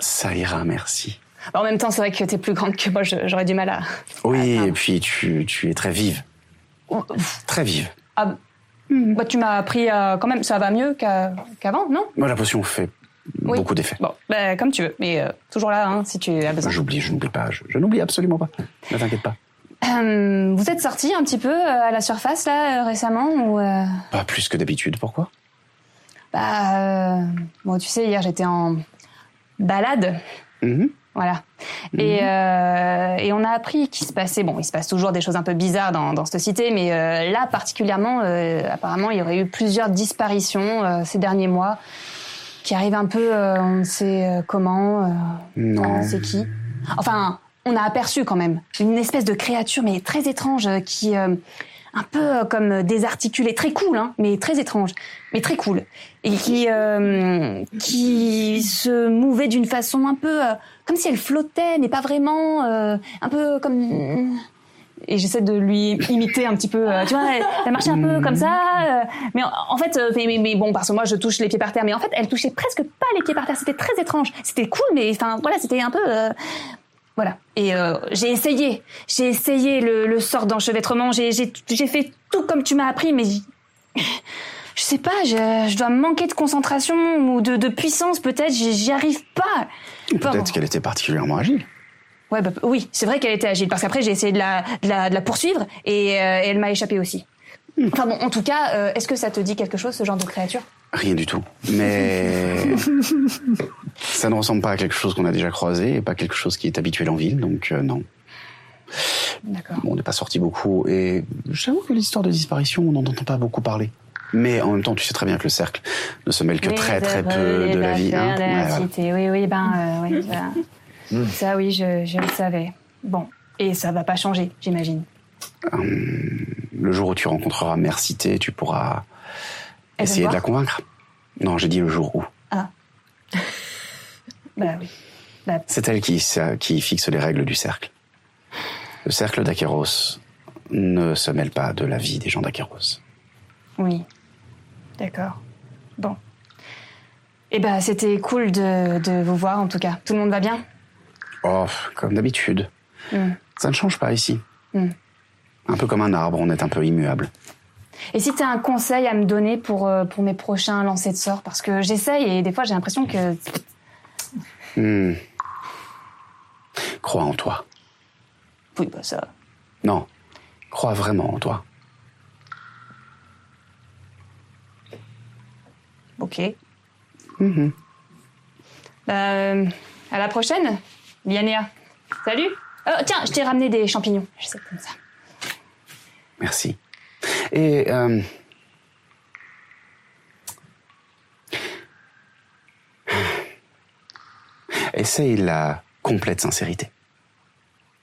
Ça ira, merci.
En même temps, c'est vrai que t'es plus grande que moi, je- j'aurais du mal à...
Ah,
Oui, et puis tu, tu es très vive,
Oh,
très vive.
ah, bah, tu m'as appris à... Quand même, ça va mieux qu'à- qu'avant, non
Moi, la potion fait
Oui.
beaucoup d'effets.
Bah, Comme tu veux, mais euh, toujours là, hein, si tu as besoin.
J'oublie, je n'oublie pas, je, je n'oublie absolument pas. Ne t'inquiète pas.
Euh, vous êtes sorti un petit peu euh, à la surface, là, euh, récemment ou euh,
Pas plus que d'habitude, pourquoi
Bah, euh, bon, tu sais, hier, j'étais en balade.
Mm-hmm.
Voilà. Et, euh, et on a appris qu'il se passait. Bon, il se passe toujours des choses un peu bizarres dans, dans cette cité, mais euh, là particulièrement, euh, apparemment, il y aurait eu plusieurs disparitions euh, ces derniers mois qui arrivent un peu, euh, on ne sait euh, comment, euh,
Non.
on ne sait qui. Enfin, on a aperçu quand même une espèce de créature, mais très étrange, euh, qui. euh, un peu euh, comme désarticulée, très cool, hein, mais très étrange, mais très cool, et qui euh, qui se mouvait d'une façon un peu euh, comme si elle flottait, mais pas vraiment, euh, un peu comme. Et j'essaie de lui imiter un petit peu, euh, tu vois, elle, elle marchait un peu comme ça, euh, mais en, en fait, euh, mais, mais- mais bon, parce que moi je touche les pieds par terre, mais en fait, elle touchait presque pas les pieds par terre, c'était très étrange, c'était cool, mais enfin voilà, c'était un peu. euh, voilà. Et euh, j'ai essayé. J'ai essayé le, le sort d'enchevêtrement. J'ai, j'ai, j'ai fait tout comme tu m'as appris, mais j- je sais pas, je, je dois manquer de concentration ou de, de puissance peut-être. J'y j'y arrive pas. Enfin,
Peut-être qu'elle était particulièrement agile.
ouais, bah, oui, c'est vrai qu'elle était agile parce qu'après j'ai essayé de la, de la, de la poursuivre et euh, elle m'a échappé aussi. Enfin bon, en tout cas, euh, est-ce que ça te dit quelque chose ce genre de créature
Rien du tout. Mais ça ne ressemble pas à quelque chose qu'on a déjà croisé et pas quelque chose qui est habituel en ville, donc euh, non. Bon, on n'est pas sorti beaucoup et j'avoue que l'histoire de disparition, on n'en entend pas beaucoup parler. Mais en même temps, tu sais très bien que le cercle ne se mêle que
Oui,
très
ça
très
va,
peu
les
de la vie.
affaires
hein.
de la
Ouais, voilà.
cité. Oui, oui, ben, euh, oui, voilà.
Mm.
Ça, oui, je, je le savais. Bon, et ça va pas changer, j'imagine.
Hum, le jour où tu rencontreras Mère Cité, tu pourras
Elle va
essayer de
voir
la convaincre. Non, j'ai dit le jour où.
Bah oui. Bah,
C'est elle qui, ça- qui fixe les règles du cercle. Le cercle d'Aqueros ne se mêle pas de la vie des gens d'Aqueros.
oui. D'accord. Bon. Eh ben, c'était cool de, de vous voir, en tout cas. Tout le monde va bien
Oh, comme d'habitude.
Mm.
Ça ne change pas ici.
Mm.
Un peu comme un arbre, on est un peu immuable.
Et si tu as un conseil à me donner pour, euh, pour mes prochains lancers de sorts Parce que j'essaye et des fois, j'ai l'impression que...
Hmm. Crois en toi.
Oui, bah ça...
Non, crois vraiment en toi.
Ok. Bah, euh, à la prochaine, Lianéa. Salut Oh, Tiens, je t'ai ramené des champignons. Je sais comme ça.
Merci. Et euh, essaye la complète sincérité.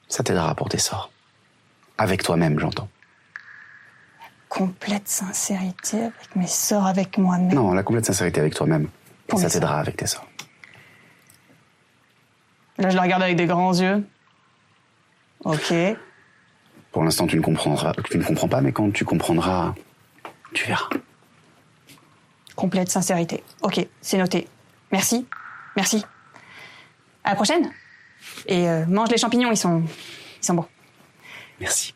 Ça t'aidera pour tes sorts. Avec toi-même, j'entends.
Complète sincérité avec mes sorts, avec moi-même.
Non, la complète sincérité avec toi-même. Et
Pour
ça
mes sorts.
t'aidera avec tes sorts.
Là, je la regarde avec des grands yeux. Ok.
Pour l'instant, tu ne comprendras, tu ne comprends pas, mais quand tu comprendras, tu verras.
Complète sincérité. Ok, c'est noté. Merci. Merci. À la prochaine. Et euh, mange les champignons, ils sont, ils sont bons.
Merci.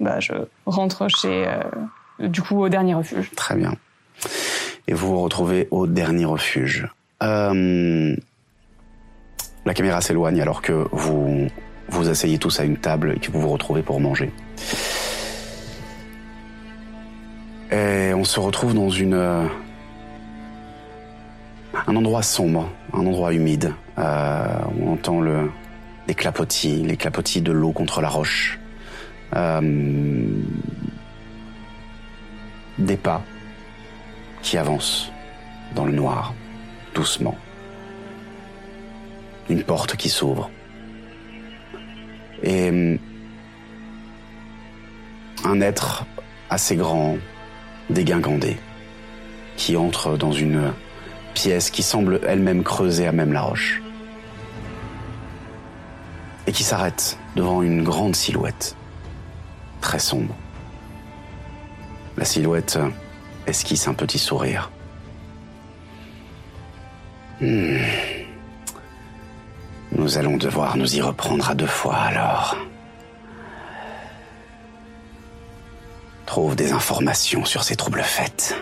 Bah, je rentre chez, euh, du coup, au dernier refuge.
Très bien. Et vous vous retrouvez au dernier refuge. Euh, la caméra s'éloigne alors que vous vous vous asseyez tous à une table et que vous vous retrouvez pour manger. Et on se retrouve dans une euh, un endroit sombre, un endroit humide. Euh, on entend le des clapotis, les clapotis de l'eau contre la roche. Euh, des pas qui avancent dans le noir, doucement. Une porte qui s'ouvre. Et hum, un être assez grand, dégingandé, qui entre dans une pièce qui semble elle-même creusée à même la roche. Et qui s'arrête devant une grande silhouette, très sombre. La silhouette euh, esquisse un petit sourire. Hmm. Nous allons devoir nous y reprendre à deux fois alors. Trouve des informations sur ces troubles faits.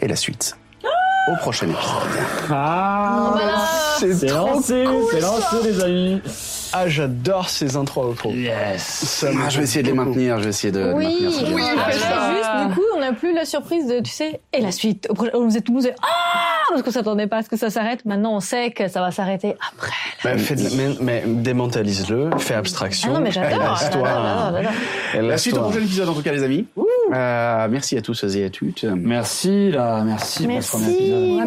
Et la suite. Au prochain épisode.
Ah, c'est lancé, c'est lancé, les amis.
Ah, j'adore ces intros au pro. Yes.
Ah, je vais essayer de les maintenir, je vais essayer de, de maintenir ce
oui,
rythme.
après, juste du coup, on n'a plus la surprise de, tu sais, et la suite. Au prochain- On faisait tout le monde, faisait, ah, parce qu'on s'attendait pas à ce que ça s'arrête. Maintenant, on sait que ça va s'arrêter Ah, après.
Bah, fais de la- mais, mais démentalise-le, fais abstraction.
Ah non, mais
Et
j'adore.
laisse-toi-
j'adore, j'adore, j'adore.
La
et
suite au
laisse-toi-
prochain épisode, en tout cas, les amis. Euh, merci à tous et à toutes.
Merci, là, merci.
pour ce premier
Merci,
épisode.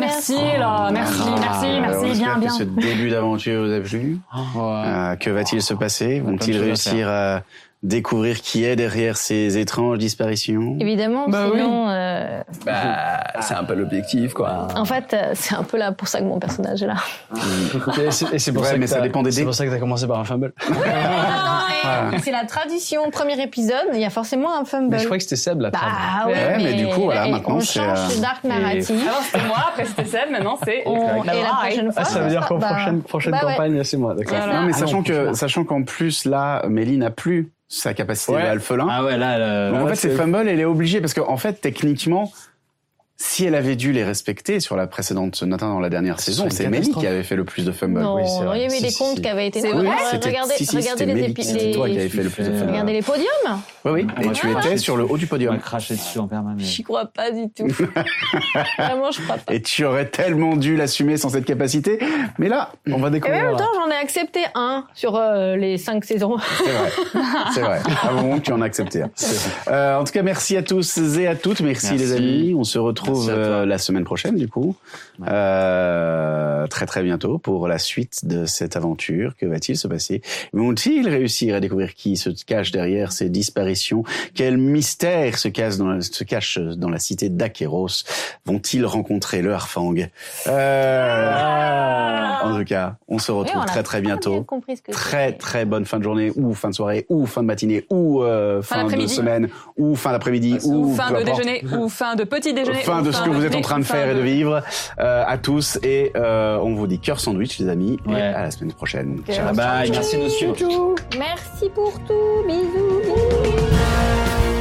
merci, là, merci, merci,
Ah, on
merci,
espère
bien,
que
bien.
ce début d'aventure vous a plu.
Ah.
Euh, que va-t-il se passer Vont-ils
de choses à
réussir à découvrir qui est derrière ces étranges disparitions
Évidemment,
Bah oui.
sinon, euh,
Bah, c'est un peu l'objectif, quoi.
en fait, euh, c'est un peu là pour ça que mon personnage est là.
Et c'est- et c'est pour
Ouais,
ça que
mais ça
t'as-
dépend des
C'est
dés.
pour ça que t'as commencé par un fumble.
Bah
Ouais.
Ah, C'est la tradition, premier épisode, il y a forcément un fumble.
Mais je crois que c'était Seb la
Bah
trame.
ouais,
Ouais, mais du coup, voilà,
et
maintenant,
on
c'est,
change
euh,
de dark
et-
narrative.
Avant c'était moi, après c'était Seb, maintenant c'est.
On-
Lara.
et la prochaine fois,
Ah, ça veut
ce
dire
sera-
qu'en
bah,
prochaine, prochaine
bah ouais.
campagne, c'est moi, d'accord.
Voilà.
Non, mais
Ah
sachant
non,
que, sachant qu'en plus, là, Mélie n'a plus sa capacité
Ouais.
de alphelin.
Ah ouais, là,
Euh,
là,
Donc, en
là,
fait, c'est fumble, elle est obligée parce qu'en fait, techniquement, si elle avait dû les respecter sur la précédente matin dans la dernière saison,
Ah, serait une
c'est Mélie
catastrophe.
qui avait fait le plus de fumble.
Non, il y avait des comptes qui avaient été.
C'est
Non,
vrai
ouais,
C'était-
regardez,
si, si,
regardez
c'était
les
Mélie
épi-
qui- c'était
les-
toi qui avais fait le plus de fumble.
Regardez les podiums.
Oui, oui, et
Ouais,
tu
ouais.
étais sur le haut du
On va
podium.
cracher dessus en permanence.
J'y crois pas du tout. Vraiment, je crois pas.
Et tu aurais tellement dû l'assumer sans cette capacité. Mais là, on va
Et en
découvrir.
même temps, j'en ai accepté un sur euh, les cinq saisons.
C'est vrai. C'est vrai. À un moment, tu en as accepté. un. Euh, en tout cas, merci à tous et à toutes. Merci,
Merci.
les amis. On se retrouve
Merci à toi.
euh, la semaine prochaine, du coup. Euh, très très bientôt pour la suite de cette aventure. Que va-t-il se passer Vont-ils réussir à découvrir qui se cache derrière ces disparitions Quel mystère se cache dans la, se cache dans la cité d'Aqueros Vont-ils rencontrer le Harfang Euh, En tout cas, on se retrouve
Ah. Oui, on a
très très bientôt
bien compris ce que
très très bonne fin de journée ou fin de soirée ou fin de matinée ou euh,
Fin
fin, de
d'après-midi.
semaine ou fin d'après-midi ou,
Ou fin
peu
de
importe.
déjeuner, ou fin de petit déjeuner.
Fin
ou
de ce que vous êtes en
dîner,
train de
ou fin
faire et de vivre euh, à tous et euh, on vous dit cœur sandwich les amis et
Ouais.
à la semaine prochaine.
Cœur
Bye bye, merci de nous suivre.
Tchou, tchou. Merci pour tout. Bisous. bisous.